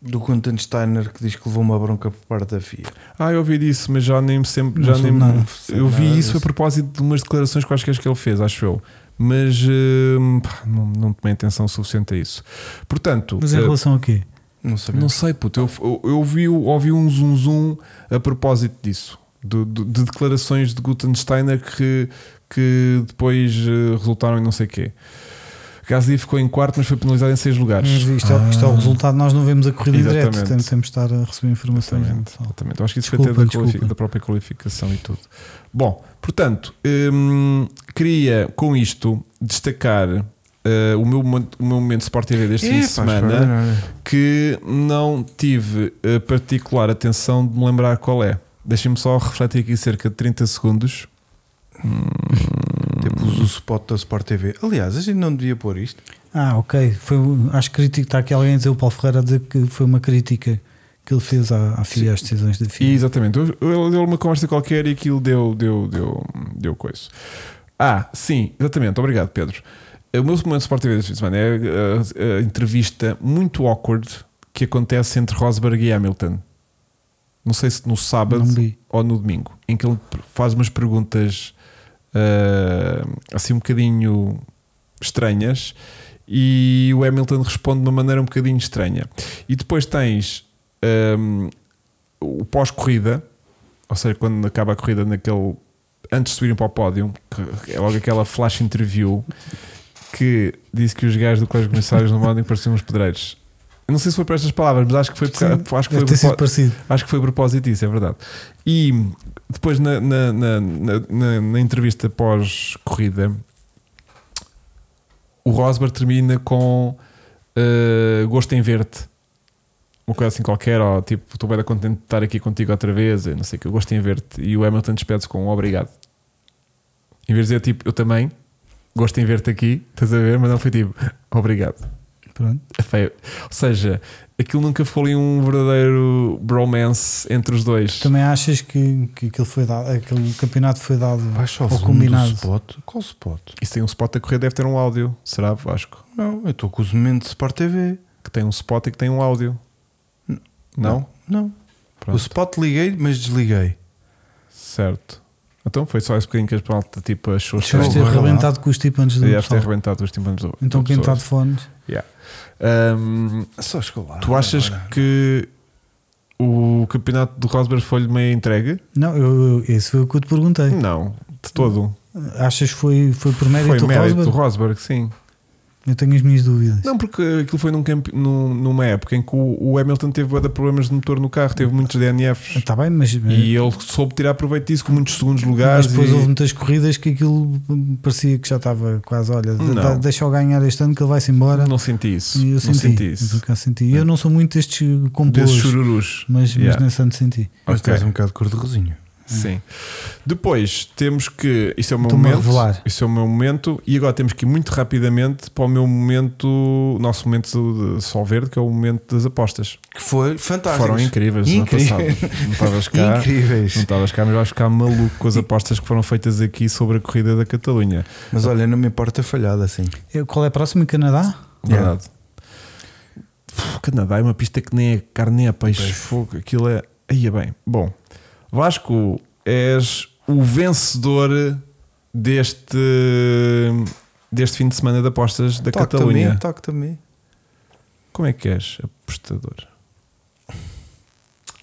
Speaker 1: Do Quentin Steiner que diz que levou uma bronca por parte da FIA.
Speaker 2: Ah, eu ouvi disso, mas já nem sempre.
Speaker 3: Não
Speaker 2: Já
Speaker 3: soube
Speaker 2: nem,
Speaker 3: nada.
Speaker 2: eu
Speaker 1: Nada
Speaker 2: vi isso
Speaker 1: disso.
Speaker 2: a propósito de umas declarações quaisquer que ele fez, acho eu. Mas hum, pá, não, não tomei atenção suficiente a isso. Portanto,
Speaker 3: Mas em
Speaker 2: eh,
Speaker 3: relação a quê?
Speaker 1: Não sabia.
Speaker 2: não sei, puto, eu, eu, eu ouvi, ouvi um zoom zoom a propósito disso, do- do- de declarações de Gutensteiner que, que depois eh, resultaram em não sei quê. Gasly ficou em quarto, mas foi penalizado em seis lugares.
Speaker 3: Mas isto, é, isto é o resultado, nós não vemos a corrida em direto,
Speaker 2: Exatamente.
Speaker 3: temos, temos de estar a receber informações. não é,
Speaker 2: Exatamente,
Speaker 3: pessoal?
Speaker 2: exatamente. Eu acho que isso foi
Speaker 3: Desculpa,
Speaker 2: até da, qualifi-
Speaker 3: desculpa.
Speaker 2: da própria qualificação e tudo. Bom, portanto, hum, queria com isto destacar eh, o, meu, mo- o meu momento de Sport TV deste fim de semana
Speaker 1: é?
Speaker 2: Hum. que não tive a particular atenção de me lembrar qual é. Deixem-me só refletir aqui cerca de 30 segundos.
Speaker 1: Tipo o spot da Sport TV. Aliás, a gente não devia pôr isto.
Speaker 3: Ah, ok. Foi, um- acho crítico, está aqui alguém a dizer, o Paulo Ferreira a dizer que foi uma crítica que ele fez à, à FIA, às decisões da
Speaker 2: E,
Speaker 3: FIA.
Speaker 2: exatamente. Eu- eu- Ele deu uma conversa qualquer e aquilo deu, deu, deu, deu coisa. Ah, sim, exatamente. Obrigado, Pedro. O meu momento de Sport TV deste fim de semana é a, a entrevista muito awkward que acontece entre Rosberg e Hamilton. Não sei se no sábado
Speaker 3: Não vi.
Speaker 2: ou no domingo, em que ele faz umas perguntas ah, assim um bocadinho estranhas e o Hamilton responde de uma maneira um bocadinho estranha. E depois tens hum, o pós-corrida, ou seja, quando acaba a corrida naquele. Antes de subirem para o pódio, que é logo aquela flash interview que disse que os gajos do Colégio de Comissários no Módem pareciam uns pedreiros. Eu não sei se foi por estas palavras, mas acho que foi, porque,
Speaker 3: Sim,
Speaker 2: acho que foi
Speaker 3: deve ter sido
Speaker 2: propó-
Speaker 3: parecido.
Speaker 2: Acho que foi a propósito isso, é verdade. E depois na, na, na, na- na- na entrevista pós-corrida, o Rosberg termina com eh, gosto em ver-te. Uma coisa assim qualquer, ó, tipo, estou bem contente de estar aqui contigo outra vez, eu não sei o que, eu gosto em ver-te. E o Hamilton despede-se com um obrigado. Em vez de dizer tipo, eu também, gosto em ver-te aqui, estás a ver? Mas não foi tipo, obrigado.
Speaker 3: Pronto.
Speaker 2: Foi- Ou seja, aquilo nunca foi ali um verdadeiro bromance entre os dois.
Speaker 3: Também achas que, que aquilo foi dado, aquele campeonato foi dado
Speaker 1: Baixa o
Speaker 3: ou
Speaker 1: volume do
Speaker 3: combinado?
Speaker 1: spot. Qual spot?
Speaker 2: Isso tem um spot a correr, deve ter um áudio, será Vasco?
Speaker 1: Não, eu estou com os momentos de Sport TV.
Speaker 2: Que tem um spot e que tem um áudio.
Speaker 1: N-
Speaker 2: Não?
Speaker 1: Não. O
Speaker 2: Pronto.
Speaker 1: spot liguei, mas desliguei.
Speaker 2: Certo. Então foi só esse bocadinho que as malta tipo achou
Speaker 1: Deixa eu
Speaker 3: Deves
Speaker 2: estranho.
Speaker 3: ter
Speaker 1: Não,
Speaker 3: arrebentado com os tipos antes do
Speaker 2: Deve ter
Speaker 3: pessoal.
Speaker 2: arrebentado os timpanos do
Speaker 3: Então
Speaker 2: da
Speaker 3: quem está
Speaker 2: pessoa.
Speaker 3: de fones
Speaker 2: Yeah. Ahm,
Speaker 1: Só escolar.
Speaker 2: tu achas que o campeonato do Rosberg foi-lhe meio entregue?
Speaker 3: Não, eu, eu- esse foi o que eu te perguntei.
Speaker 2: Não, de todo.
Speaker 3: Achas que foi, Hum. foi por mérito do
Speaker 2: foi mérito do
Speaker 3: Rosberg?
Speaker 2: Rosberg, sim.
Speaker 3: Eu tenho as minhas dúvidas.
Speaker 2: Não, porque aquilo foi num campe- num- numa época em que o, o Hamilton teve bué de problemas de motor no carro, teve muitos DNFs
Speaker 3: Está Tá bem, mas, eh,
Speaker 2: e ele soube tirar proveito disso com muitos segundos
Speaker 3: É. mas
Speaker 2: lugares.
Speaker 3: depois
Speaker 2: e-
Speaker 3: houve muitas corridas que aquilo parecia que já estava quase, olha,
Speaker 2: Não.
Speaker 3: dá- deixa-o ganhar este ano que ele vai-se embora.
Speaker 2: Não senti isso.
Speaker 3: E eu
Speaker 2: não
Speaker 3: senti,
Speaker 2: senti isso. É.
Speaker 3: por acaso senti. Eu não sou muito destes
Speaker 2: Desses
Speaker 3: compôs,
Speaker 2: chururus.
Speaker 3: mas,
Speaker 2: Yeah.
Speaker 3: mas nesse ano senti.
Speaker 1: Mas
Speaker 2: Ok.
Speaker 1: estás um bocado de cor de rosinho.
Speaker 2: Sim. Depois temos que. Isso é o meu
Speaker 3: Estou-me a
Speaker 2: momento.
Speaker 3: Então, revelar.
Speaker 2: Isso é o meu momento. E agora temos que ir muito rapidamente para o meu momento. o Nosso momento de sol verde, que é o momento das apostas.
Speaker 1: Que foi fantástico.
Speaker 2: Foram incríveis. no ano
Speaker 1: Incríveis.
Speaker 2: passado. Não estavas cá. Não
Speaker 1: Incríveis.
Speaker 2: estavas cá, mas vais ficar maluco com as apostas que foram feitas aqui sobre a corrida da Catalunha.
Speaker 1: Mas olha, não me importa ter falhado assim.
Speaker 3: Eu- Qual é a próxima? Canadá?
Speaker 1: Yeah.
Speaker 2: Verdade. Pff, Canadá é uma pista que nem é carne nem é peixe. Fogo, aquilo é. Aí é bem. Bom, Vasco, és o vencedor deste, deste fim de semana de apostas da
Speaker 1: Toque
Speaker 2: Catalunha.
Speaker 1: também, toque também.
Speaker 2: Como é que és apostador?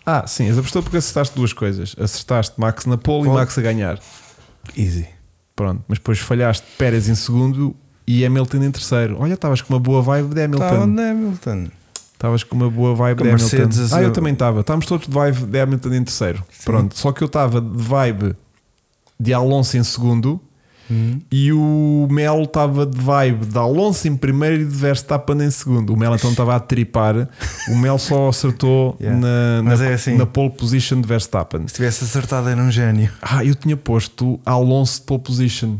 Speaker 2: Ah, sim, és apostador porque acertaste duas coisas. Acertaste Max na pole e
Speaker 1: Pole.
Speaker 2: Max a ganhar.
Speaker 1: Easy.
Speaker 2: Pronto, mas depois falhaste Pérez em segundo e Hamilton em terceiro. Olha, estavas com uma boa vibe de
Speaker 1: Tá
Speaker 2: Hamilton.
Speaker 1: onde é, Milton?
Speaker 2: Estavas com uma boa vibe
Speaker 1: Com
Speaker 2: de
Speaker 1: a
Speaker 2: Hamilton.
Speaker 1: Mercedes,
Speaker 2: ah, eu
Speaker 1: eu-
Speaker 2: também estava. Estávamos todos de vibe de Hamilton em terceiro. Pronto, só que eu estava de vibe de Alonso em segundo e o Mel estava de vibe de Alonso em primeiro e de Verstappen em segundo. O Mel então estava a tripar. O Mel só acertou
Speaker 1: (laughs) Yeah.
Speaker 2: na,
Speaker 1: Mas
Speaker 2: na,
Speaker 1: é assim.
Speaker 2: na pole position de Verstappen.
Speaker 1: Se tivesse acertado, era um gênio.
Speaker 2: Ah, eu tinha posto Alonso de pole position.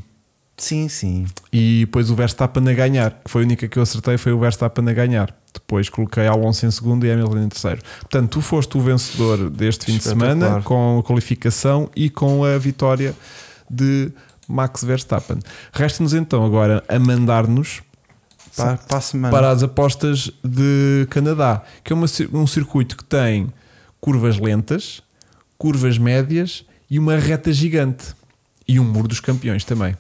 Speaker 1: Sim, sim.
Speaker 2: E depois o Verstappen a ganhar, que foi a única que eu acertei, foi o Verstappen a ganhar. Depois coloquei Alonso em segundo e Hamilton em terceiro. Portanto, tu foste o vencedor deste fim de
Speaker 1: Espetacular.
Speaker 2: semana com a qualificação e com a vitória de Max Verstappen. Resta-nos então agora a mandar-nos
Speaker 1: Para, para a semana.
Speaker 2: para as apostas de Canadá, que é uma cir- um circuito que tem curvas lentas, curvas médias e uma reta gigante. E um muro dos campeões também.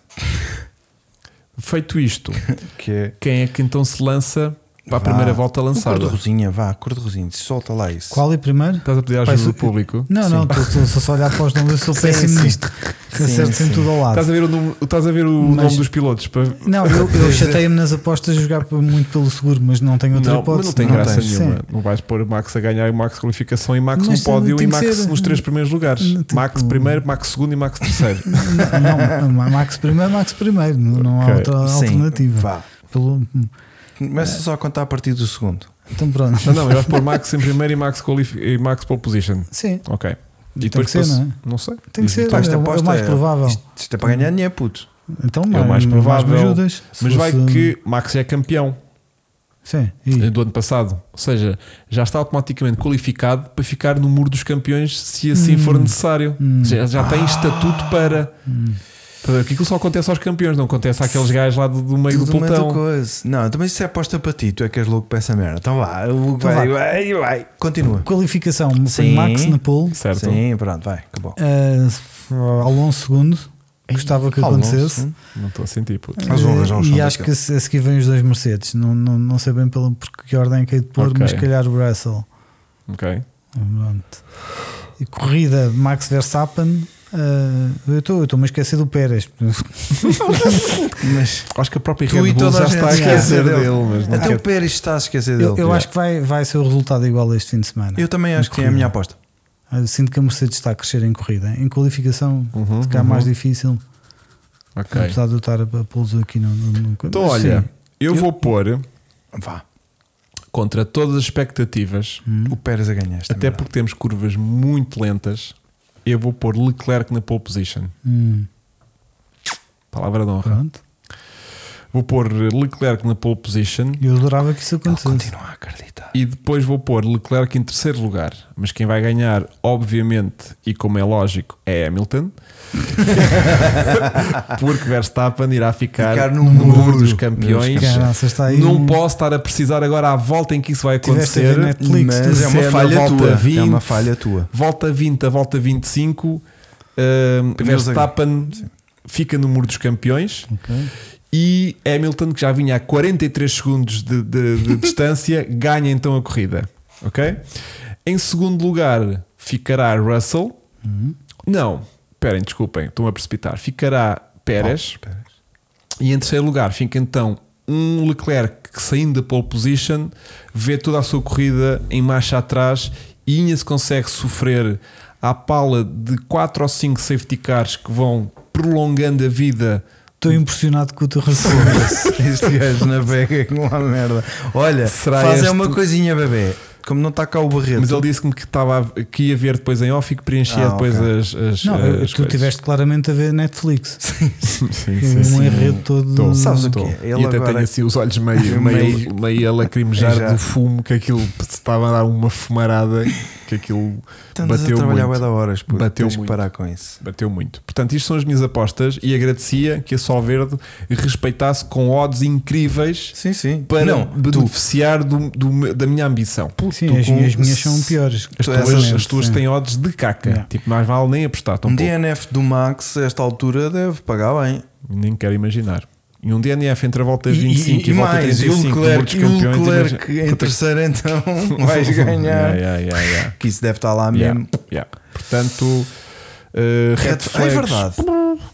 Speaker 2: Feito isto,
Speaker 1: Que é.
Speaker 2: quem é que então se lança para a
Speaker 1: Vá.
Speaker 2: primeira volta
Speaker 1: Cor de
Speaker 2: lançada?
Speaker 1: rosinha, vá, cor de rosinha. Solta lá isso.
Speaker 3: Qual é primeiro?
Speaker 2: Estás a pedir ajuda
Speaker 3: Parece-
Speaker 2: do público?
Speaker 3: Não, não, estou- estou estou só a olhar para os nomes, eu sou péssimo
Speaker 1: sim.
Speaker 3: nisto. Acerto
Speaker 1: sim.
Speaker 3: sempre tudo ao lado.
Speaker 2: Estás a ver o, nome, estás a ver o
Speaker 3: Mas-
Speaker 2: nome dos pilotos? Para...
Speaker 3: Não, eu, eu chateia-me nas apostas jogar p- muito pelo seguro, mas não tenho outra
Speaker 2: Não, mas
Speaker 3: hipótese.
Speaker 2: não tem
Speaker 1: não
Speaker 2: graça
Speaker 1: tens,
Speaker 2: nenhuma.
Speaker 3: Sim.
Speaker 2: Não vais pôr o Max a ganhar e o Max qualificação e Max
Speaker 3: Mas
Speaker 2: no pódio e
Speaker 3: tem que
Speaker 2: Max
Speaker 3: ser-
Speaker 2: nos três primeiros lugares.
Speaker 3: Tipo-
Speaker 2: Max primeiro, Max segundo e Max terceiro.
Speaker 3: Não, não, Max primeiro, Max primeiro, não, não
Speaker 2: Ok.
Speaker 3: há outra
Speaker 1: Sim,
Speaker 3: alternativa.
Speaker 1: Vá.
Speaker 3: Pelo-
Speaker 2: É.
Speaker 1: Começa só a contar a partir do segundo.
Speaker 3: então pronto.
Speaker 2: Não, não, eu acho pôr Max em primeiro e Max, qualifi- e Max pole position.
Speaker 3: Sim,
Speaker 2: Ok. E
Speaker 3: Tem
Speaker 2: depois
Speaker 3: que ser,
Speaker 2: passo-
Speaker 3: não é?
Speaker 2: sei.
Speaker 3: tem que
Speaker 2: Diz-me
Speaker 3: ser
Speaker 2: tu.
Speaker 1: Pá,
Speaker 3: é,
Speaker 1: esta
Speaker 3: o- é o
Speaker 1: aposta
Speaker 3: mais
Speaker 1: é-
Speaker 3: provável. Uhum.
Speaker 1: Isto, isto é para ganhar dinheiro, puto.
Speaker 3: Então,
Speaker 2: é o mais provável.
Speaker 3: me ajudas. Se
Speaker 2: Mas vai
Speaker 3: fosse- um-
Speaker 2: que Max é campeão
Speaker 3: Sim, e-
Speaker 2: do ano passado. Ou seja, já está automaticamente qualificado para ficar no muro dos campeões se assim for necessário. Já, já tem estatuto para. Estás a ver? Que Aquilo só acontece aos campeões, não acontece àqueles gajos lá do, do meio do
Speaker 1: Tudo mais
Speaker 2: pelotão.
Speaker 1: outra coisa. Não, também isso é aposta para ti, tu é que és louco para essa merda. Então vá, o
Speaker 3: Então
Speaker 1: vai,
Speaker 3: vá.
Speaker 1: vai, vai. Continua.
Speaker 3: qualificação foi
Speaker 1: Sim.
Speaker 3: Max na pole,
Speaker 2: Certo.
Speaker 1: Sim, pronto, vai, acabou.
Speaker 3: uh, Alonso segundo, gostava que
Speaker 1: Alonso,
Speaker 3: acontecesse. Eh,
Speaker 1: sim.
Speaker 2: Não estou a sentir, puto.
Speaker 1: Mas vão arranjar um chão
Speaker 3: e acho que
Speaker 1: daquele.
Speaker 3: a se- a seguir vêm os dois Mercedes. Não, não, não sei bem pela, por que ordem é que é de pôr,
Speaker 2: Ok.
Speaker 3: mas se calhar o Russell.
Speaker 2: Ok.
Speaker 3: Pronto. E corrida Max Verstappen, Ah, eu estou-me a esquecer do Pérez.
Speaker 1: Mas
Speaker 2: Acho que a própria
Speaker 1: Tu
Speaker 2: Red
Speaker 1: e
Speaker 2: Bull
Speaker 1: toda
Speaker 2: já
Speaker 1: a gente
Speaker 2: está a
Speaker 1: se
Speaker 2: esquecer
Speaker 1: esquece
Speaker 2: dele, Então, mas não
Speaker 1: Até o
Speaker 2: quero.
Speaker 1: Pérez está a esquecer dele.
Speaker 3: Eu, eu acho que vai, vai ser o resultado igual este fim de semana.
Speaker 1: Eu também acho que é a minha aposta.
Speaker 3: Eu sinto que a Mercedes está a crescer em corrida. Em qualificação,
Speaker 2: Uhum,
Speaker 3: ficar
Speaker 2: uhum.
Speaker 3: mais difícil.
Speaker 2: Ok.
Speaker 3: Apesar de eu estar a, a pô-los aqui no. no, no
Speaker 2: Então,
Speaker 3: mas
Speaker 2: olha,
Speaker 3: sim.
Speaker 2: eu vou pôr
Speaker 1: Vá.
Speaker 2: contra todas as expectativas,
Speaker 1: O Pérez a ganhar esta
Speaker 2: Hum. até
Speaker 1: merda.
Speaker 2: porque temos curvas muito lentas. Eu vou pôr Leclerc na pole position. Uhum.
Speaker 3: Hum,
Speaker 2: Palavra de honra.
Speaker 3: pronto.
Speaker 2: Vou pôr Leclerc na pole position
Speaker 3: Eu adorava que isso
Speaker 1: Ele
Speaker 3: acontecesse.
Speaker 1: continua a acreditar.
Speaker 2: e depois vou pôr Leclerc em terceiro lugar. Mas quem vai ganhar, obviamente, e como é lógico, é Hamilton. (laughs) porque Verstappen irá ficar,
Speaker 1: Ficar no
Speaker 2: no muro
Speaker 1: muro.
Speaker 2: dos
Speaker 3: é
Speaker 2: campeões.
Speaker 3: Caraca, está aí. Hum,
Speaker 2: Não posso estar a precisar agora à volta em que isso vai
Speaker 3: Tiveste a ver
Speaker 2: acontecer.
Speaker 3: na Netflix,
Speaker 1: Mas
Speaker 3: tu-
Speaker 1: é
Speaker 2: se é
Speaker 1: uma
Speaker 2: na
Speaker 1: falha
Speaker 2: volta
Speaker 1: tua. É
Speaker 2: 20.
Speaker 1: uma falha tua.
Speaker 2: volta 20 a volta 25, ehm,
Speaker 1: Pneus a-
Speaker 2: Verstappen fica no muro dos campeões
Speaker 3: Ok.
Speaker 2: e Hamilton, que já vinha a 43 segundos de, de- de distância, ganha então a corrida. Ok? Em segundo lugar ficará Russell. Não, esperem, desculpem, estou a precipitar. Ficará Pérez. E em terceiro lugar fica então um Leclerc que saindo da pole position vê toda a sua corrida em marcha atrás e ainda se consegue sofrer à pala de 4 ou 5 safety cars que vão prolongando a vida.
Speaker 3: Estou impressionado com o
Speaker 2: (laughs)
Speaker 3: teu raciocínio.
Speaker 1: este gajo navega com uma merda. Olha,
Speaker 2: Será
Speaker 1: faz é
Speaker 2: este-
Speaker 1: uma coisinha, bebê. Como não está cá o barreto.
Speaker 2: Mas ele disse-me que, estava a- que ia ver depois em off e que preenchia
Speaker 1: Ah,
Speaker 2: depois
Speaker 1: ok.
Speaker 2: as, as. eh,
Speaker 3: Não,
Speaker 2: as
Speaker 3: eu- tu
Speaker 2: coisas.
Speaker 3: tiveste claramente a ver
Speaker 2: (laughs)
Speaker 3: Netflix.
Speaker 2: Sim, sim,
Speaker 3: Sim,
Speaker 2: sim,
Speaker 3: um
Speaker 2: sim.
Speaker 3: enredo todo.
Speaker 2: Tô,
Speaker 1: Sabes o
Speaker 2: tô.
Speaker 1: quê? Ele
Speaker 2: E até
Speaker 1: agora-
Speaker 2: tenho assim os olhos meio, meio,
Speaker 1: Meio-
Speaker 2: meio a lacrimejar
Speaker 1: Já.
Speaker 2: do fumo que aquilo estava a dar uma fumarada que aquilo
Speaker 1: Estamos
Speaker 2: bateu
Speaker 1: a trabalhar
Speaker 2: muito.
Speaker 1: bué da horas, puto.
Speaker 2: Bateu
Speaker 1: Tens que
Speaker 2: muito.
Speaker 1: parar com isso.
Speaker 2: Bateu muito. Portanto, isto são as minhas apostas e agradecia que a Sol Verde respeitasse com odds incríveis
Speaker 1: Sim, sim.
Speaker 2: para um
Speaker 1: não, tu,
Speaker 2: beneficiar do- do- da minha ambição.
Speaker 3: Sim,
Speaker 1: tu
Speaker 3: as
Speaker 1: com-
Speaker 3: minhas, minhas são piores.
Speaker 2: As tuas,
Speaker 3: claramente,
Speaker 2: as tuas
Speaker 3: sim.
Speaker 2: têm odds de caca.
Speaker 3: Yeah.
Speaker 2: Tipo, mais vale nem apostar tão
Speaker 1: um
Speaker 2: pouco.
Speaker 1: DNF do Max, a esta altura, deve pagar bem.
Speaker 2: Nem quero imaginar. E um DNF entre a volta 25 e,
Speaker 1: e
Speaker 2: a volta
Speaker 1: mais, e o
Speaker 2: 35
Speaker 1: Leclerc,
Speaker 2: muitos
Speaker 1: e o
Speaker 2: campeões.
Speaker 1: Leclerc em terceiro, então, (laughs)
Speaker 2: (laughs)
Speaker 1: vais ganhar.
Speaker 2: Yeah, yeah, yeah, yeah.
Speaker 1: Que isso deve estar lá
Speaker 2: Yeah,
Speaker 1: mesmo.
Speaker 2: yeah. Portanto, uh, red
Speaker 1: Red- É
Speaker 2: flags.
Speaker 1: verdade.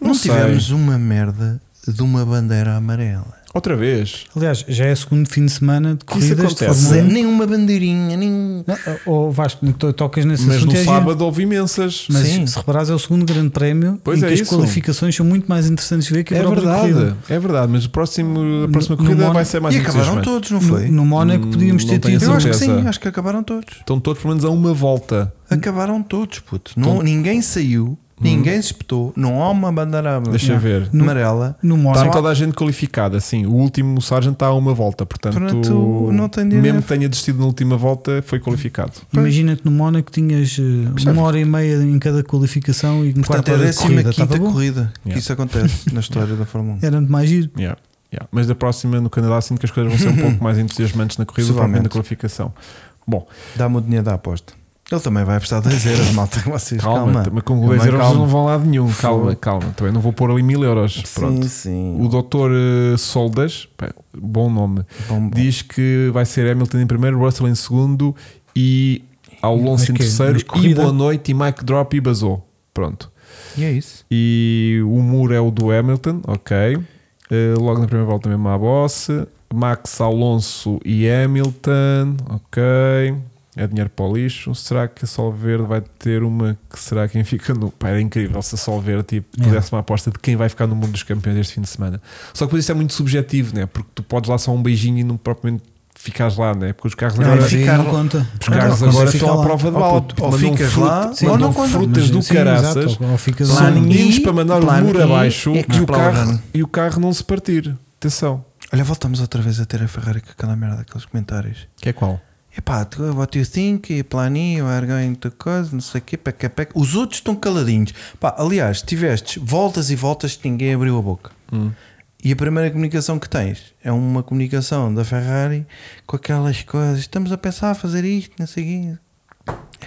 Speaker 1: Não,
Speaker 2: sei.
Speaker 1: tivemos uma merda de uma bandeira amarela.
Speaker 2: Outra vez.
Speaker 3: Aliás, já é segundo fim de semana de corridas de
Speaker 2: acontece.
Speaker 3: Fórmula
Speaker 1: Zero,
Speaker 3: um.
Speaker 1: nem uma bandeirinha, nem. um-
Speaker 3: Não, Ou vais, to- tocas nesse
Speaker 2: Mas
Speaker 3: assunto.
Speaker 2: no
Speaker 3: é giro.
Speaker 2: sábado houve imensas.
Speaker 3: Mas
Speaker 1: Sim.
Speaker 3: se reparares, é o segundo grande prémio
Speaker 2: Pois
Speaker 3: em
Speaker 2: é
Speaker 3: que as
Speaker 2: isso.
Speaker 3: qualificações são muito mais interessantes de ver que a
Speaker 2: É
Speaker 3: própria
Speaker 2: verdade,
Speaker 3: corrida.
Speaker 2: é verdade, mas o próximo, a próxima
Speaker 3: No- no
Speaker 2: corrida
Speaker 3: Mónaco-
Speaker 2: vai ser mais
Speaker 1: e acabaram
Speaker 2: entusiasmante.
Speaker 1: todos, não
Speaker 3: No,
Speaker 1: foi?
Speaker 3: no Mónaco
Speaker 2: Hum,
Speaker 3: podíamos
Speaker 2: não
Speaker 3: ter
Speaker 2: tenho
Speaker 3: tido.
Speaker 1: Eu acho que
Speaker 2: certeza.
Speaker 1: sim, acho que acabaram todos.
Speaker 2: Estão todos pelo menos a uma volta.
Speaker 1: Acabaram todos, puto. Não,
Speaker 2: Então-
Speaker 1: Ninguém saiu, ninguém se espetou, não há uma bandeira ab-
Speaker 2: Deixa ver.
Speaker 1: amarela.
Speaker 3: No
Speaker 2: Está
Speaker 3: Mónaco,
Speaker 2: toda a gente qualificada, sim. O último Sargent está a uma volta, portanto,
Speaker 1: Portanto, não tem direito.
Speaker 2: mesmo que tenha desistido na última volta, foi qualificado.
Speaker 3: imagina que no Mónaco tinhas eh, uma hora e meia em cada qualificação e um quarto
Speaker 1: Portanto, é
Speaker 3: de
Speaker 1: a
Speaker 3: hora de corrida.
Speaker 1: 15
Speaker 3: Estava
Speaker 1: quinta
Speaker 3: bom. É.
Speaker 1: corrida que
Speaker 2: Yeah.
Speaker 1: isso acontece na história da Fórmula 1.
Speaker 3: Era muito mais giro.
Speaker 2: Yeah, yeah. Mas da próxima no Canadá sinto que as coisas vão ser
Speaker 1: (laughs)
Speaker 2: um pouco mais entusiasmantes na corrida, provavelmente
Speaker 1: Possivelmente.
Speaker 2: na qualificação. Bom,
Speaker 1: Dá-me o dinheiro da aposta. Ele também vai apostar 2 euros, malta. Vocês,
Speaker 2: calma,
Speaker 1: calma.
Speaker 2: mas com
Speaker 1: Também
Speaker 2: 10 euros
Speaker 1: calma.
Speaker 2: não vão lá de nenhum. Calma,
Speaker 1: Fogo.
Speaker 2: calma. Também não vou pôr ali mil euros. Pronto.
Speaker 1: um Sim, sim.
Speaker 2: O doutor eh, Soldas, pá, bom nome,
Speaker 1: Bom, bom.
Speaker 2: diz que vai ser Hamilton em primeiro, Russell em segundo e
Speaker 3: Mas
Speaker 2: Alonso em
Speaker 3: quê?
Speaker 2: terceiro.
Speaker 3: Mas
Speaker 2: E
Speaker 3: corrida?
Speaker 2: boa noite, e Mike Drop e basou. Pronto.
Speaker 1: E é isso.
Speaker 2: E o muro é o do Hamilton, ok. Eh, logo na primeira volta mesmo à bosse. Max Alonso e Hamilton, ok. É dinheiro para o lixo. Será que a Sol Verde vai ter uma que será quem fica no. Pá, era incrível se a Sol Verde tipo,
Speaker 3: É.
Speaker 2: pudesse uma aposta de quem vai ficar no mundo dos campeões este fim de semana. Só que depois isso é muito subjetivo, né? Porque tu podes lá só um beijinho e não propriamente ficares lá, né? Porque os carros
Speaker 3: Não,
Speaker 1: Agora
Speaker 3: mas aí
Speaker 1: ficar-
Speaker 3: não conta.
Speaker 2: os
Speaker 3: Não,
Speaker 2: carros
Speaker 3: não,
Speaker 2: agora
Speaker 3: fica
Speaker 2: estão à
Speaker 3: lá.
Speaker 2: prova de
Speaker 1: Ó,
Speaker 2: bala.
Speaker 1: puto, ou
Speaker 2: Mandam
Speaker 1: ficas lá,
Speaker 2: frutas-
Speaker 1: ou
Speaker 2: mandam
Speaker 1: não contas.
Speaker 2: frutas do
Speaker 3: Mas, sim, exato,
Speaker 2: caraças.
Speaker 3: ou- ou ficas
Speaker 2: São
Speaker 3: lá
Speaker 1: Plano
Speaker 3: ninguém.
Speaker 2: meninos
Speaker 1: I,
Speaker 2: para mandar o
Speaker 1: plano
Speaker 2: muro
Speaker 1: I
Speaker 2: abaixo
Speaker 1: é
Speaker 2: e, o carro,
Speaker 1: Explorer.
Speaker 2: e o carro não se partir. Atenção.
Speaker 1: Olha, voltamos outra vez a ter a Ferrari com aquela merda, aqueles comentários.
Speaker 2: Que é qual?
Speaker 1: Epá, tu- what you think, plani, you are going to cause, não sei o quê, peca, peca. Os outros estão caladinhos. Pá, aliás, tiveste voltas e voltas que ninguém abriu a boca.
Speaker 2: Hum.
Speaker 1: E a primeira comunicação que tens é uma comunicação da Ferrari com aquelas coisas. Estamos a pensar a fazer isto, não sei o quê.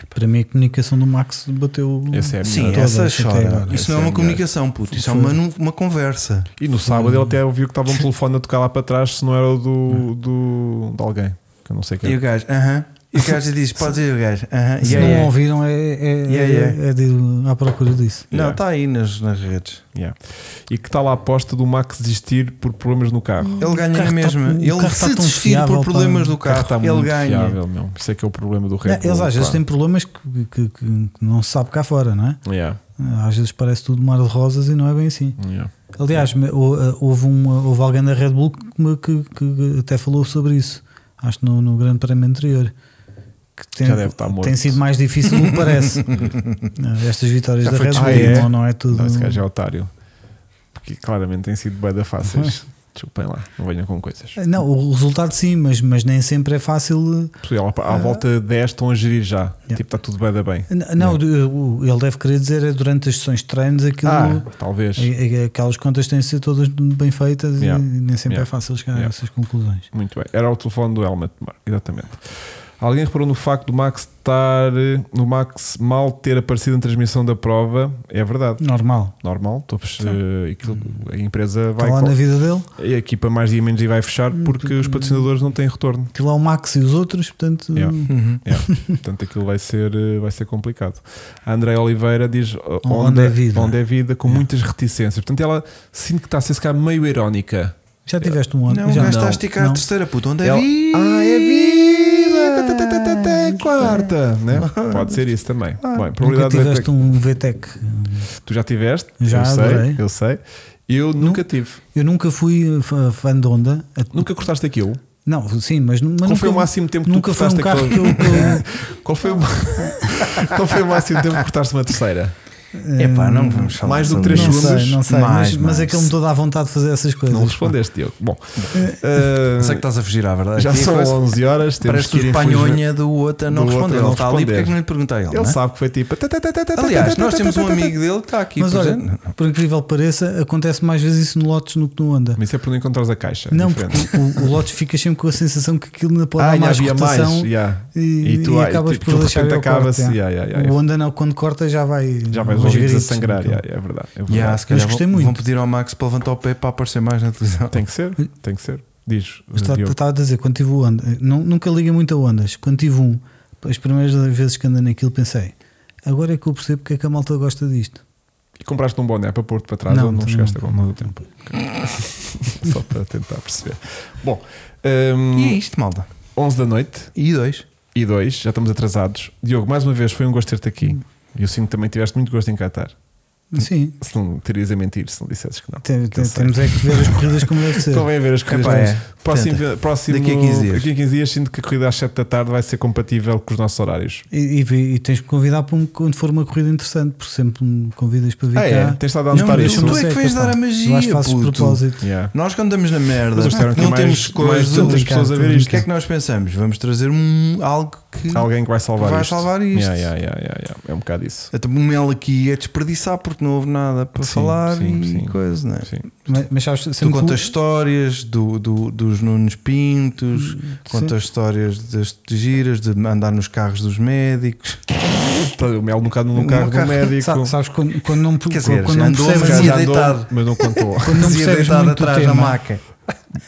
Speaker 3: Para mim, a comunicação do Max bateu.
Speaker 2: Essa é a minha.
Speaker 1: Sim,
Speaker 3: melhor.
Speaker 1: essa
Speaker 3: Todas, até
Speaker 1: chora.
Speaker 3: agora.
Speaker 1: Isso
Speaker 2: Essa
Speaker 1: não é
Speaker 2: é a
Speaker 1: uma
Speaker 2: melhor.
Speaker 1: comunicação, puto. Isso é uma, uma conversa.
Speaker 2: E no sábado ele até ouviu que estava um telefone a tocar lá para trás se não era o do, do, de alguém. Que eu não sei
Speaker 1: E
Speaker 2: quem.
Speaker 1: o gajo, aham. E o gajo diz: Podes ir, gajo. Aham,
Speaker 3: Se
Speaker 1: yeah,
Speaker 3: não
Speaker 1: yeah.
Speaker 3: ouviram, é, é,
Speaker 1: Yeah, yeah.
Speaker 3: é- é de ir à procura disso.
Speaker 1: Não,
Speaker 2: Yeah.
Speaker 1: está aí nas, nas redes.
Speaker 2: Yeah. é. E que tal a aposta do Max desistir por problemas no carro?
Speaker 1: Ele ganha
Speaker 3: carro
Speaker 1: na
Speaker 3: tá-
Speaker 1: mesma.
Speaker 3: o carro
Speaker 1: ele
Speaker 3: tá
Speaker 1: se
Speaker 3: tão
Speaker 1: desistir
Speaker 3: fiável,
Speaker 1: por problemas
Speaker 3: pá.
Speaker 1: do
Speaker 2: O carro
Speaker 1: carro, tá
Speaker 2: está
Speaker 1: ele
Speaker 2: muito
Speaker 1: ganha.
Speaker 2: fiável, meu. Isso é que é o problema do Red
Speaker 3: Não,
Speaker 2: Bull.
Speaker 3: eles às vezes
Speaker 2: pá.
Speaker 3: têm problemas que, que- que- que não se sabe cá fora, não é?
Speaker 2: Yeah,
Speaker 3: Às vezes parece tudo mar de rosas e não é bem assim.
Speaker 2: yeah.
Speaker 3: Aliás,
Speaker 2: É.
Speaker 3: me- hou- eh, houve, um, houve alguém da Red Bull que, me- que- que até falou sobre isso, acho que no, no Grande Prémio anterior. Que tem,
Speaker 2: Já deve estar morto.
Speaker 3: tem sido mais difícil do que parece.
Speaker 2: (laughs)
Speaker 3: Eh, Estas vitórias
Speaker 2: Já
Speaker 3: da
Speaker 2: foi
Speaker 3: Red Bull
Speaker 2: despedido. Ah,
Speaker 3: não, não é tudo.
Speaker 2: Não, esse gajo é otário. Porque claramente tem sido bué da fáceis. Desculpem lá, não venham com coisas.
Speaker 3: Não, o resultado sim, mas, mas nem sempre é fácil.
Speaker 2: Portugal, à à volta de 10 estão a gerir já. Tipo, está tudo bué da bem.
Speaker 3: eh, n-
Speaker 2: É.
Speaker 3: Não, o- ele deve querer dizer é durante as sessões de treinos aquilo.
Speaker 2: Ah, talvez.
Speaker 3: a- a- É, Aquelas contas têm de ser todas bem feitas
Speaker 2: Yeah.
Speaker 3: e nem sempre
Speaker 2: Yeah.
Speaker 3: é fácil chegar
Speaker 2: Yeah.
Speaker 3: a essas conclusões.
Speaker 2: Muito bem. Era o telefone do Helmet, Marco. exatamente. Alguém reparou no facto do Max estar. eh, no Max mal ter aparecido na transmissão da prova? É verdade.
Speaker 3: Normal.
Speaker 2: Normal, todos, eh, aquilo- a empresa
Speaker 3: Hum. Está
Speaker 2: vai.
Speaker 3: lá na Hum. vida dele,
Speaker 2: A equipa mais dia menos dia vai fechar porque os patrocinadores não têm retorno.
Speaker 3: que lá é o Max e os outros, portanto.
Speaker 2: Yeah.
Speaker 1: Uhum.
Speaker 3: (laughs)
Speaker 2: Yeah. Portanto, aquilo vai ser, eh, vai ser complicado. A André Oliveira diz "Oh,
Speaker 3: Onde
Speaker 2: onde,
Speaker 3: é vida."
Speaker 2: onde é vida com muitas reticências. Portanto, ela sinto que está a ser se calhar meio irónica.
Speaker 3: Já tiveste um ano.
Speaker 1: Não, o
Speaker 3: já
Speaker 1: gajo está a esticar
Speaker 3: Não.
Speaker 1: a terceira puta. Onde é
Speaker 2: Ela-
Speaker 1: vida?
Speaker 2: Ah, é vida! Tá, tá, tá, tá, tá, é Quarta! Né? Pode ser isso também. Bem,
Speaker 3: Nunca
Speaker 2: probabilidade de
Speaker 3: tiveste um VTEC.
Speaker 2: Tu já tiveste?
Speaker 3: Já,
Speaker 2: eu sei,
Speaker 3: adorei.
Speaker 2: eu sei. Eu nunca tive.
Speaker 3: Eu nunca fui eh, fã fã de Honda. A-
Speaker 2: Nunca cortaste aquilo?
Speaker 3: Não, sim, mas, mas
Speaker 2: Qual
Speaker 3: nunca,
Speaker 2: foi o máximo tempo que tu
Speaker 3: nunca foi um
Speaker 2: cortaste
Speaker 3: carro que
Speaker 2: aquele- (laughs)
Speaker 3: eu. que eu-
Speaker 2: Qual foi o, (laughs) Qual foi o máximo tempo que cortaste uma terceira?
Speaker 1: Epá, não vamos falar.
Speaker 2: mais do que
Speaker 1: sobre
Speaker 2: três
Speaker 1: isso.
Speaker 3: não
Speaker 2: segundos,
Speaker 3: sei, não sei,
Speaker 1: mais,
Speaker 3: mas, mas é
Speaker 1: mais.
Speaker 3: que ele me toda à vontade de fazer essas coisas.
Speaker 2: Não respondeste, Diogo. Bom, ah,
Speaker 1: É. Sei que tá estás a fugir à verdade.
Speaker 2: já
Speaker 1: Aqui a
Speaker 2: são
Speaker 1: coisa-
Speaker 2: 11 horas. Temos
Speaker 1: Parece
Speaker 2: que
Speaker 1: que o
Speaker 2: ir
Speaker 1: espanhonha do outro não
Speaker 2: do outro
Speaker 1: respondeu.
Speaker 2: não
Speaker 1: Ele está ali, porque é
Speaker 2: responder.
Speaker 1: que não lhe perguntei a ele?
Speaker 2: Ele
Speaker 1: não é?
Speaker 2: sabe que foi tipo.
Speaker 1: Aliás, nós temos um amigo dele que está aqui
Speaker 3: mas
Speaker 2: é,
Speaker 3: olha,
Speaker 1: presente.
Speaker 3: por incrível que pareça, acontece mais vezes isso no Lotus do que no Honda.
Speaker 2: Mas isso é por não encontrares a caixa. é
Speaker 3: Não,
Speaker 2: diferente.
Speaker 3: porque o, o Lotus fica sempre com a sensação que aquilo ainda pode
Speaker 2: Ah,
Speaker 3: dar
Speaker 2: já
Speaker 3: mais
Speaker 2: havia
Speaker 3: rotação
Speaker 2: mais. já.
Speaker 3: e,
Speaker 2: E tu,
Speaker 3: e
Speaker 2: ah, e
Speaker 3: acabas
Speaker 2: tu-
Speaker 3: por
Speaker 2: aquilo de
Speaker 3: deixar
Speaker 2: repente
Speaker 3: ao corte,
Speaker 2: acaba-se,
Speaker 3: já.
Speaker 2: yeah, yeah, yeah.
Speaker 3: O Honda não, quando corta já vai
Speaker 2: Já vais
Speaker 3: aos
Speaker 2: aos ouvidos a
Speaker 3: gritos,
Speaker 2: sangrar.
Speaker 3: então.
Speaker 2: já, É verdade. é verdade.
Speaker 1: Yeah, se calhar
Speaker 3: gostei
Speaker 1: vão-
Speaker 3: muito.
Speaker 1: Vão pedir ao Max para levantar o pé para aparecer mais na televisão.
Speaker 2: Tem que ser, tem que ser. Diz. eh,
Speaker 3: Mas está-
Speaker 2: Diogo.
Speaker 3: Estava a dizer, quando tive o Honda, nu- nunca liga muito a Ondas. Quando tive um, as primeiras vezes que andei naquilo, pensei agora é que eu percebo porque é que a malta gosta disto.
Speaker 2: E compraste um boné para pôr-te para trás
Speaker 3: Não,
Speaker 2: ou não
Speaker 3: também
Speaker 2: chegaste a
Speaker 3: não.
Speaker 2: comprar no tempo? (laughs) Só para tentar perceber. Bom, hum,
Speaker 1: E é isto, malta.
Speaker 2: 11 da noite
Speaker 1: E dois.
Speaker 2: e 2, já estamos atrasados. Diogo, mais uma vez foi um gosto ter-te aqui. E eu sinto que também tiveste muito gosto em Qatar.
Speaker 3: Sim,
Speaker 2: Se não terias a mentir, se não dissesses que não.
Speaker 3: Tem-
Speaker 2: Que eu
Speaker 3: tem-
Speaker 2: sei.
Speaker 3: temos é que ver as corridas como deve
Speaker 2: (laughs)
Speaker 3: ser.
Speaker 2: Convém ver as corridas.
Speaker 1: Epá, é.
Speaker 2: Próximo, próximo,
Speaker 1: Daqui a 15 dias.
Speaker 2: daqui a 15 dias, sinto que a corrida às 7 da tarde vai ser compatível com os nossos horários.
Speaker 3: E, e vi- e tens que convidar para um, quando for uma corrida interessante, porque sempre me convidas para vir
Speaker 2: Ah,
Speaker 3: cá.
Speaker 2: é? Tens estado a
Speaker 1: Não,
Speaker 2: anotar
Speaker 1: mas
Speaker 2: isso?
Speaker 1: tu é que vens
Speaker 3: pá.
Speaker 1: dar a magia,
Speaker 3: Eu acho que fazes de
Speaker 1: puto.
Speaker 3: propósito.
Speaker 2: Yeah.
Speaker 1: Nós quando estamos na merda,
Speaker 2: Mas eles disseram que
Speaker 1: não
Speaker 2: mais-
Speaker 1: temos
Speaker 2: mais
Speaker 1: coisas.
Speaker 2: tantas
Speaker 1: O
Speaker 2: pessoas a ver
Speaker 3: delicado.
Speaker 2: isto.
Speaker 1: que é que nós pensamos? Vamos trazer um, algo que
Speaker 2: Alguém que vai salvar
Speaker 1: vai
Speaker 2: isto.
Speaker 1: salvar isto.
Speaker 2: Yeah, yeah, yeah, yeah, yeah. É um bocado isso.
Speaker 1: Até o mel aqui é desperdiçar porque não houve nada para
Speaker 2: Sim,
Speaker 1: falar
Speaker 2: sim,
Speaker 1: e
Speaker 2: sim.
Speaker 1: coisa, não é?
Speaker 2: Sim.
Speaker 3: Mas, mas sabes,
Speaker 1: Tu
Speaker 3: sempre que o-
Speaker 1: contas histórias do, do- dos Nunes
Speaker 2: Hum,
Speaker 1: Pintos, contas histórias das giras, de andar nos carros dos
Speaker 2: (laughs)
Speaker 1: médicos.
Speaker 2: Tá, O mel no carro, no
Speaker 1: No
Speaker 2: carro do
Speaker 1: Um carro.
Speaker 2: médico.
Speaker 3: sa- sabes quando, quando não,
Speaker 1: Quer dizer,
Speaker 3: quando não
Speaker 1: andou,
Speaker 2: Se
Speaker 1: mas
Speaker 3: percebes
Speaker 2: calhar
Speaker 1: ia
Speaker 2: já andou,
Speaker 1: deitado.
Speaker 2: mas não contou. (laughs)
Speaker 3: Quando não
Speaker 1: Dizia
Speaker 3: percebes
Speaker 1: deitado
Speaker 3: muito o
Speaker 1: atrás
Speaker 3: tema,
Speaker 1: da maca.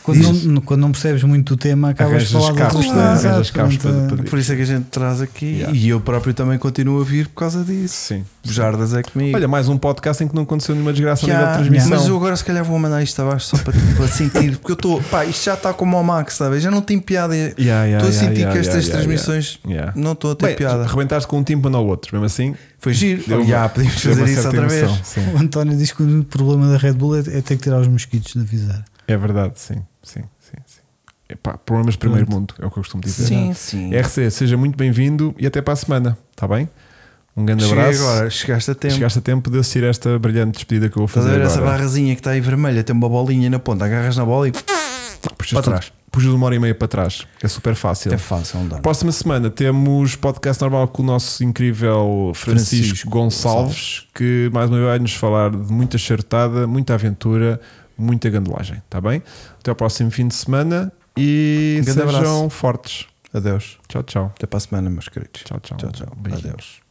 Speaker 3: quando
Speaker 1: Dizes.
Speaker 3: não, quando não percebes muito o tema, acabas de
Speaker 2: Arranjas
Speaker 3: falar de outra
Speaker 2: carros,
Speaker 1: né?
Speaker 2: não
Speaker 3: coisa.
Speaker 2: é? Arranjas
Speaker 3: Exato,
Speaker 2: carros para-
Speaker 3: portanto,
Speaker 2: para-
Speaker 1: Por isso é que a gente traz aqui
Speaker 2: Yeah.
Speaker 1: e eu próprio também continuo a vir por causa disso.
Speaker 2: Sim.
Speaker 1: Jardas é comigo.
Speaker 2: Olha, mais um podcast em que não aconteceu nenhuma desgraça
Speaker 1: Que
Speaker 2: a nível de
Speaker 1: há-
Speaker 2: transmissão.
Speaker 1: Mas eu agora se calhar vou mandar isto abaixo só para, para sentir, porque eu estou, pá, isto já está como ao max, sabe? Já não tem piada. Estou
Speaker 2: Yeah, yeah,
Speaker 1: a
Speaker 2: yeah,
Speaker 1: sentir
Speaker 2: yeah,
Speaker 1: que estas
Speaker 2: yeah,
Speaker 1: transmissões
Speaker 2: yeah, yeah.
Speaker 1: não estou a ter
Speaker 2: Bem,
Speaker 1: piada.
Speaker 2: Arrebentaste com um tímpano ao outro, mesmo assim.
Speaker 1: Foi giro.
Speaker 2: deu uma-
Speaker 1: Já, podíamos
Speaker 2: deu uma
Speaker 1: fazer isso
Speaker 2: certa
Speaker 1: outra vez.
Speaker 2: emoção, sim.
Speaker 3: O António diz que o problema da Red Bull é, é ter que tirar os mosquitos da viseira.
Speaker 2: É verdade, sim. sim, sim, sim. Epá, problemas de primeiro mundo, é o que eu costumo dizer.
Speaker 1: Sim, sim.
Speaker 2: RC, seja muito bem-vindo e até para a semana, está bem? Um grande
Speaker 1: Cheguei
Speaker 2: abraço.
Speaker 1: agora, chegaste a tempo.
Speaker 2: Chegaste a tempo de assistir esta brilhante despedida que eu vou
Speaker 1: Estás a
Speaker 2: fazer
Speaker 1: ver essa
Speaker 2: agora.
Speaker 1: barrazinha que está aí vermelha, tem uma bolinha na ponta, agarras na bola e
Speaker 2: Puxas
Speaker 1: para
Speaker 2: tudo-
Speaker 1: trás.
Speaker 2: Puxas uma hora e meia para trás. É super fácil.
Speaker 1: é fácil, não dá.
Speaker 2: Próxima semana temos podcast normal com o nosso incrível Francisco,
Speaker 1: Francisco
Speaker 2: Gonçalves, que mais uma vez vai nos falar de muita chartada, muita aventura, muita gandolagem, está bem? Até ao próximo fim de semana e
Speaker 1: Um grande
Speaker 2: sejam
Speaker 1: abraço.
Speaker 2: fortes.
Speaker 1: Adeus.
Speaker 2: Tchau, tchau.
Speaker 1: Até para a semana, meus queridos.
Speaker 2: Tchau, tchau.
Speaker 1: Tchau, tchau.
Speaker 2: Beijinhos.
Speaker 1: Adeus.